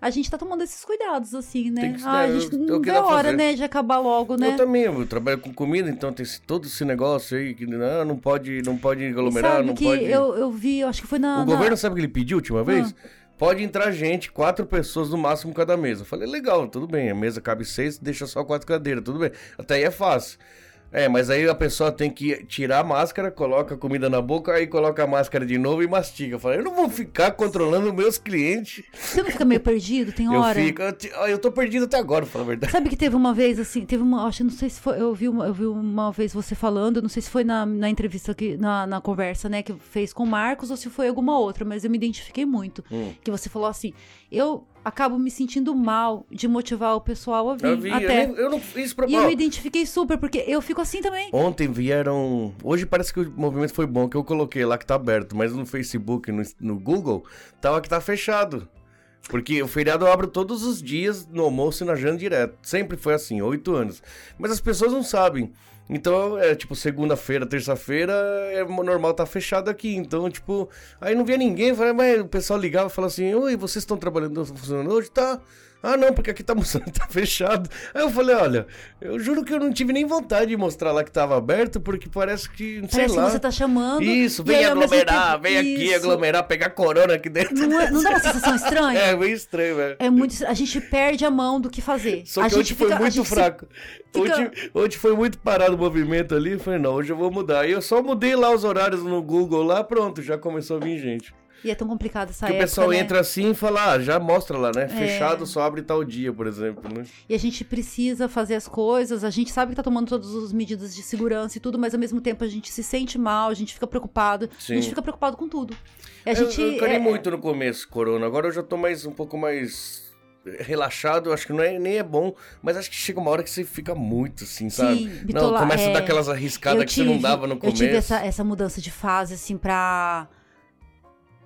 a gente tá tomando esses cuidados, assim, né?
Tem que se
ah, a
dar-
gente
é o- é o
não
que
vê
dá
a
pra
hora,
fazer.
né, de acabar logo, né?
Eu também, eu trabalho com comida, então tem esse- todo esse negócio aí que ah, não pode, não pode
E
aglomerar,
sabe
não
que
pode.
eu, eu vi, eu acho que foi na...
O
na-
governo sabe o que ele pediu a última vez? Pode entrar gente, quatro pessoas no máximo cada mesa. Eu falei, legal, tudo bem. A mesa cabe seis, deixa só quatro cadeiras, tudo bem. Até aí é fácil. É, mas aí a pessoa tem que tirar a máscara, coloca a comida na boca, aí coloca a máscara de novo e mastiga. Eu falei, eu não vou ficar controlando meus clientes.
Você não fica meio perdido? Tem
Eu
hora?
fico. Eu, te- ó, eu tô perdido até agora, pra falar a verdade.
Sabe que teve uma vez, assim, teve uma. Acho que não sei se foi. Eu vi uma, eu vi uma vez você falando, não sei se foi na, na entrevista que. Na, na conversa, né, que fez com o Marcos ou se foi alguma outra, mas eu me identifiquei muito.
Hum.
Que você falou assim, eu acabo me sentindo mal de motivar o pessoal a vir.
Eu, vi, eu
até.
nem- eu não fiz pra
e eu me identifiquei super, porque eu fico assim também.
Ontem vieram. Hoje parece que o movimento foi bom, que eu coloquei lá que tá aberto, mas no Facebook, no, no Google, tava que tá fechado. Porque o feriado eu abro todos os dias no almoço e na janta direto. Sempre foi assim, oito anos. Mas as pessoas não sabem. Então, é tipo, segunda-feira, terça-feira, é normal tá fechado aqui. Então, tipo, aí não via ninguém. Falei, mas o pessoal ligava e falava assim: Oi, vocês estão trabalhando, estão funcionando hoje? Tá. Ah, não, porque aqui tá mostrando que tá fechado. Aí eu falei: Olha, eu juro que eu não tive nem vontade de mostrar lá que tava aberto, porque parece que, sei
Parece
lá.
que você tá chamando.
Isso,
e
vem
aí, ao mesmo
aglomerar,
tempo-
vem aqui
Isso.
aglomerar, pegar corona aqui dentro.
Não, é- não dá uma sensação estranha?
É, meio estranho, velho.
É muito. A gente perde a mão do que fazer.
Só
a
que
gente
hoje foi
fica- a
muito
gente se-
fraco.
fica-
Hoje, hoje foi muito parado o movimento ali. eu Falei, não, hoje eu vou mudar. Aí eu só mudei lá os horários no Google lá, pronto, já começou a vir gente.
E é tão complicado essa
Porque o
época,
pessoal
né? É.
entra assim e fala, ah, já mostra lá, né? Fechado só abre tal dia, por exemplo, né?
E a gente precisa fazer as coisas, a gente sabe que tá tomando todas as medidas de segurança e tudo, mas ao mesmo tempo a gente se sente mal, a gente fica preocupado.
Sim.
A gente fica preocupado com tudo. E a
Eu-
gente.
eu, encarei
é-
muito no começo, Corona. Agora eu já tô mais um pouco mais relaxado, acho que não é, nem é bom, mas acho que chega uma hora que você fica muito assim, sabe? não,
bitola-
começa a dar
é,
aquelas arriscadas
eu
que você não
tive-
dava no
Eu
começo.
tive essa, essa mudança de fase, assim, pra.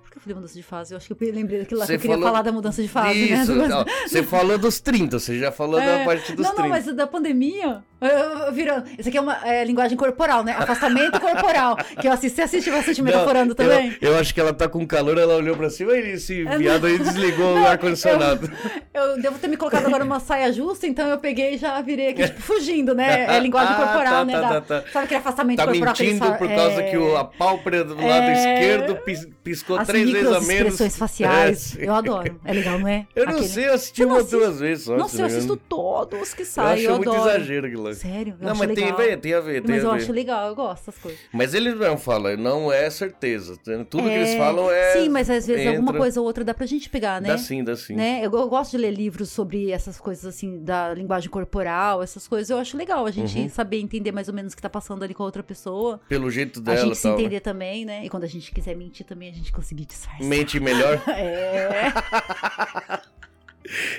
Por que eu falei mudança de fase? Eu acho que eu lembrei daquilo lá
Você
que eu queria
falou-
falar da mudança de fase, né?
Isso,
Essa coisa-
ó, você falou dos 30, você já falou da
É,
parte dos
não,
30.
não, mas da pandemia. eu- eu- eu Virando. Isso aqui é uma é, linguagem corporal, né? Afastamento corporal. Que eu assisti, você assiste bastante metaforando
eu-
também?
Eu, acho que ela tá com calor, ela olhou pra cima e esse viado aí desligou o ar-condicionado.
Eu devo ter me colocado agora numa saia justa, então eu peguei e já virei aqui, tipo, fugindo, né? É linguagem
Ah,
corporal,
tá,
né?
tá,
da-
tá, tá.
Sabe aquele afastamento
Tá
corporal que eles
mentindo
falam?
por causa
É,
que o, a pálpebra do lado
É.
esquerdo pis- piscou
As
três vezes a menos.
expressões faciais.
É,
eu adoro. É legal, não é?
eu não
Aquele-
sei, eu assisti
Você não
uma ou
assiste?
duas vezes só.
Nossa,
se
eu
não me engano.
assisto todos que
né? Eu
saem,
acho
eu,
muito
adoro.
exagero aquilo lá.
Sério? Eu
Não,
acho
mas tem a
legal.
ver, tem a ver, tem
Mas eu
a ver.
acho legal, eu gosto das coisas.
Mas eles não falam, não é certeza. Tudo que eles
É,
falam é.
Sim, mas às vezes alguma
entra-
coisa ou outra dá pra gente pegar, né?
Dá sim, dá sim.
né? Eu, eu gosto de ler livros sobre essas coisas assim da linguagem corporal, essas coisas. Eu acho legal a gente
Uhum.
saber entender mais ou menos o que tá passando ali com a outra pessoa.
Pelo jeito dela
a
e
gente se
tal, né?
entender também, né? E quando a gente quiser mentir também, a gente conseguir disfarçar.
Mente melhor.
É.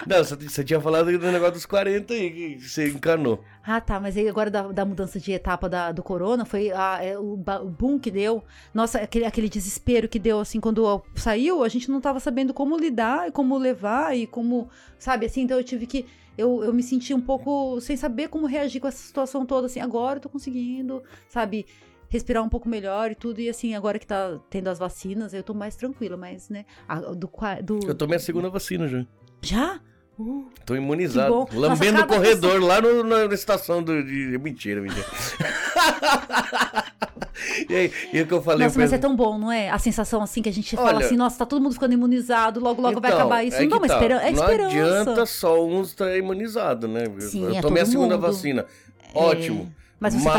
Não, você, você tinha falado do negócio dos 40 aí, que você encanou.
Ah, tá. Mas aí agora da, da mudança de etapa da- do corona, foi a- é, o, ba- o boom que deu. Nossa, aquele, aquele desespero que deu, assim, quando saiu, a gente não tava sabendo como lidar e como levar e como, sabe, assim, então eu tive que. Eu, eu me senti um pouco sem saber como reagir com essa situação toda, assim, agora eu tô conseguindo, sabe, respirar um pouco melhor e tudo. E assim, agora que tá tendo as vacinas, eu tô mais tranquila, mas, né? a- do, qua- do-
Eu tomei a segunda vacina já.
Já? Uh,
Tô imunizado.
Que bom.
Lambendo
Nossa,
o
cada
corredor lá no- na, na estação do, de. Mentira, mentira. e aí, e o que eu falei?
Nossa,
eu
mas é
falei,
tão bom, não é? A sensação assim que a gente fala
Olha-
assim, nossa, tá todo mundo ficando imunizado, logo logo tá vai
então,
acabar isso.
é
não dá
que
uma
tá.
esperança. É
Não
esperança.
adianta só uns estar imunizado, né?
Sim,
eu
é
tomei a
todo
segunda
mundo. É,
vacina. Ótimo.
Mas você tá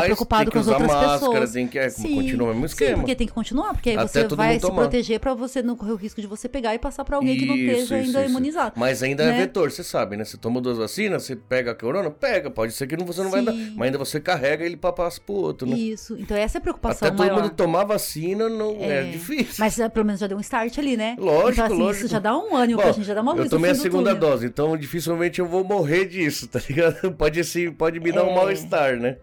tem
preocupado
que
com as
usar
outras
máscara,
pessoas.
Tem que é, continua o mesmo esquema.
Sim, porque tem que continuar, porque aí
Até
você
todo
vai
mundo
se
tomar.
proteger pra você não correr o risco de você pegar e passar pra alguém que não
Isso,
esteja
isso,
ainda
isso.
imunizado.
Mas ainda é
né?
vetor, você sabe, né? Você tomou duas vacinas, você pega a corona, pega. Pode ser que não- você não vai
Sim.
dar, mas ainda você carrega ele pra passar pro outro, né?
Isso. Então essa é a preocupação
Até todo
maior.
mundo tá- tomar vacina não é,
É.
difícil.
Mas eh, pelo menos já deu um start ali, né?
Lógico,
então, assim,
lógico.
Isso já dá um ânimo
Bom,
pra gente, já dá uma luz
eu
no
tomei a
fim do
segunda
túnel.
dose, então dificilmente eu vou morrer disso, tá ligado? Pode, ser, pode me dar um
É.
mal-estar, né?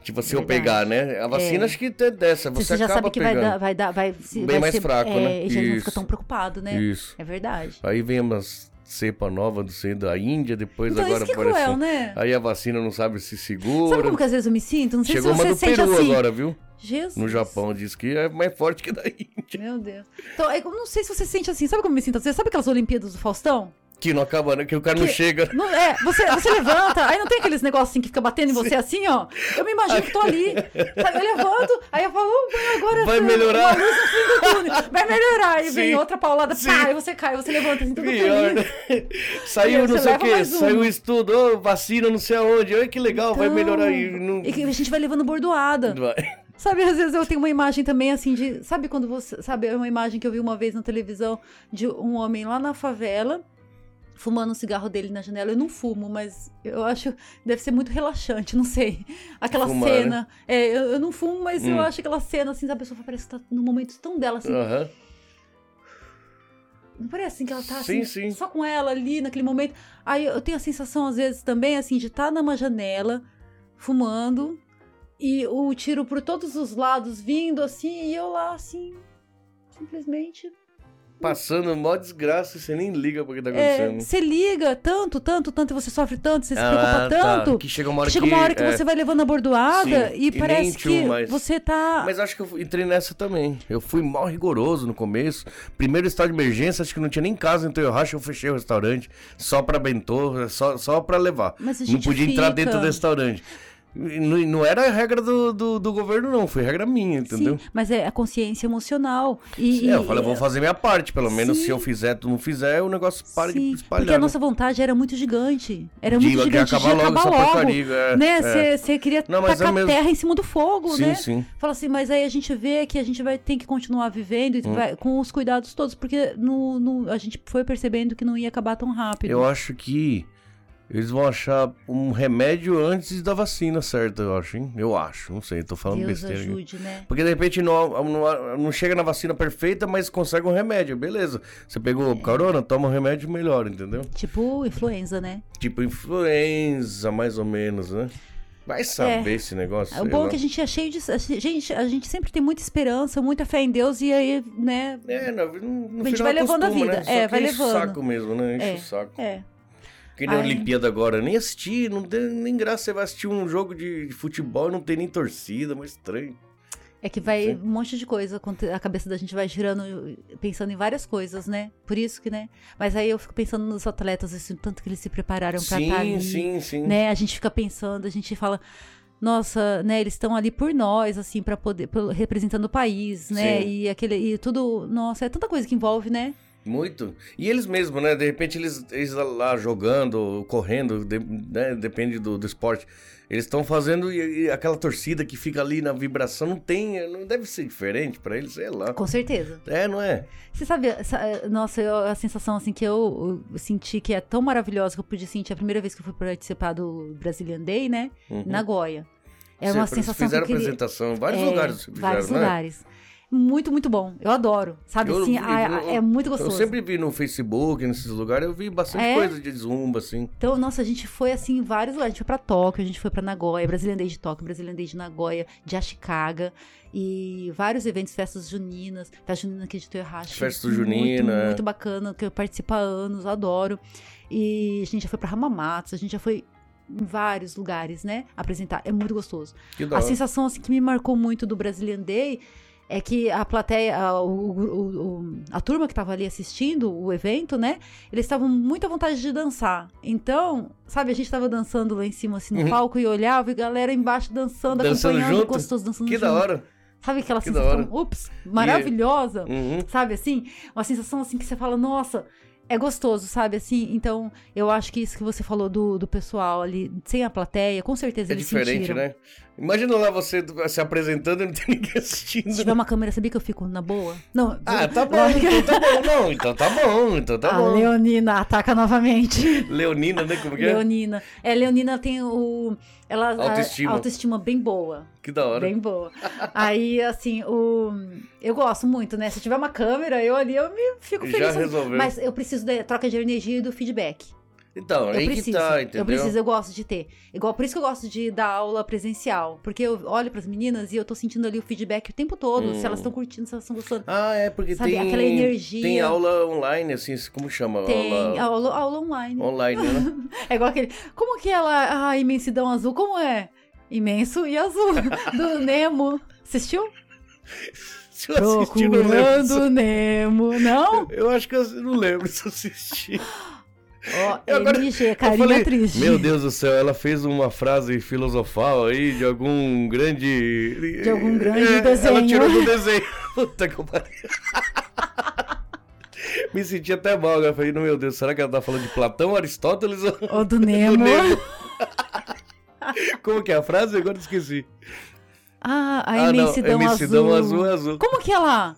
Tipo, se eu pegar,
Verdade.
né? A vacina
É.
acho que é dessa, você,
Você, já
acaba
sabe que vai
pegando.
dar, vai dar, vai, se-
Bem
vai
mais
ser,
fraco,
é,
né?
E já não
Isso.
fica tão preocupado, né?
Isso.
É verdade.
Aí vem umas cepa nova do centro da Índia, depois
Então
agora
isso que é
apareceu.
cruel, né?
Aí a vacina não sabe se segura.
Sabe como que às vezes eu me sinto? Não sei
Chegou
se você
uma do
sente
Peru
assim.
agora, viu?
Jesus.
No Japão diz que é mais forte que daí.
Meu Deus. Então, eu não sei se você sente assim. Sabe como eu me sinto? Você sabe aquelas Olimpíadas do Faustão?
Que não acaba, né? Que o cara não
Que-
chega.
Não, é, você, você levanta, aí não tem aqueles negócios assim que fica batendo em você assim, ó. Eu me imagino que tô ali. sabe? Eu levanto, aí eu falo, "Oh, mãe, agora
Vai
tem
melhorar."
Uma luz no fim do túnel. Vai melhorar. Aí
Sim.
vem outra paulada,
Sim.
pá, aí você cai, você levanta assim, tudo
Pior, né?
feliz.
Saiu
E aí
não
você
sei o
leva
quê,
mais uma.
saiu o estudo, ô, vacina não sei aonde, olha que legal, vai
Então,
melhorar aí. Não...
E que a gente vai levando bordoada.
Vai.
Sabe, às vezes eu tenho uma imagem também assim de. Sabe quando você. Sabe, é uma imagem que eu vi uma vez na televisão de um homem lá na favela fumando um cigarro dele na janela. Eu não fumo, mas eu acho. Deve ser muito relaxante, não sei. Aquela
Fumar, né?
cena. É, eu, eu não fumo, mas
Hum.
eu acho aquela cena assim, da pessoa fala, parece que tá num momento tão dela assim.
Aham.
Não parece assim que ela tá
Sim,
assim,
sim.
só com ela ali naquele momento. Aí eu tenho a sensação, às vezes, também, assim, de estar numa janela, fumando, e o tiro por todos os lados vindo, assim, e eu lá, assim, simplesmente.
Passando mó desgraça e você nem liga pra que tá
É,
acontecendo.
Você liga tanto, tanto, tanto, e você sofre tanto, você se
Ah,
preocupa
tá,
tanto.
Que chega uma hora
Chega
que,
uma hora que
é.
você vai levando a bordoada
Sim,
e,
e nem
parece
tchum
que
mais.
você tá.
Mas acho que eu entrei nessa também. Eu fui mal rigoroso no começo. Primeiro estado de emergência, acho que não tinha nem casa, então eu racha, eu fechei o restaurante só pra bentô, só, só pra levar.
Mas a
não
gente
podia entrar
fica.
dentro do restaurante. E Não, não era a regra do, do, do governo, não. Foi regra minha, entendeu?
Sim, mas é a consciência emocional. E,
É, eu
e-
falei, eu vou fazer minha parte, pelo menos
Sim.
se eu fizer, tu não fizer, o negócio para de
Sim,
espalhar.
Porque a
né?
nossa vontade era muito gigante. Era
De-
muito
de
gigante de
acabar
acabar
logo
logo.
essa porcaria, é,
né?
é.
Você queria
Não, mas é
tacar
mesmo.
terra em cima do fogo,
sim,
né?
sim.
Fala assim, mas aí a gente vê que a gente vai ter que continuar vivendo
Hum.
e vai- com os cuidados todos, porque no, no- a gente foi percebendo que não ia acabar tão rápido.
Eu acho que eles vão achar um remédio antes da vacina certa, eu acho, hein? Eu acho, não sei, tô falando
Deus
besteira. aqui.
ajude, né?
Porque de repente não, não, não chega na vacina perfeita, mas consegue um remédio, beleza. Você pegou corona, toma um remédio melhor, entendeu?
Tipo influenza, né?
Tipo influenza, mais ou menos, né? Vai saber esse negócio.
o
sei
bom
lá.
é que a gente é cheio de. a gente, a gente sempre tem muita esperança, muita fé em Deus, e aí, né?
É, no, no
A gente
final
vai levando a
acostuma, Né?
vida,
Só
é,
que
vai
enche o
levando.
saco mesmo, né? Enche
É.
o saco.
É.
Que nem a
Ai.
Olimpíada agora, nem assisti, não tem nem graça você vai assistir um jogo de futebol e não tem nem torcida, mas estranho.
É que vai
Sim.
um monte de coisa, aconte- a cabeça da gente vai girando, pensando em várias coisas, né? Por isso que, né? Mas aí eu fico pensando nos atletas, assim, o tanto que eles se prepararam pra
sim,
estar ali,
sim, sim.
né? A gente fica pensando, a gente fala, nossa, né? Eles estão ali por nós, assim, para poder, pelo- representando o país, né?
Sim.
E aquele, e tudo, nossa, é tanta coisa que envolve, né?
Muito. E eles mesmos, né? De repente eles, eles lá jogando, correndo, de- né? depende do, do esporte. Eles estão fazendo e, e aquela torcida que fica ali na vibração não tem, não deve ser diferente pra eles, sei lá.
Com certeza.
É, não é?
Você sabe, essa- eh, nossa, eu- a sensação assim que eu, eu senti que é tão maravilhosa que eu pude sentir a primeira vez que eu fui participar do Brazilian Day, né?
Uhum.
na Goia. É
Você-
uma
eles
sensação
Fizeram
que eu queria...
apresentação em vários
É,
lugares. Fizeram,
vários
né?
lugares. Muito, muito bom. Eu adoro. Sabe
Eu-
assim,
eu-
a- a- é muito
Eu
gostoso.
sempre vi no Facebook, nesses lugares, eu vi bastante
É?
coisa de zumba, assim.
Então, nossa, a gente foi assim em vários lugares. A gente foi pra Tóquio, a gente foi pra Nagoya, Brazilian Day de Tóquio, Brazilian Day de Nagoya, de Ashikaga e vários eventos, festas juninas, festa junina aqui de Toyohashi.
Festa
muito,
junina, é.
Muito, bacana, que eu participo há anos, eu adoro. E a gente já foi pra Hamamatsu, a gente já foi em vários lugares, né? Apresentar. É muito gostoso.
Que da
A
hora.
sensação assim, que me marcou muito do Brazilian Day é que a plateia, a, o- o- o- a turma que estava ali assistindo o evento, né? Eles estavam muito à vontade de dançar. Então, sabe, a gente estava dançando lá em cima, assim, no
Uhum.
palco e olhava e galera embaixo dançando,
Dançando
acompanhando,
junto?
gostoso, dançando
Que
junto.
da hora.
Sabe aquela
Que da
sensação, ups, maravilhosa?
Uhum.
Sabe assim? Uma sensação assim que você fala, nossa, é gostoso, sabe? Assim, então eu acho que isso que você falou do, do pessoal ali, sem a plateia, com
É
certeza eles
diferente,
sentiram.
né? Imagina lá você se apresentando e não tem ninguém assistindo.
Se tiver uma câmera, sabia que eu fico na boa? Não.
Ah, tá bom, então tá bom. Não, então tá bom, então tá
a
bom.
Leonina ataca novamente.
Leonina, né? Como que é?
Leonina. É, Leonina tem o. Ela, a-
Autoestima.
autoestima bem boa.
Que da hora.
Bem boa. Aí, assim, o... eu gosto muito, né? Se tiver uma câmera, eu ali, eu me fico
Já
feliz.
resolveu.
Mas eu preciso da troca de energia e do feedback.
Então,
eu
aí
preciso.
que tá, entendeu?
Eu preciso, eu gosto de ter. Igual, por isso que eu gosto de dar aula presencial. Porque eu olho pras meninas e eu tô sentindo ali o feedback o tempo todo.
Hum.
Se elas estão curtindo, se elas estão gostando.
Ah, é, porque
Sabe,
tem...
aquela energia.
Tem aula online, assim, como chama?
Tem
Aula...
aula, aula online.
Online, né?
É igual aquele. Como que ela. Ah, imensidão azul, como é? Imenso e azul. Do Nemo. Assistiu?
Se eu assisti, não lembro. se-
Procurando Nemo. Não?
Eu acho que eu não lembro se eu assisti.
Ó,
Eu agora-
MG,
eu
carinha
falei,
triste.
Meu Deus do céu, ela fez uma frase filosofal aí de algum grande. É,
De algum grande
Ela
desenho.
tirou do desenho. Puta que eu pariu. Me senti até mal. agora. Eu falei, meu Deus, será que ela tá falando de Platão, Aristóteles ou
Ó, do Nemo.
Nemo. como que é a frase? Agora eu esqueci.
Ah, a
ah,
imensidão,
não. Imensidão azul.
azul.
é azul.
Como que ela?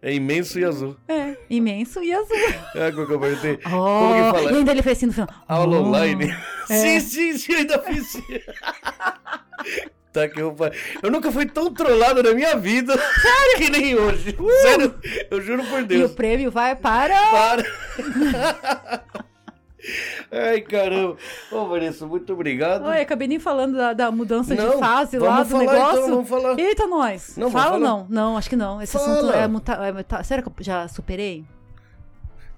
É imenso e azul.
É, imenso e azul.
É como que eu perguntei.
Oh,
Como que fala?
E ainda ele fez assim no final.
Aula
oh.
online.
É.
Sim, sim, sim, ainda fiz. sim. tá que eu, fa- eu nunca fui tão trollado na minha vida que nem hoje. Sério, eu juro por
Uh! E
Deus.
o prêmio vai para.
Para. Ai, caramba. Ô, Vanessa, muito obrigado.
Oi, acabei nem falando da, da mudança de fase
vamos
lá do
falar,
negócio.
Então, vamos falar.
Eita, nós!
Não, vou
Fala ou
falar.
não? Não, acho que não. Esse
Fala.
assunto é muta... é muta- Será que eu já superei?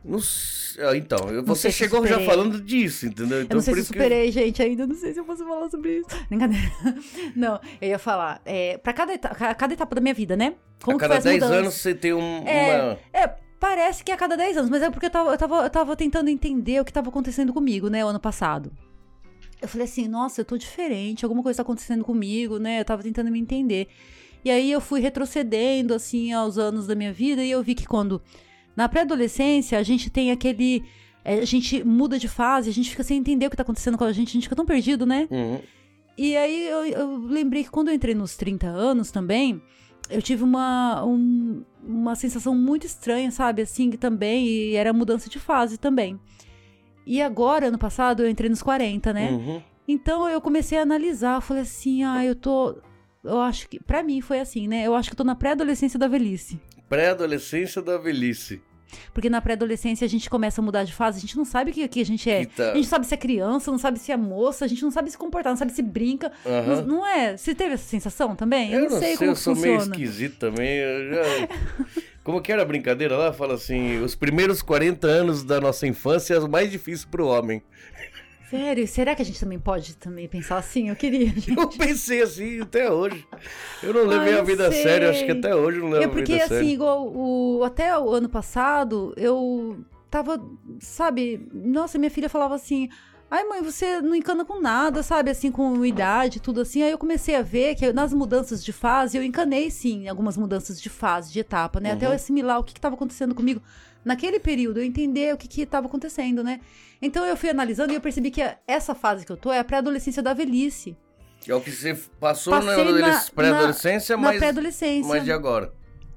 Não sei- ah, então, eu-
sei
você
se
chegou já
superei.
falando disso, entendeu? Então,
eu não sei
por
se
isso que-
superei, gente, ainda. Não sei se eu posso falar sobre isso. Brincadeira. Não, eu ia falar. É, pra cada, eta- ca- cada etapa da minha vida, né?
a
Como que
cada
faz
10
mudança?
anos você tem um-
É.
uma.
É, parece que é a cada 10 anos, mas é porque eu tava, eu, tava, eu tava tentando entender o que tava acontecendo comigo, né, o ano passado. Eu falei assim, nossa, eu tô diferente, alguma coisa tá acontecendo comigo, né? Eu tava tentando me entender. E aí eu fui retrocedendo, assim, aos anos da minha vida, e eu vi que quando. Na pré-adolescência, a gente tem aquele. é, a gente muda de fase, a gente fica sem entender o que tá acontecendo com a gente, a gente fica tão perdido, né?
Uhum.
E aí eu, eu lembrei que quando eu entrei nos 30 anos também, eu tive uma, um- uma sensação muito estranha, sabe? Assim, que também, e era mudança de fase também. E agora, ano passado, eu entrei nos 40, né?
uhum.
Então eu comecei a analisar, eu falei assim, ah, eu tô. Eu acho que. Pra mim foi assim, né? Eu acho que eu tô na pré-adolescência da velhice.
Pré-adolescência da velhice.
Porque na pré-adolescência a gente começa a mudar de fase, a gente não sabe o que, que a gente é.
Que tá-
A gente não sabe se é criança, não sabe se é moça, a gente não sabe se comportar, não sabe se brinca.
Aham.
Não, não é? Você teve essa sensação também? Eu, não, sei, como
eu
que
sou
funciona.
meio esquisito também. eu já- Como que era a brincadeira lá? Fala assim, os primeiros 40 anos da nossa infância é o mais difícil pro homem.
Sério, será que a gente também pode também pensar assim? Eu queria. gente.
Eu pensei assim até hoje. Eu não levei
Ah, eu
a vida a
sei.
sério, acho que até hoje eu não levo
É
a
porque,
vida a
assim,
sério.
igual o, até o ano passado, eu tava, sabe, nossa, minha filha falava assim. Ai, mãe, você não encana com nada, sabe? Assim, com idade, tudo assim. Aí eu comecei a ver que nas mudanças de fase, eu encanei, sim, em algumas mudanças de fase, de etapa, né? Até eu
Uhum.
assimilar o que estava acontecendo comigo naquele período, eu entender o que estava acontecendo, né? Então eu fui analisando e eu percebi que a- essa fase que eu tô é a pré-adolescência da velhice.
É o que você passou na,
Passei na-
adolesc- pré-adolescência,
na
mas,
pré-adolescência.
mas de agora.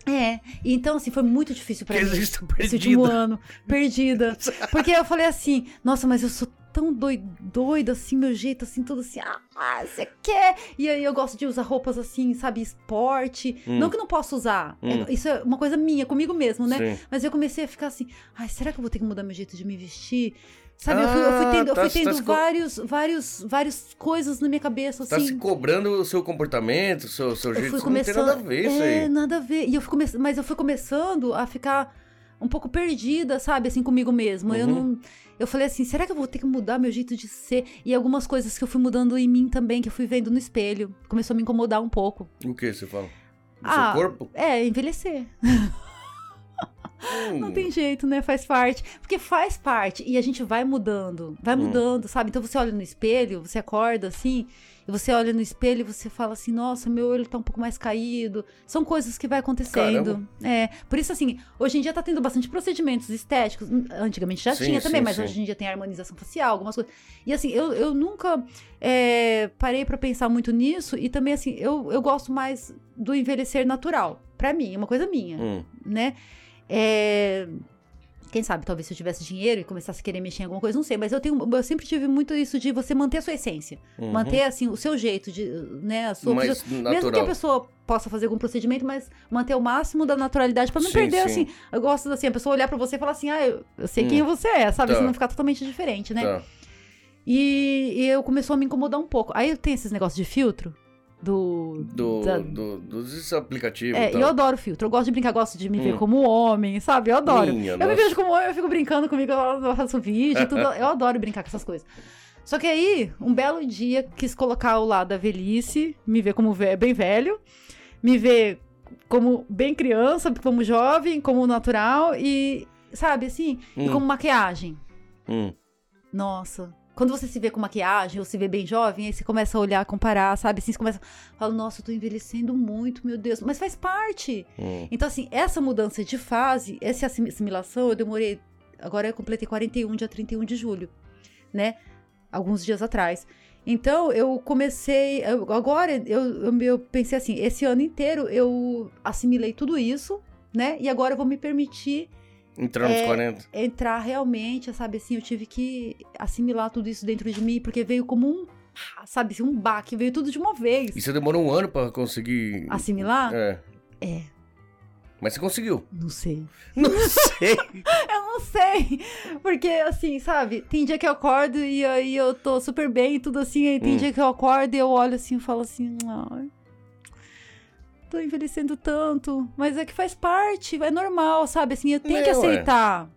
É. E Então, assim, foi muito difícil pra
Porque
mim.
existe
Esse último
perdida.
ano. Perdida. Porque eu falei assim, nossa, mas eu sou tão doi- doida, assim, meu jeito, assim, tudo assim, ah, ah, você quer? E aí eu gosto de usar roupas assim, sabe, esporte.
Hum.
Não que eu não posso usar. é-
Hum.
isso é uma coisa minha, comigo mesmo, né?
Sim.
Mas eu comecei a ficar assim, ai, será que eu vou ter que mudar meu jeito de me vestir? Sabe, eu fui, eu fui
Ah,
tendo, eu
tá-
fui
tá
tendo
se co-
vários, vários, várias coisas na minha cabeça,
Tá se
assim.
cobrando o seu comportamento, o seu, seu
eu
jeito.
fui
Isso não tem
começando.
nada a ver isso
é,
aí.
nada a ver. E eu fui come... Mas eu fui começando a ficar um pouco perdida, sabe? Assim, comigo mesma. Eu
Uhum.
não. Eu falei assim, será que eu vou ter que mudar meu jeito de ser? E algumas coisas que eu fui mudando em mim também, que eu fui vendo no espelho. Começou a me incomodar um pouco.
O que você fala? Do
Ah,
seu corpo?
É, envelhecer.
Hum.
Não tem jeito, né? Faz parte. Porque faz parte. E a gente vai mudando. Vai
Hum.
mudando, sabe? Então você olha no espelho, você acorda assim, e você olha no espelho e você fala assim, nossa, meu olho tá um pouco mais caído. São coisas que vai acontecendo. É. Por isso, assim, hoje em dia tá tendo bastante procedimentos estéticos. Antigamente já
Sim,
tinha também,
sim,
mas
sim.
hoje em dia tem harmonização facial, algumas coisas. E assim, eu, eu nunca é, parei pra pensar muito nisso. E também, assim, eu, eu gosto mais do envelhecer natural. Pra mim, é uma coisa minha
Hum,
né? É, Quem sabe, talvez se eu tivesse dinheiro e começasse a querer mexer em alguma coisa, não sei. Mas eu tenho, eu sempre tive muito isso de você manter a sua essência.
uhum.
Manter, assim, o seu jeito de, né, a sua...
mais
Mesmo que a
natural.
pessoa possa fazer algum procedimento, mas manter o máximo da naturalidade pra não
Sim,
perder,
sim.
assim... Eu gosto, assim, a pessoa olhar pra você e falar assim, ah, eu, eu sei
Hum.
quem você é, sabe?
Tá.
Você não ficar totalmente diferente, né?
Tá.
E, e eu começou a me incomodar um pouco. Aí tem esses negócios de filtro do...
Do,
da-
do- dos aplicativos. tá?
É,
e tal.
e eu adoro filtro. Eu gosto de brincar, gosto de me ver
Hum.
como um homem, sabe? Eu adoro.
Minha
Eu me
nossa.
vejo como homem, eu fico brincando comigo, eu faço um vídeo, tudo. Eu adoro brincar com essas coisas. Só que aí, um belo dia, quis colocar o lado da velhice, me ver como ve- bem velho, me ver como bem criança, como jovem, como natural e, sabe, assim, e
Hum.
como maquiagem.
Hum.
Nossa. Quando você se vê com maquiagem ou se vê bem jovem, aí você começa a olhar, comparar, sabe? Assim, você começa. Fala, nossa, eu tô envelhecendo muito, meu Deus. Mas faz parte.
Hum.
Então, assim, essa mudança de fase, essa assim- assimilação, eu demorei. Agora eu completei 41, dia 31 de julho, né? Alguns dias atrás. Então, eu comecei. eu- agora, eu, eu, eu pensei assim: esse ano inteiro eu assimilei tudo isso, né? E agora eu vou me permitir
Entrar nos
É,
40.
entrar realmente, sabe assim? Eu tive que assimilar tudo isso dentro de mim, porque veio como um. Sabe assim, um baque, veio tudo de uma vez.
E você demorou um ano pra conseguir.
Assimilar?
É.
É.
Mas você conseguiu.
Não sei.
Não sei.
Eu não sei. Porque, assim, sabe? Tem dia que eu acordo e aí eu tô super bem e tudo assim. Aí tem
Hum.
dia que eu acordo e eu olho assim e falo assim. Ai, tô envelhecendo tanto. Mas é que faz parte, é normal, sabe? Assim, eu tenho que
Meu, é.
aceitar.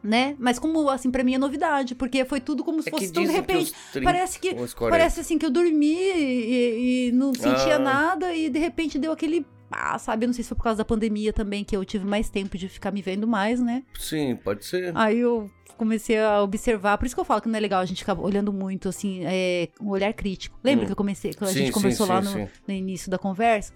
Né? Mas como, assim, pra mim é novidade. Porque foi tudo como se
É que
fosse tão de
dizem que
repente.
os 30,
Parece que
os 40.
Parece assim que eu dormi e, e não sentia
Ah.
nada e de repente deu aquele. Ah, sabe? Eu não sei se foi por causa da pandemia também que eu tive mais tempo de ficar me vendo mais, né?
Sim, pode ser.
Aí eu comecei a observar. Por isso que eu falo que não é legal a gente ficar olhando muito, assim, é, um olhar crítico. Lembra
Hum.
que eu comecei, que Ah, a
Sim,
gente
sim,
conversou lá
sim, É,
no,
sim.
no início da conversa?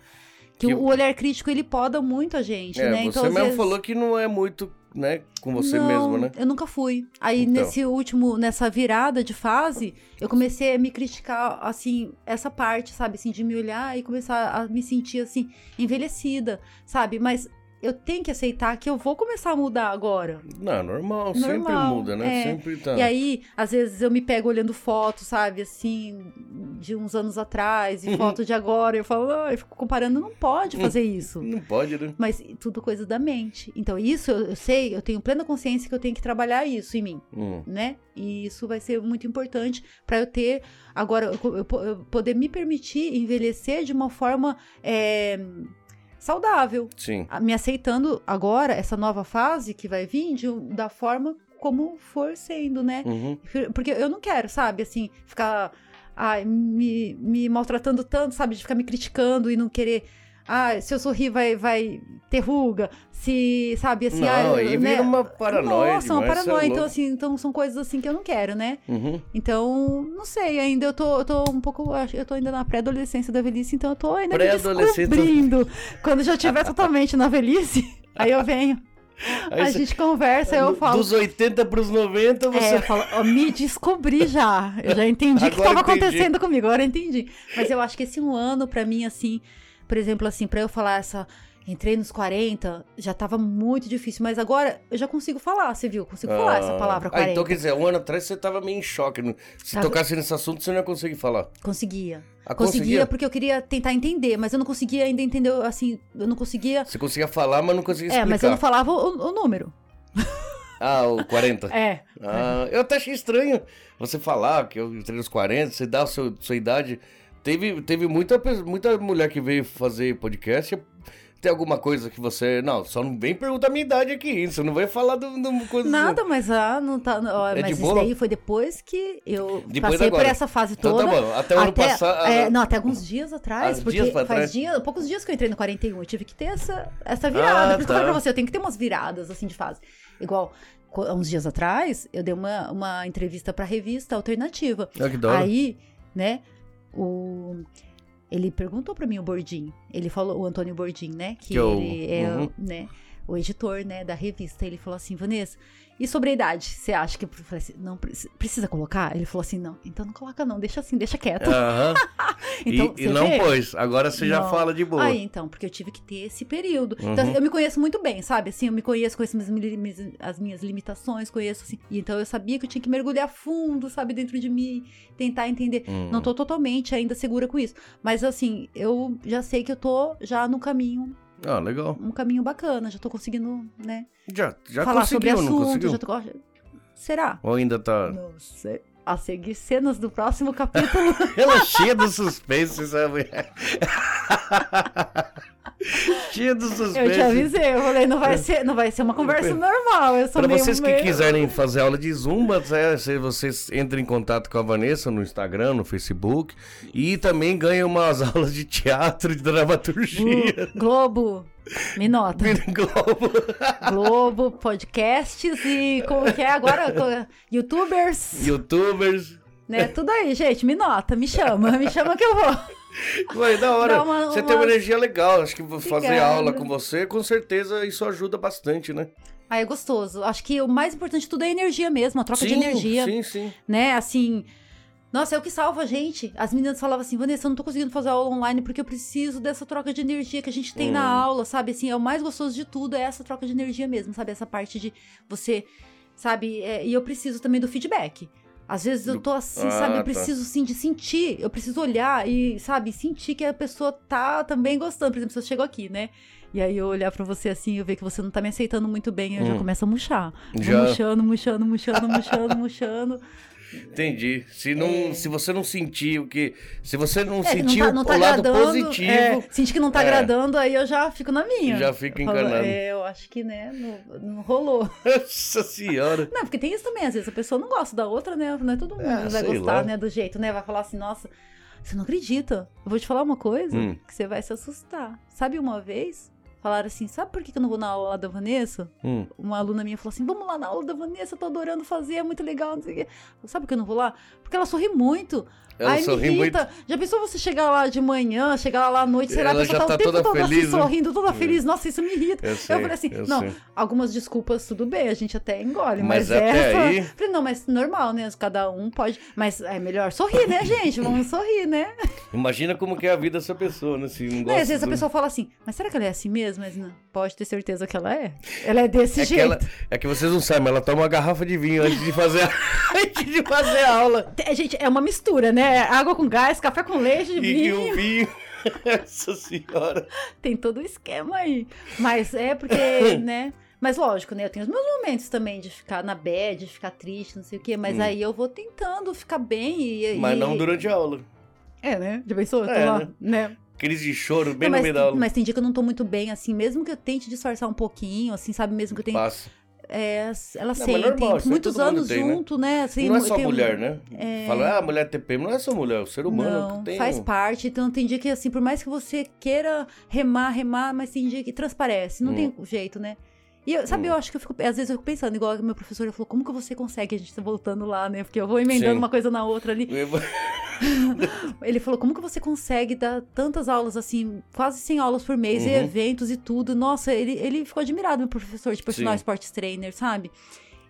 Que,
Que
o,
o-
olhar crítico ele poda muito a gente,
É,
né?
você
às
mesmo
vezes-
falou que não é muito, né, com você
não,
mesmo, né?
Eu nunca fui. Aí
Então.
nesse último, nessa virada de fase, eu comecei a me criticar, assim, essa parte, sabe, assim, de me olhar e começar a me sentir assim envelhecida, sabe? Mas eu tenho que aceitar que eu vou começar a mudar agora.
Não, normal, sempre
Normal,
muda, né?
é.
Sempre tá.
E aí, às vezes eu me pego olhando foto, sabe, assim, de uns anos atrás e foto de agora, eu falo, ah, eu fico comparando, não pode fazer isso.
Não pode, né?
Mas tudo coisa da mente. Então, isso eu, eu sei, eu tenho plena consciência que eu tenho que trabalhar isso em mim,
Hum.
né? E isso vai ser muito importante para eu ter. Agora, eu, co- eu po- eu poder me permitir envelhecer de uma forma é, saudável.
Sim.
a- Me aceitando agora essa nova fase que vai vir de um- da forma como for sendo, né?
Uhum.
Porque eu não quero, sabe, assim, ficar ai, me, me maltratando tanto, sabe, de ficar me criticando e não querer. Ah, se eu sorrir vai, vai ter ruga. Se, sabe, assim, ah,
não, aí
né?
vira uma paranoia
Nossa, uma
demais, cê é
paranoia. então,
louco.
assim, então são coisas assim que eu não quero, né?
Uhum.
Então, não sei, ainda eu tô, eu tô um pouco. Eu tô ainda na pré-adolescência da velhice, então eu tô ainda me
Pré-adolescente.
descobrindo. Quando eu já estiver totalmente na velhice, aí eu venho.
Aí
a
cê-
gente conversa, eu falo.
Dos 80 pros 90,
É,
você...
eu falo, ó, me descobri já. Eu já entendi o que
Agora
estava
entendi.
acontecendo comigo, agora eu entendi. Mas eu acho que esse um ano, pra mim, assim, por exemplo, assim, pra eu falar essa. Entrei nos 40, já tava muito difícil, mas agora eu já consigo falar, você viu? Consigo falar essa
Ah.
palavra
Ah,
40.
então quer dizer, um ano atrás você tava meio em choque. né? Se
Tava-
tocasse nesse assunto, você não ia conseguir falar.
Conseguia.
Ah,
Conseguia porque eu queria tentar entender, mas eu não conseguia ainda entender, assim, eu não conseguia.
Você conseguia falar, mas não conseguia explicar.
É, mas eu não falava o, o número.
Ah, o 40.
É.
Ah, eu até achei estranho você falar que eu entrei nos 40, você dá a sua, sua idade. Teve, teve muita, pe- muita mulher que veio fazer podcast, Tem alguma coisa que você. Não, só não vem perguntar a minha idade aqui, hein? Você não vai falar do, do coisa.
Nada, mas ah, não tá. ó,
É de
mas isso
boa?
daí foi depois que eu
Depois
passei
agora.
por essa fase
Então
toda.
tá bom. Até o ano ah, passado.
é, não, até alguns dias atrás,
Ah,
porque
dias pra
faz
trás?
dias- poucos dias que eu entrei no 41, eu tive que ter essa, essa virada.
Ah, tá.
Por isso que eu falei pra você, eu tenho que ter umas viradas, assim, de fase. Igual, co- há uns dias atrás, eu dei uma, uma entrevista pra revista alternativa.
Ah, que da hora.
Aí, né, o... Ele perguntou pra mim o Bordim. Ele falou, o Antônio Bordim, né? Que,
Que é o-
ele é,
Uhum.
né, o editor, né, da revista. Ele falou assim, Vanessa, e sobre a idade? Você acha que... Eu falei assim, não, preci- precisa colocar? Ele falou assim, não. Então não coloca não, deixa assim, deixa quieto.
Aham.
Então,
e
você
e não
vê?
pôs. Agora você já
Não.
fala de boa.
Aí, então, porque eu tive que ter esse período. Então,
Uhum.
eu me conheço muito bem, sabe? Assim, eu me conheço, conheço as minhas, limi- as minhas limitações, conheço assim. E então eu sabia que eu tinha que mergulhar fundo, sabe, dentro de mim, tentar entender.
Hum.
Não tô totalmente ainda segura com isso. Mas assim, eu já sei que eu tô já no caminho,
Ah, legal.
um caminho bacana, já tô conseguindo, né?
Já, já
falar sobre
conseguiu, não
assunto,
conseguiu?
já tô. Será?
Ou ainda tá.
Não sei. A seguir cenas do próximo capítulo.
Ela é cheia do suspense, essa mulher. cheia do suspense.
eu te avisei, eu falei, não
É.
vai ser, não vai ser uma conversa normal. Eu sou
Para
meio
vocês que
meio-
quiserem fazer aula de Zumba, é, se vocês entrem em contato com a Vanessa no Instagram, no Facebook. E também ganham umas aulas de teatro, de dramaturgia.
Uh, Globo, me nota.
no Globo.
Globo, podcasts e como que é agora? Co- Youtubers,
Youtubers.
né? Tudo aí, gente, me nota, me chama, me chama que eu vou.
Ué, da hora.
Dá uma-
Você tem uma
uma-
energia legal. Acho que vou fazer
Obrigada.
aula com você, com certeza isso ajuda bastante, né?
Ah, é gostoso. Acho que o mais importante de tudo é a energia mesmo, a troca de
Sim,
energia,
Sim, sim.
né? Assim, nossa, é o que salva a gente. As meninas falavam assim, Vanessa, eu não tô conseguindo fazer aula online porque eu preciso dessa troca de energia que a gente tem na
Hum.
aula, sabe? Assim, é o mais gostoso de tudo, é essa troca de energia mesmo, sabe? Essa parte de você, sabe? É, e eu preciso também do feedback. Às vezes eu
Do-
tô assim,
Ah,
sabe?
tá.
Eu preciso, sim, de sentir. Eu preciso olhar e, sabe, sentir que a pessoa tá também gostando. Por exemplo, se eu chego aqui, né? E aí eu olhar pra você assim, eu ver que você não tá me aceitando muito bem, eu já
Hum.
começo a murchar. Vou
Já.
Murchando, murchando, murchando, murchando, murchando.
Entendi. Se, não, se você não sentir o que. Se você não
É, que
sentir o- o lado positivo.
é, senti que não tá
é.
agradando, aí eu já fico na minha.
Já fico
Eu falo,
enganado.
É, eu acho que, né, não, não rolou.
Nossa senhora.
Não, porque tem isso também, às vezes a pessoa não gosta da outra, né? Não é todo mundo
É,
que vai
sei
gostar,
lá.
né, do jeito, né? Vai falar assim, nossa, você não acredita. Eu vou te falar uma coisa
Hum.
que você vai se assustar. Sabe uma vez, falaram assim, sabe por que que eu não vou na aula lá da Vanessa?
Hum.
uma aluna minha falou assim: vamos lá na aula da Vanessa, eu tô adorando fazer, é muito legal, não sei o quê. Sabe por que eu não vou lá? Porque ela sorri muito.
Ela
Aí
sorri
me
muito.
irrita. Já pensou você chegar lá de manhã, chegar lá à noite, será que
Ela
a pessoa
já
tá,
tá
o tempo
toda
todo assim,
feliz, né?
sorrindo, toda feliz? Nossa, isso me irrita.
Eu, sei,
falei assim,
eu
não,
sei.
Algumas desculpas, tudo bem, a gente até engole,
Mas
mas,
até
essa.
aí-
Falei, não, mas normal, né? Cada um pode. Mas é melhor sorrir, né, gente? Vamos sorrir, né?
Imagina como que é a vida dessa pessoa, né? Se não
Né,
gosta
às vezes a
do-
pessoa fala assim, mas será que ela é assim mesmo? Mas não, pode ter certeza que ela é. Ela é
É
desse
que,
jeito.
ela, é que vocês não sabem, mas ela toma uma garrafa de vinho antes de fazer a, antes de fazer a aula.
É, gente, é uma mistura, né? Água com gás, café com leite,
E, e
vinho.
o vinho. Nossa senhora.
Tem todo o esquema aí. Mas é porque, né? Mas lógico, né? Eu tenho os meus momentos também de ficar na bad, de ficar triste, não sei o quê. Mas
Hum.
aí eu vou tentando ficar bem e.
Mas
e-
não durante a aula.
É, né? Já pensou? Eu tô
É,
lá, né?
Crise de choro bem
Não,
no
mas,
meio da aula.
mas tem dia que eu não tô muito bem, assim. Mesmo que eu tente disfarçar um pouquinho, assim, sabe? Mesmo que eu tenha.
Passa.
É, ela
mas
sentem.
normal, isso aí
muitos
todo mundo
anos
tem, né?
junto, né? Assim,
não é
eu
só
tenho-
mulher, né? Fala, ah, mulher TPM, não é só mulher, é o ser humano
É. não,
que tem.
faz
um-
parte. Então tem dia que, assim, por mais que você queira remar, remar, mas tem dia que transparece. Não
Hum.
tem jeito, né? E eu, sabe, eu acho que eu fico. Às vezes eu fico pensando, igual meu professor ele falou, como que você consegue? A gente tá voltando lá, né? Porque eu vou emendando
Sim.
uma coisa na outra ali. Ele falou, como que você consegue dar tantas aulas assim, quase 100 aulas por mês, e
Uhum.
eventos e tudo. Nossa, ele, ele ficou admirado, meu professor de personal
Sim.
sports trainer, sabe?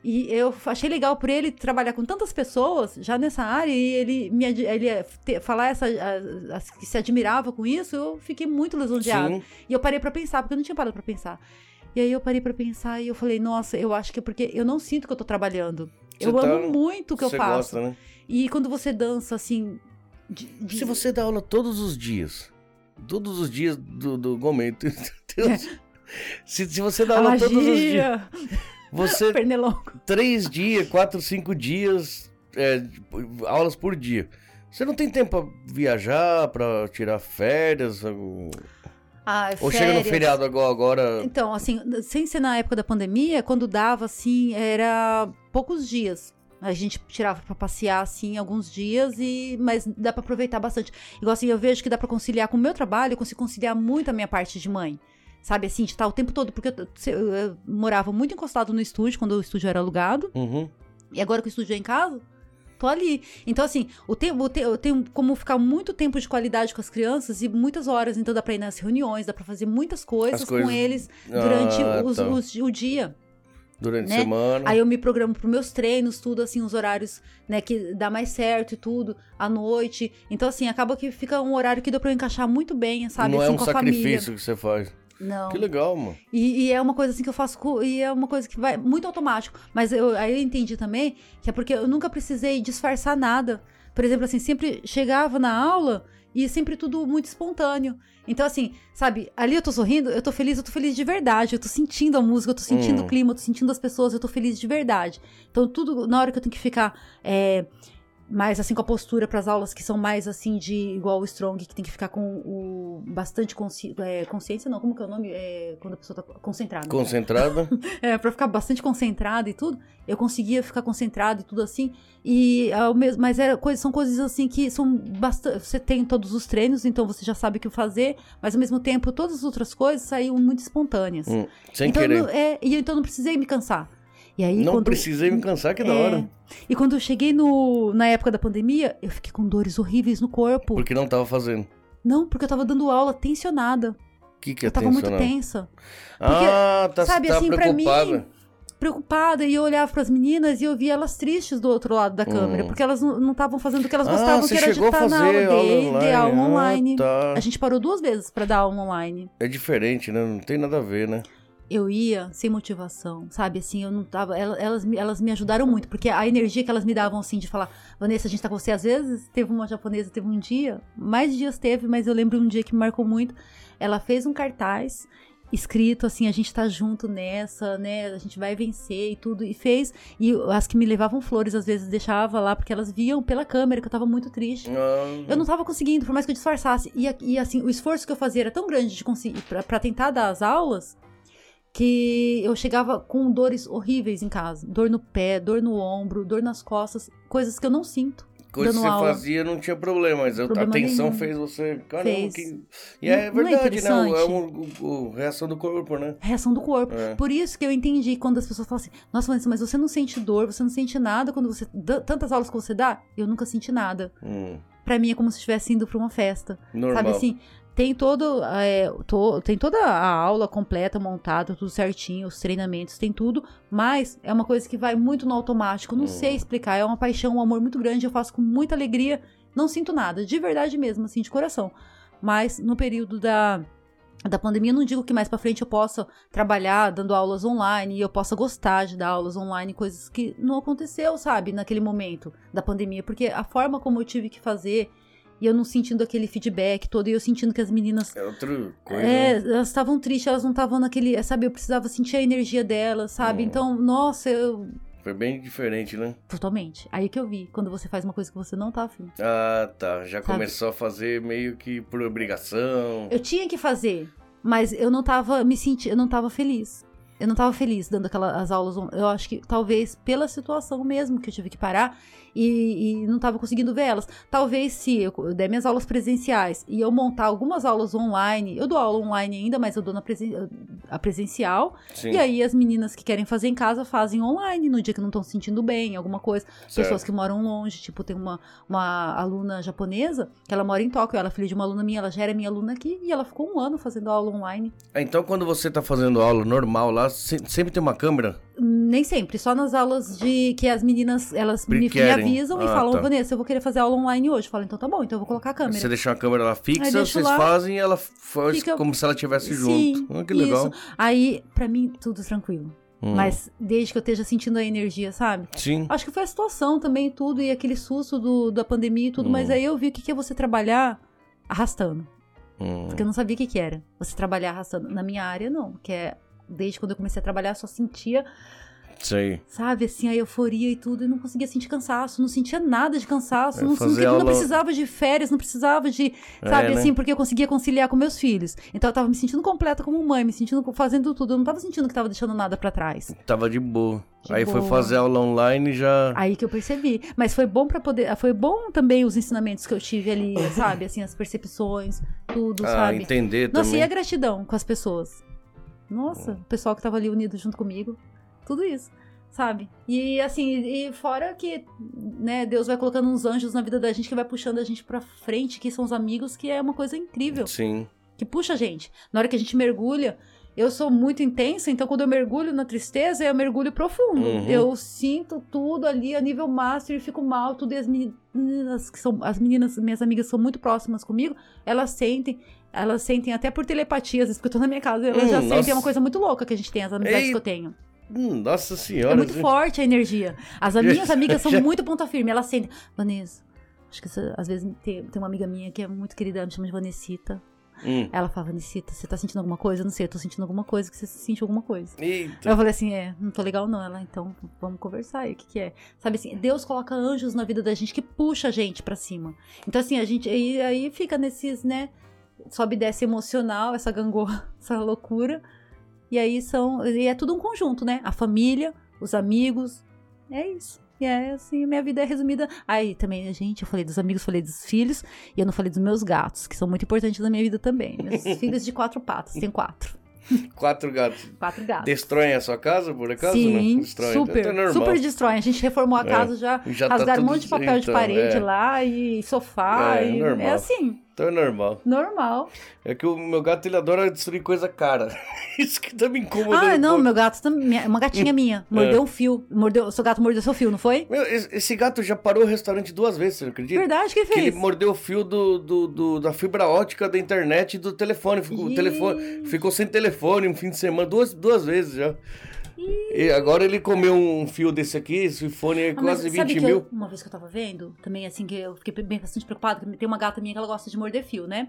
E eu achei legal por ele trabalhar com tantas pessoas já nessa área e ele me ad- ele eh, te- falar essa as- as que se admirava com isso, eu fiquei muito lisonjeada.
Sim,
E eu parei pra pensar, porque eu não tinha parado pra pensar. E aí eu parei pra pensar e eu falei, nossa, eu acho que é porque eu não sinto que eu tô trabalhando.
Você
eu
tá-
amo muito o que eu
você
faço.
gosta, né?
E quando você dança assim, de- de-
Se você dá aula todos os dias, todos os dias do, do momento, Deus, se, se você dá
A
aula
magia,
todos os dias, você
Pernilongo.
três dias, quatro, cinco dias, é, aulas por dia. Você não tem tempo pra viajar, pra tirar férias? algum-
Ah,
Ou chega no
férias.
feriado agora, agora
Então, assim, sem ser na época da pandemia, quando dava, assim, era poucos dias. A gente tirava pra passear, assim, alguns dias, e mas dá pra aproveitar bastante. Igual assim, eu vejo que dá pra conciliar com o meu trabalho, eu consigo conciliar muito a minha parte de mãe. Sabe, assim, de estar o tempo todo, porque eu, eu- eu morava muito encostado no estúdio, quando o estúdio era alugado.
Uhum.
E agora que eu estudo em casa, tô ali. Então, assim, o tempo, o te- eu tenho como ficar muito tempo de qualidade com as crianças e muitas horas. Então, dá pra ir nas reuniões, dá pra fazer muitas coisas
As coisas-
com eles durante
Ah,
os-
tá.
os- o dia.
durante a
né?
semana.
Aí eu me programo pros meus treinos, tudo, assim, os horários, né, que dá mais certo e tudo, à noite. Então, assim, acaba que fica um horário que dá pra eu encaixar muito bem, sabe?
não
assim,
é um
com a
sacrifício
família. Então.
que você faz.
Não.
Que legal, mano.
E, e é uma coisa assim que eu faço, co- e é uma coisa que vai muito automático. Mas eu, aí eu entendi também que é porque eu nunca precisei disfarçar nada. Por exemplo, assim, sempre chegava na aula e sempre tudo muito espontâneo. Então, assim, sabe, ali eu tô sorrindo, eu tô feliz, eu tô feliz de verdade. Eu tô sentindo a música, eu tô sentindo
Hum.
o clima, eu tô sentindo as pessoas, eu tô feliz de verdade. Então, tudo, na hora que eu tenho que ficar. é, mais assim com a postura pras aulas que são mais assim de igual o Strong, que tem que ficar com o bastante consci- é, consciência, não, como que é o nome? É, quando a pessoa tá concentrada.
Concentrada.
É, pra ficar bastante concentrada e tudo, eu conseguia ficar concentrada e tudo assim. E ao mesmo, mas era coisa, são coisas assim que são bastante. Você tem todos os treinos, então você já sabe o que fazer, mas ao mesmo tempo todas as outras coisas saíam muito espontâneas.
Hum, sem
então,
querer.
não- é, e eu, então não precisei me cansar. E aí,
Não
quando,
precisei me cansar, que da
é.
hora.
E quando eu cheguei no, na época da pandemia, eu fiquei com dores horríveis no corpo.
Porque não tava fazendo.
Não, porque eu tava dando aula tensionada.
O que, que é
Eu tava muito
tensional?
tensa.
Ah, tá,
sabe,
tá
assim, pra mim,
preocupada.
Preocupada, e eu olhava pras meninas e eu via elas tristes do outro lado da câmera,
Hum.
porque elas não não estavam fazendo o que elas
Ah,
gostavam, que
você
era de
chegou a
estar na aula
fazer aula
de,
online.
de aula
Ah,
online.
tá.
A gente parou duas vezes pra dar aula online.
É diferente, né? Não tem nada a ver, né?
Eu ia sem motivação, sabe? Assim, eu não tava. ela- Elas, me- elas me ajudaram muito, porque a energia que elas me davam, assim, de falar, Vanessa, a gente tá com você às vezes. Teve uma japonesa, teve um dia, mais dias teve, mas eu lembro um dia que me marcou muito. Ela fez um cartaz escrito assim: a gente tá junto nessa, né? A gente vai vencer e tudo. E fez. E as que me levavam flores, às vezes, deixava lá, porque elas viam pela câmera que eu tava muito triste.
Ah,
Eu não tava conseguindo, por mais que eu disfarçasse. E, a- e, assim, o esforço que eu fazia era tão grande de conseguir pra, pra tentar dar as aulas que eu chegava com dores horríveis em casa. Dor no pé, dor no ombro, dor nas costas, coisas que eu não sinto.
Coisa que
dando
você
aula.
fazia não tinha problema, mas a
Problema
tensão
nenhum.
fez você. Caramba,
Fez.
que. E é
Não- não é
verdade, né? O- É
interessante?
um, o- o- reação do corpo, né?
Reação do corpo.
É.
Por isso que eu entendi quando as pessoas falam assim: Nossa, Vanessa, mas você não sente dor, você não sente nada quando você. dá- Tantas aulas que você dá, eu nunca senti nada.
Hum,
Pra mim é como se estivesse indo pra uma festa.
normal.
Sabe assim, tem todo é, to- tem toda a aula completa, montada, tudo certinho, os treinamentos, tem tudo, mas é uma coisa que vai muito no automático, não
Hum.
sei explicar, é uma paixão, um amor muito grande, eu faço com muita alegria, não sinto nada, de verdade mesmo, assim, de coração. Mas no período da da pandemia, não digo que mais pra frente eu possa trabalhar dando aulas online e eu possa gostar de dar aulas online, coisas que não aconteceu, sabe, naquele momento da pandemia, porque a forma como eu tive que fazer e eu não sentindo aquele feedback todo e eu sentindo que as meninas
É outra coisa.
é,
né?
elas estavam tristes, elas não estavam naquele, é, sabe, eu precisava sentir a energia delas, sabe?
Hum.
Então, nossa, eu
Foi bem diferente, né?
totalmente. Aí que eu vi, quando você faz uma coisa que você não tá afim.
Ah, tá. Já
Sabe?
começou a fazer meio que por obrigação.
Eu tinha que fazer, mas eu não tava me sentindo, eu não tava feliz. Eu não tava feliz dando aquelas aulas. on- Eu acho que talvez pela situação mesmo que eu tive que parar e, e não tava conseguindo ver elas. Talvez se eu co- eu der minhas aulas presenciais e eu montar algumas aulas online, eu dou aula online ainda, mas eu dou na presen- a presencial.
Sim,
E aí as meninas que querem fazer em casa fazem online no dia que não estão se sentindo bem, alguma coisa pessoas
certo.
que moram longe. Tipo, tem uma, uma aluna japonesa que ela mora em Tóquio, ela é filha de uma aluna minha, ela já era minha aluna aqui e ela ficou um ano fazendo aula online.
Ah, Então, quando você tá fazendo aula normal lá, se- sempre tem uma câmera?
Nem sempre, só nas aulas de que as meninas elas me, me
Querem.
avisam e
Ah,
falam,
tá.
Vanessa, eu vou querer fazer aula online hoje. Eu falo, então tá bom, então eu vou colocar a câmera.
Você deixa uma câmera lá fixa,
Aí deixo
vocês
lá,
fazem e ela faz
fica-
como se ela estivesse
Sim,
junto. Ah, que legal.
Isso. Aí, pra mim, tudo tranquilo.
Hum,
Mas desde que eu esteja sentindo a energia, sabe?
Sim.
Acho que foi a situação também, tudo, e aquele susto do, da pandemia e tudo,
Hum.
mas aí eu vi o que, que é você trabalhar arrastando.
Hum.
Porque eu não sabia o que, que era. Você trabalhar arrastando. Na minha área, não. Que é. Desde quando eu comecei a trabalhar, eu só sentia
Sei.
sabe? Assim, a euforia e tudo. Eu não conseguia sentir cansaço, não sentia nada de cansaço.
É,
não,
fazer
não- não
aula-
precisava de férias, não precisava de. Sabe,
né?
assim, porque eu conseguia conciliar com meus filhos. Então eu tava me sentindo completa como mãe, me sentindo fazendo tudo. Eu não tava sentindo que tava deixando nada pra trás.
Tava de boa.
De
Aí foi
boa.
fazer aula online e já.
Aí que eu percebi. Mas foi bom para poder. Foi bom também os ensinamentos que eu tive ali, sabe? Assim, as percepções, tudo,
Ah,
sabe?
entender
Nossa, e é
também.
a gratidão com as pessoas. Nossa, o pessoal que tava ali unido junto comigo. Tudo isso, sabe? E assim, e fora que, né, Deus vai colocando uns anjos na vida da gente que vai puxando a gente pra frente, que são os amigos, que é uma coisa incrível.
Sim.
Que puxa a gente. Na hora que a gente mergulha, eu sou muito intensa, então quando eu mergulho na tristeza, eu mergulho profundo.
Uhum.
Eu sinto tudo ali a nível master e fico mal, tudo. E as meninas que são. As meninas, minhas amigas são muito próximas comigo, elas sentem. Elas sentem até por telepatia, às vezes, porque eu tô na minha casa, elas
Hum,
já sentem.
nossa.
É uma coisa muito louca que a gente tem, as amizades que
Ei,
eu tenho.
Hum, nossa senhora.
É muito
gente.
forte a energia. As minhas
Já-
amigas são
já-
muito ponta firme, elas sentem. Vanessa, acho que essa- às vezes tem, tem uma amiga minha que é muito querida, ela me chama de Vanessita.
Hum.
Ela fala, Vanicita, você tá sentindo alguma coisa? Eu não sei, eu tô sentindo alguma coisa, que você sente alguma coisa.
Eita.
Eu falei assim, é, não tô legal não. Ela, então, vamos conversar aí, o que que é? Sabe assim, Deus coloca anjos na vida da gente que puxa a gente pra cima. Então assim, a gente, aí, aí fica nesses, né, sobe e desce emocional, essa gangorra, essa loucura. E aí são, e é tudo um conjunto, né? A família, os amigos, é isso. E é assim, minha vida é resumida. Aí também, gente, eu falei dos amigos, falei dos filhos, e eu não falei dos meus gatos, que são muito importantes na minha vida também. Meus filhos de quatro patas, tem quatro.
Quatro gatos.
Quatro gatos.
Destroem a sua casa, por acaso?
Ah. Sim,
não? Destroem. Então
super,
tá normal.
super destroem. A gente reformou a
É.
casa já,
Já tá
rasgaram um
tudo-
monte de papel de
então,
parede
é.
lá e sofá.
É,
e-
normal.
é assim,
Então é normal.
normal.
É que o meu gato, ele adora destruir coisa cara. Isso que tá me incomodando.
Ah,
um
não,
pouco. É.
meu gato também. minha- Uma gatinha minha. Mordeu um fio. Mordeu, seu gato mordeu seu fio, não foi?
Meu, es- esse gato já parou o restaurante duas vezes, você não acredita?
Verdade, que
Que ele
fez?
mordeu o fio do, do- do- da fibra ótica da internet e do telefone. Ficou, o
Ih.
telefone. Ficou sem telefone um fim de semana, duas, duas vezes já. E agora ele comeu um fio desse aqui, esse fone é
Ah, mas
quase
sabe
20
que
mil.
eu- uma vez que eu tava vendo, também assim, que eu fiquei bem- bastante preocupada, que tem uma gata minha que ela gosta de morder fio, né?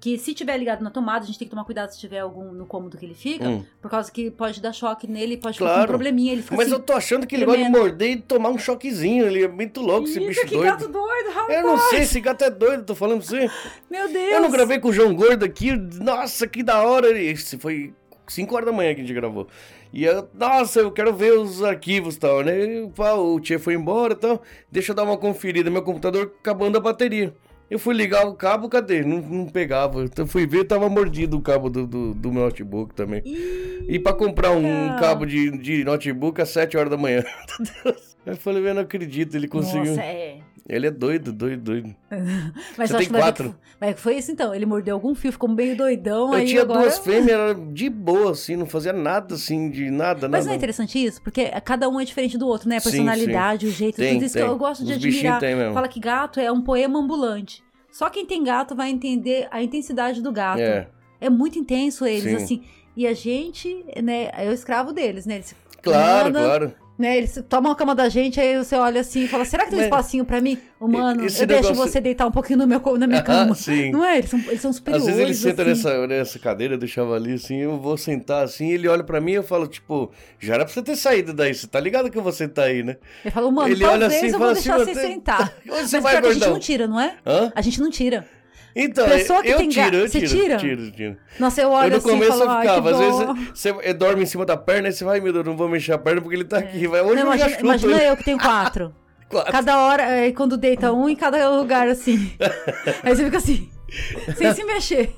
Que se tiver ligado na tomada, a gente tem que tomar cuidado se tiver algum no cômodo que ele fica,
Hum.
por causa que pode dar choque nele, pode ficar com um
Claro.
probleminha, ele fica
Mas
assim,
eu tô achando que ele
tremendo.
gosta de morder e tomar um choquezinho. Ele é muito louco, esse
Ih,
bicho
que
doido.
gato doido, rapaz.
Eu não sei, esse gato é doido, tô falando pra você.
Meu Deus.
Eu não gravei com o João Gordo aqui. Nossa, que da hora. Esse foi 5 horas da manhã que a gente gravou. E eu, nossa, eu quero ver os arquivos e tal, né? E, pá, o Tchê foi embora e tal. Deixa eu dar uma conferida. Meu computador acabando a bateria. Eu fui ligar o cabo, cadê? Não, não pegava. Então fui ver, tava mordido o cabo do, do, do meu notebook também. E pra comprar um
Eita.
cabo de, de notebook às 7 horas da manhã. Eu falei, eu não acredito, ele conseguiu.
Nossa, é.
Ele é doido, doido, doido.
Mas
Você
eu
tem
acho que vai ver que
quatro?
fo- vai que foi isso então. Ele mordeu algum fio, ficou meio doidão.
Eu
aí
tinha
agora...
duas fêmeas, era de boa, assim, não fazia nada, assim, de nada,
Mas não é
nada.
interessante isso? Porque cada um é diferente do outro, né? A
Sim,
personalidade, o jeito,
Tem,
tudo isso
tem.
que eu gosto de
Os bichinhos
admirar.
tem mesmo.
Fala que gato é um poema ambulante. Só quem tem gato vai entender a intensidade do gato.
É,
É muito intenso eles,
Sim.
assim. E a gente, né, é o escravo deles, né? Eles,
claro,
Nada.
claro.
né, eles tomam a cama da gente, aí você olha assim e fala, será que tem um
Mas-
espacinho pra mim? Humano,
Esse
eu deixo
negócio-
você deitar um pouquinho no meu, co- na minha cama.
Ah, sim.
Não é? Eles são, eles são superiores.
Às vezes ele senta
assim.
nessa, nessa cadeira, eu deixava ali, assim, eu vou sentar, assim, ele olha pra mim e eu falo, tipo, já era pra você ter saído daí, você tá ligado que eu vou sentar aí, né?
Ele fala, mano,
Ele olha
talvez
assim e
eu
fala
vou
assim,
deixar você
você-
sentar.
Onde você
Mas
vai,
pior que a gente
gordão?
não tira, não é?
Hã?
A gente não tira.
Então,
Pessoa que
eu
tem ga-
tiro, eu
Você
tiro,
tira?
tiro, tiro.
Nossa, eu olho
eu no
assim e
começo
falo,
eu
ai,
ficava,
que
às vezes
dó.
você, você dorme em cima da perna e você vai, meu Deus, não vou mexer a perna porque ele tá aqui, vai, hoje
É. Não,
eu já
imagina,
chuto
imagina
ele.
eu que tenho quatro.
Claro.
Cada hora, é, quando deita um em cada lugar, assim. Aí você fica assim, sem se mexer.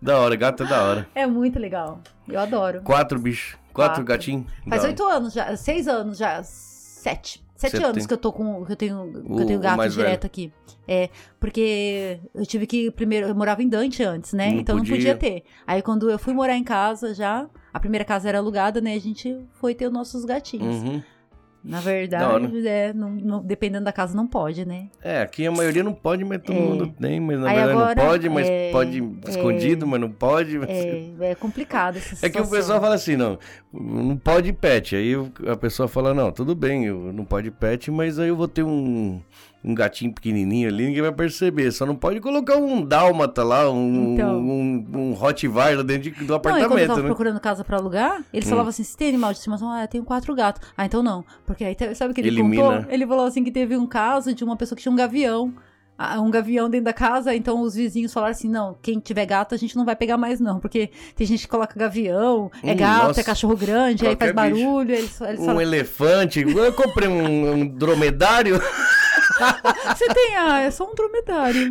Da hora, gato é da hora.
É muito legal. Eu adoro.
Quatro bichos, quatro,
Quatro.
gatinhos.
Faz
da hora.
oito anos já, seis anos já, sete. Sete
Você
anos
tem-
que eu tô com. que eu tenho, que
O-
eu tenho
o
gato
mais
direto aqui. É, porque eu tive que. Primeiro, eu morava em Dante antes, né?
Não
então não
podia.
podia ter. Aí quando eu fui morar em casa já, a primeira casa era alugada, né? A gente foi ter os nossos gatinhos.
Uhum.
Na
Da
verdade,
hora.
é, não- não- dependendo da casa, não pode, né?
É, aqui a maioria não pode, mas todo
É.
mundo tem, mas na
Aí
verdade
agora,
não pode, mas
é,
pode escondido, mas não pode. mas-
É, é complicado essa
Tá É que o
situação.
pessoal fala assim, não, não pode pet. Aí o- a pessoa fala, não, tudo bem, eu não pode pet, mas aí eu vou ter um, um gatinho pequenininho ali, ninguém vai perceber. Só não pode colocar um dálmata lá, um,
Então.
um, um Rottweiler dentro de- do
Não, e quando eu
apartamento,
tava
né? Hum.
procurando casa pra alugar, ele falava assim: se tem animal de estimação? Ah, eu tenho quatro gatos. Ah, então não. Porque aí, te- sabe o que ele
Elimina.
contou? Ele falou assim: que teve um caso de uma pessoa que tinha um gavião. Ah, Um gavião dentro da casa, então os vizinhos falaram assim: não, quem tiver gato a gente não vai pegar mais, não, porque tem gente que coloca gavião, é
Hum,
gato,
nossa.
é cachorro grande, aí faz
Qualquer bicho.
barulho, eles, eles
Um
falam,
elefante. Eu comprei um, um dromedário.
você tem, ah, é só um dromedário.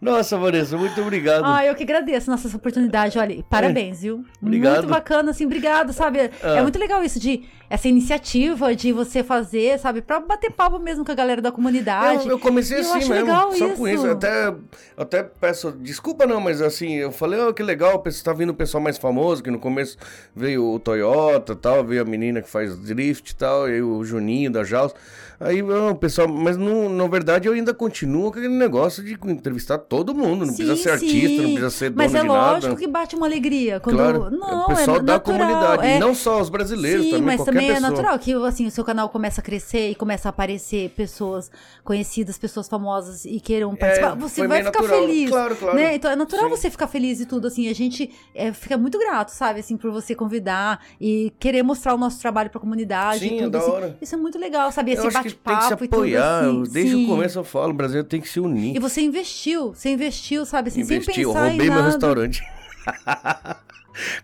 Nossa, Vanessa, muito obrigado. É.
Ah, eu que agradeço nossa essa oportunidade. Olha, parabéns, viu?
Obrigado.
Muito bacana, assim, obrigado, sabe?
Ah.
É muito legal isso de essa iniciativa de você fazer, sabe, pra bater papo mesmo com a galera da comunidade.
Eu, eu comecei
Eu
assim
acho
mesmo,
legal
só com isso.
isso.
Eu até, eu até peço desculpa, não, mas assim, eu falei, ó, que legal, o pessoal- tá vindo o pessoal mais famoso, que no começo veio o Toyota tal, veio a menina que faz drift e tal, e o Juninho da Jaus. Aí, ó, o pessoal, mas no, na verdade eu ainda continuo com aquele negócio de entrevistar todo mundo, não precisa
Sim,
ser artista, não
sim.
precisa ser dono
Mas é
de
lógico
nada.
que bate uma alegria quando
Claro,
não
o pessoal
é
da
natural,
comunidade,
é...
e não só os brasileiros,
Sim,
também
mas
qualquer
também é
pessoa.
natural que assim, o seu canal começa a crescer e começa a aparecer pessoas conhecidas, pessoas famosas e queiram participar.
É,
você
foi
vai
meio
ficar
natural.
feliz.
Claro, claro.
né? Então é natural
Sim.
você ficar feliz e tudo, assim. A gente é, fica muito grato, sabe, assim, por você convidar e querer mostrar o nosso trabalho pra comunidade
Sim,
e
é
tudo.
da
assim.
hora.
Isso é muito legal, sabe?
eu
Esse
acho que tem que se
bate-papo e tudo
apoiar.
assim.
eu- desde
Sim.
o começo eu falo, o Brasil tem que se unir.
E você investiu, você investiu, sabe? Assim, sem
Investi, eu
pensar
roubei
em
meu
nada.
restaurante.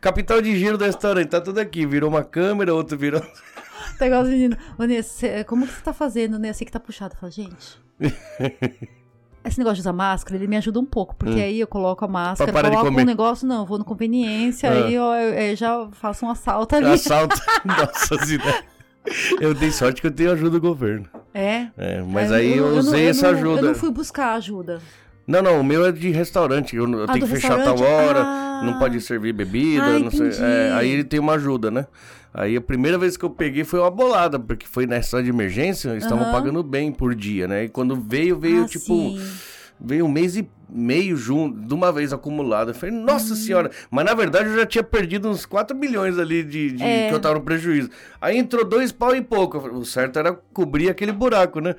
Capital de giro do restaurante, tá tudo aqui. Virou uma câmera, outro virou.
Tá igual os meninos. Vanessa, cê- como que você tá fazendo, né? Eu sei que tá puxado. Eu falo, gente. Esse negócio de usar máscara, ele me ajuda um pouco, porque aí eu coloco a máscara,
Hum. parar de
coloco
comer.
um negócio, não, eu vou no conveniência,
Ah.
aí eu, eu- eu já faço um assalto ali.
Assalto. Nossa cidade. Eu dei sorte que eu tenho ajuda do governo.
É.
É, mas aí eu,
não- não-
usei
eu
essa
não-
ajuda.
Eu não fui buscar ajuda.
Não, não, o meu é de restaurante. Eu, eu
Ah,
tenho
do
que fechar tal
restaurante?
hora,
Ah.
não pode servir bebida,
Ah,
não sei.
entendi.
é, aí ele tem uma ajuda, né? Aí a primeira vez que eu peguei foi uma bolada, porque foi na sala de emergência, eles estavam
Aham.
pagando bem por dia, né? E quando veio, veio
Ah,
tipo.
sim.
Veio um mês e meio junto, de uma vez acumulada. Eu falei,
Hum.
nossa senhora. Mas na verdade eu já tinha perdido uns 4 milhões ali de, de-
É.
que eu tava no prejuízo. Aí entrou dois pau e pouco. Eu falei, O certo era cobrir aquele buraco, né?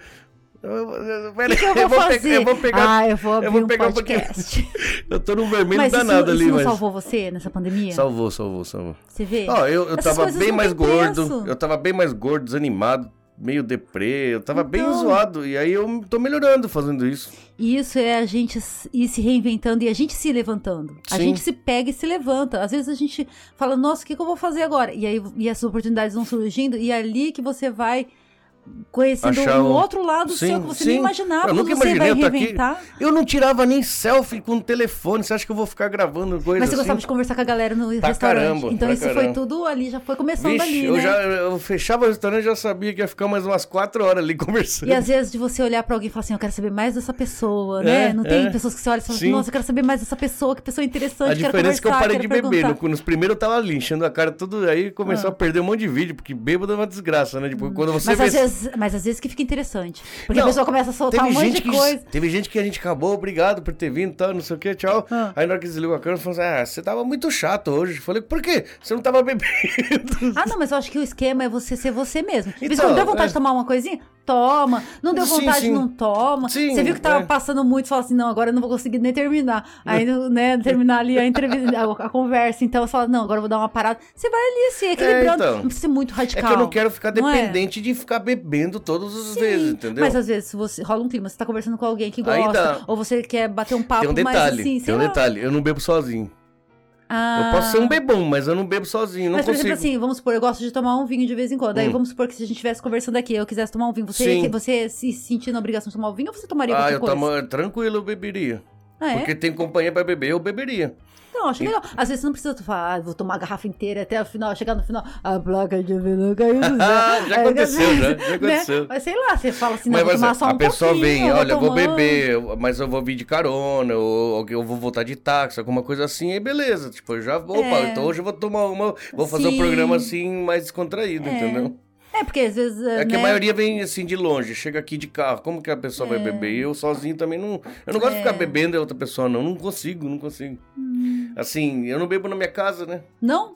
Eu, eu- eu-
O que, que eu vou
eu vou pe-
fazer?
eu vou pegar.
ah, eu vou abrir
vou
um
pegar um pouquinho.
podcast.
Eu tô no vermelho
mas isso,
danado
isso
ali,
não
mas.
salvou você nessa pandemia?
Salvou, salvou, salvou.
Você vê?
Ó, eu, eu
Essas
tava
coisas
bem
não
mais
têm
gordo,
preço.
eu tava bem mais gordo, desanimado, meio deprê, eu tava bem
Então.
zoado. E aí eu tô melhorando fazendo isso.
E isso é a gente s- ir se reinventando e a gente se levantando. A
Sim.
gente se pega e se levanta. Às vezes a gente fala, nossa, o que, que eu vou fazer agora? E aí e essas oportunidades vão surgindo, e é ali que você vai conhecendo
Achar
um
o-
outro lado
Sim,
seu que você
sim.
nem imaginava,
Eu
mas
nunca
você
imaginei
vai
eu tá aqui.
reinventar.
Eu não tirava nem selfie com o telefone. Você acha que eu vou ficar gravando coisa
Mas
assim?
você gostava de conversar com a galera no
Pra
restaurante.
caramba,
então
pra
isso
caramba.
foi tudo ali, já foi começando
Vixe,
ali,
eu
né?
já eu fechava o restaurante e já sabia que ia ficar mais umas quatro horas ali conversando.
E às vezes de você olhar pra alguém e falar assim, eu quero saber mais dessa pessoa, né?
É,
Não tem
é.
pessoas que você olha e fala assim,
Sim.
nossa, eu quero saber mais dessa pessoa, que pessoa interessante,
A
quero
diferença é que eu
conversar,
parei
quero
de beber.
perguntar. Ah.
No, nos primeiros eu tava ali, enchendo a cara tudo. Aí começou a perder um monte de vídeo, porque bêbado é uma desgraça, né? Tipo, quando você
Mas,
vê.
às vezes, mas às vezes que fica interessante. Porque
Não,
a pessoa começa a soltar um
Teve
monte
gente,
de
que,
coisa.
teve gente que a gente acabou, obrigado por ter vindo, tal, não sei o que, tchau.
Ah.
Aí na hora que desligou a câmera, falou assim: Ah, você tava muito chato hoje. Eu Falei, por quê? Você não tava bebendo.
Ah, não, mas eu acho que o esquema é você ser você mesmo. Então,
Então,
não deu vontade
é.
de tomar uma coisinha? Toma. Não deu
Sim,
vontade,
sim.
não toma.
Sim,
você viu que tava
é.
passando muito, você fala assim, não, agora eu não vou conseguir nem terminar. Aí, né, terminar ali a, entrevista, a, a conversa. Então, você fala, não, agora eu vou dar uma parada. Você vai ali, assim, se equilibrando.
então.
Não precisa ser muito
É
radical.
que eu não quero ficar
não é?
dependente de ficar bebendo todas as
Sim,
vezes, entendeu?
Mas às vezes você rola um clima, você tá conversando com alguém que
Aí
gosta,
dá.
ou você quer bater um papo
Tem um detalhe,
mais assim, sei
tem um
lá.
detalhe. Eu não bebo sozinho. Eu posso ser
Ah.
um bebão, mas eu não bebo sozinho. Não
Mas, por
consigo. Hum.
exemplo, assim, vamos supor, eu gosto de tomar um vinho de vez em quando. Aí vamos supor que se a gente estivesse conversando aqui, eu quisesse tomar um vinho, você,
Sim.
você se sentindo na obrigação de tomar um vinho ou você tomaria
ah,
qualquer
eu
coisa?
tamo... tranquilo, eu beberia.
Ah, é?
Porque tem companhia pra beber, eu beberia.
Não, acho legal. Às vezes você não precisa falar, ah, vou tomar a garrafa inteira até o final, chegar no final, a placa de vinho caiu. do
Ah,
céu.
já
Aí,
aconteceu,
às
já, já
né?
aconteceu.
Mas sei lá, você fala assim, não,
mas
vou
vai
tomar
ser-
só um
a pessoa
pouquinho,
vem,
eu
olha, eu vou
tomando.
beber, eu- mas eu vou vir de carona, ou, ou eu vou voltar de táxi, alguma coisa assim, aí beleza. Tipo, eu já vou, opa,
É.
então hoje eu vou tomar uma, vou fazer um
Sim.
programa assim, mais descontraído,
É.
entendeu?
É, porque às vezes.
É que
né?
a maioria vem assim de longe, chega aqui de carro. Como que a pessoa vai beber? E Eu sozinho também não. Eu não gosto de ficar
É. Hum.
bebendo e outra pessoa, não. Não consigo, não consigo. Assim, eu não bebo na minha casa, né?
Não?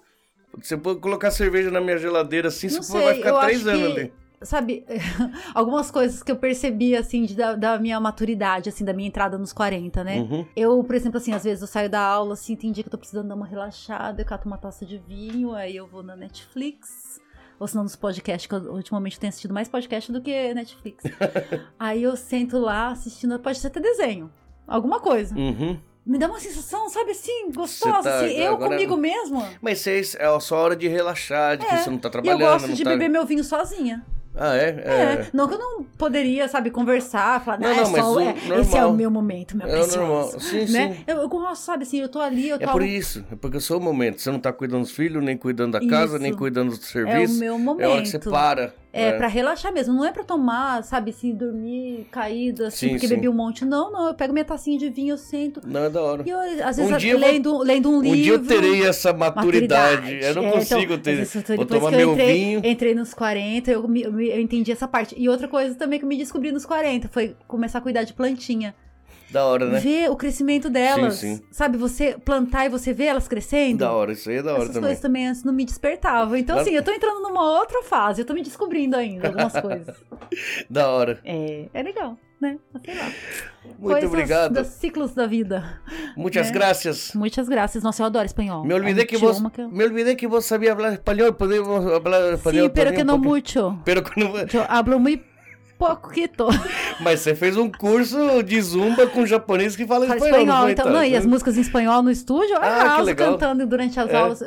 Se eu colocar cerveja na minha geladeira assim,
Não
você
sei,
vai
eu
ficar três
acho
anos
que
ali.
sabe, algumas coisas que eu percebi, assim, de- da, da minha maturidade, assim, da minha entrada nos 40, né?
Uhum.
Eu, por exemplo, assim, às vezes eu saio da aula, assim, tem dia que eu tô precisando dar uma relaxada, eu cato uma taça de vinho, aí eu vou na Netflix. Ou senão nos podcasts, que eu, ultimamente eu tenho assistido mais podcast do que Netflix. aí eu sento lá assistindo, pode ser até desenho. Alguma coisa.
Uhum.
Me dá uma sensação, sabe assim,
Você
gostosa.
tá-
assim, eu
agora-
comigo mesma.
Mas vocês, é só hora de relaxar, de que
É,
você não tá
E eu
trabalhando.
gosto
não
de
tá...
beber meu vinho sozinha.
Ah, é?
É.
É.
Não que eu não poderia, sabe, conversar, falar,
Não,
não, é
não, mas
só,
o
é, esse é
normal.
o meu momento, meu
É, o
precioso.
normal. Sim, sim.
Né? Eu, eu gosto, sabe assim, eu tô ali, eu
É
tô
por isso, é porque é o seu momento. Você não tá cuidando dos filhos, nem cuidando da
Isso.
casa, nem cuidando do
É o
serviço.
meu momento.
É a hora que você para. né?
É, pra relaxar mesmo. Não é pra tomar, sabe, assim, dormir caída,
Sim,
assim, porque
sim.
bebi um monte. Não, não. Eu pego minha tacinha de vinho, eu sento.
Não, é da hora.
E eu, às
Um
vezes,
dia eu vou-
lendo, lendo um
um
livro.
dia eu terei essa maturidade.
maturidade.
Eu não
É,
consigo
então,
ter.
mas isso tudo,
Vou
depois
tomar
que eu
meu
entrei,
vinho.
Entrei nos 40, eu, me- eu me- eu entendi essa parte. E outra coisa também que eu me descobri nos 40 foi começar a cuidar de plantinha.
Da hora, né?
Ver o crescimento delas.
Sim, sim.
Sabe, você plantar e você ver elas crescendo.
Da hora, isso aí é da hora
Essas
também.
coisas também antes não me despertavam. Então,
Mas-
assim, eu tô entrando numa outra fase. Eu tô me descobrindo ainda algumas coisas.
Da hora.
É, é legal, né? Sei lá.
Muito
Coisas
obrigado.
Dos ciclos da vida.
Muitas
né?
graças.
Muitas graças. Nossa, eu adoro espanhol.
Me olvidei
É um
que você-
idioma que eu-
Me olvidei que você sabia falar espanhol. Podemos falar espanhol
Sim, pero
também
que
um
no
pouquinho.
mucho.
Pero que não-
Eu hablo muito pouquito.
Mas você fez um curso de zumba com um japonês que fala
Falo
espanhol. não
espanhol,
foi,
então. Não, e as músicas em espanhol no estúdio, eu
Ah, que
arraso
legal.
cantando durante as
É.
aulas.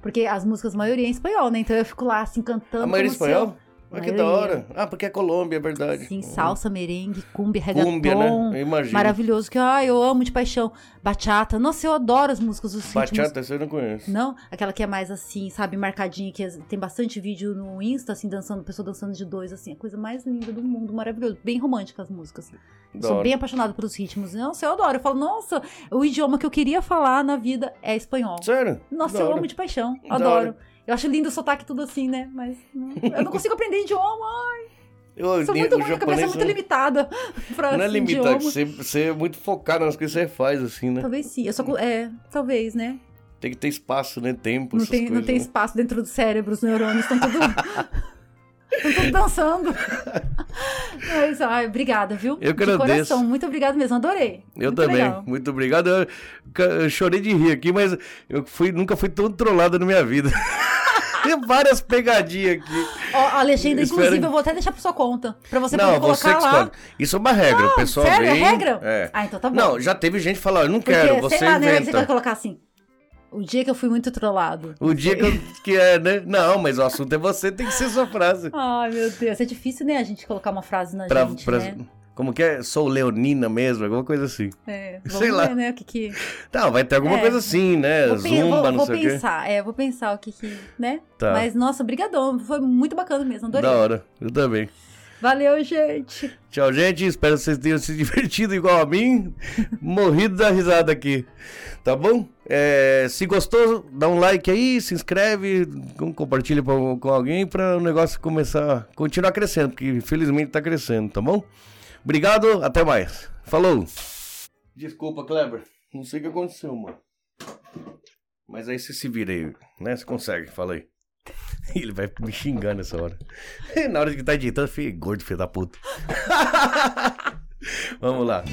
Porque as músicas, a maioria é em espanhol, né? Então eu fico lá, assim, cantando.
A maioria é
como se eu-
espanhol? Ah, que da
Maioria.
hora. Ah, porque é Colômbia, é verdade.
Sim, salsa, merengue, cumbia, reggaeton.
Cúmbia, né? Eu imagino.
Maravilhoso, que ah, eu amo de paixão. Bachata. Nossa, eu adoro as músicas dos ritmos
Bachata, essa eu não conheço.
Não? Aquela que é mais assim, sabe, marcadinha, que tem bastante vídeo no Insta, assim, dançando, pessoa dançando de dois, assim, a coisa mais linda do mundo, maravilhoso. Bem romântica as músicas. Eu
Da
sou
hora.
bem apaixonada pelos ritmos. Nossa, eu adoro. Eu falo, nossa, o idioma que eu queria falar na vida é espanhol.
Sério?
Nossa,
Da
eu
hora.
amo de paixão.
Da
Adoro. Eu acho lindo o sotaque tudo assim, né? Mas hum, eu não consigo aprender idioma.
Eu,
Eu sou
eu-
muito
o
ruim, minha cabeça é
japonês
muito
não-
limitada pra assim,
Não é
esse
limitado,
idioma.
você, você é muito focado nas coisas que você faz, assim, né?
Talvez sim. Eu só. É, talvez, né?
Tem que ter espaço, né? Tempo,
Não
essas
tem, não
coisas.
tem
né?
espaço dentro do cérebro, os neurônios estão tudo. Estão tudo dançando. Mas, ai, obrigada, viu?
Eu que
De
agradeço.
coração, muito obrigada mesmo, adorei.
Eu
Muito
também.
legal.
Muito obrigado. Eu, ca- eu chorei de rir aqui, mas eu fui, nunca fui tão trollado na minha vida. tem várias pegadinhas aqui.
Ó, a legenda,
Eu espero-
inclusive, eu vou até deixar pra sua conta. Pra você
não,
poder colocar
você que
lá.
escolhe. Isso é uma regra, o pessoal
Sério? É
vem-
regra?
É.
Ah, então tá bom.
Não, já teve gente falar, eu não
Porque,
quero,
sei
você
lá, né? Você vai
inventa.
colocar assim. O dia que eu fui muito trollado.
O dia que, eu- que é, né? Não, mas o assunto é você, tem que ser sua frase.
Ai, meu Deus. É difícil, né, a gente colocar uma frase na
Pra-
gente,
pra-
né?
Como que é? Sou leonina mesmo, alguma coisa assim.
É, vamos
sei lá.
ver, né, o que que...
Tá, vai ter alguma
É.
coisa assim, né?
Vou, pen-
Zumba,
vou-
não
vou
sei o quê.
pensar, é, vou pensar o que que, né?
Tá.
Mas, nossa, brigadão, foi muito bacana mesmo, adorei.
Da hora, eu também.
Valeu, gente.
Tchau, gente. Espero que vocês tenham se divertido igual a mim. Morrido da risada aqui. Tá bom? É, se gostou, dá um like aí, se inscreve, com- compartilha pra- com alguém para o negócio começar, continuar crescendo, porque infelizmente tá crescendo, tá bom? Obrigado, até mais. Falou! Desculpa, Kleber. Não sei o que aconteceu, mano. Mas aí você se vira aí, né? Você consegue, fala aí. Ele vai me xingar nessa hora. Na hora que tá editando, filho, gordo, filho da puta. Vamos lá.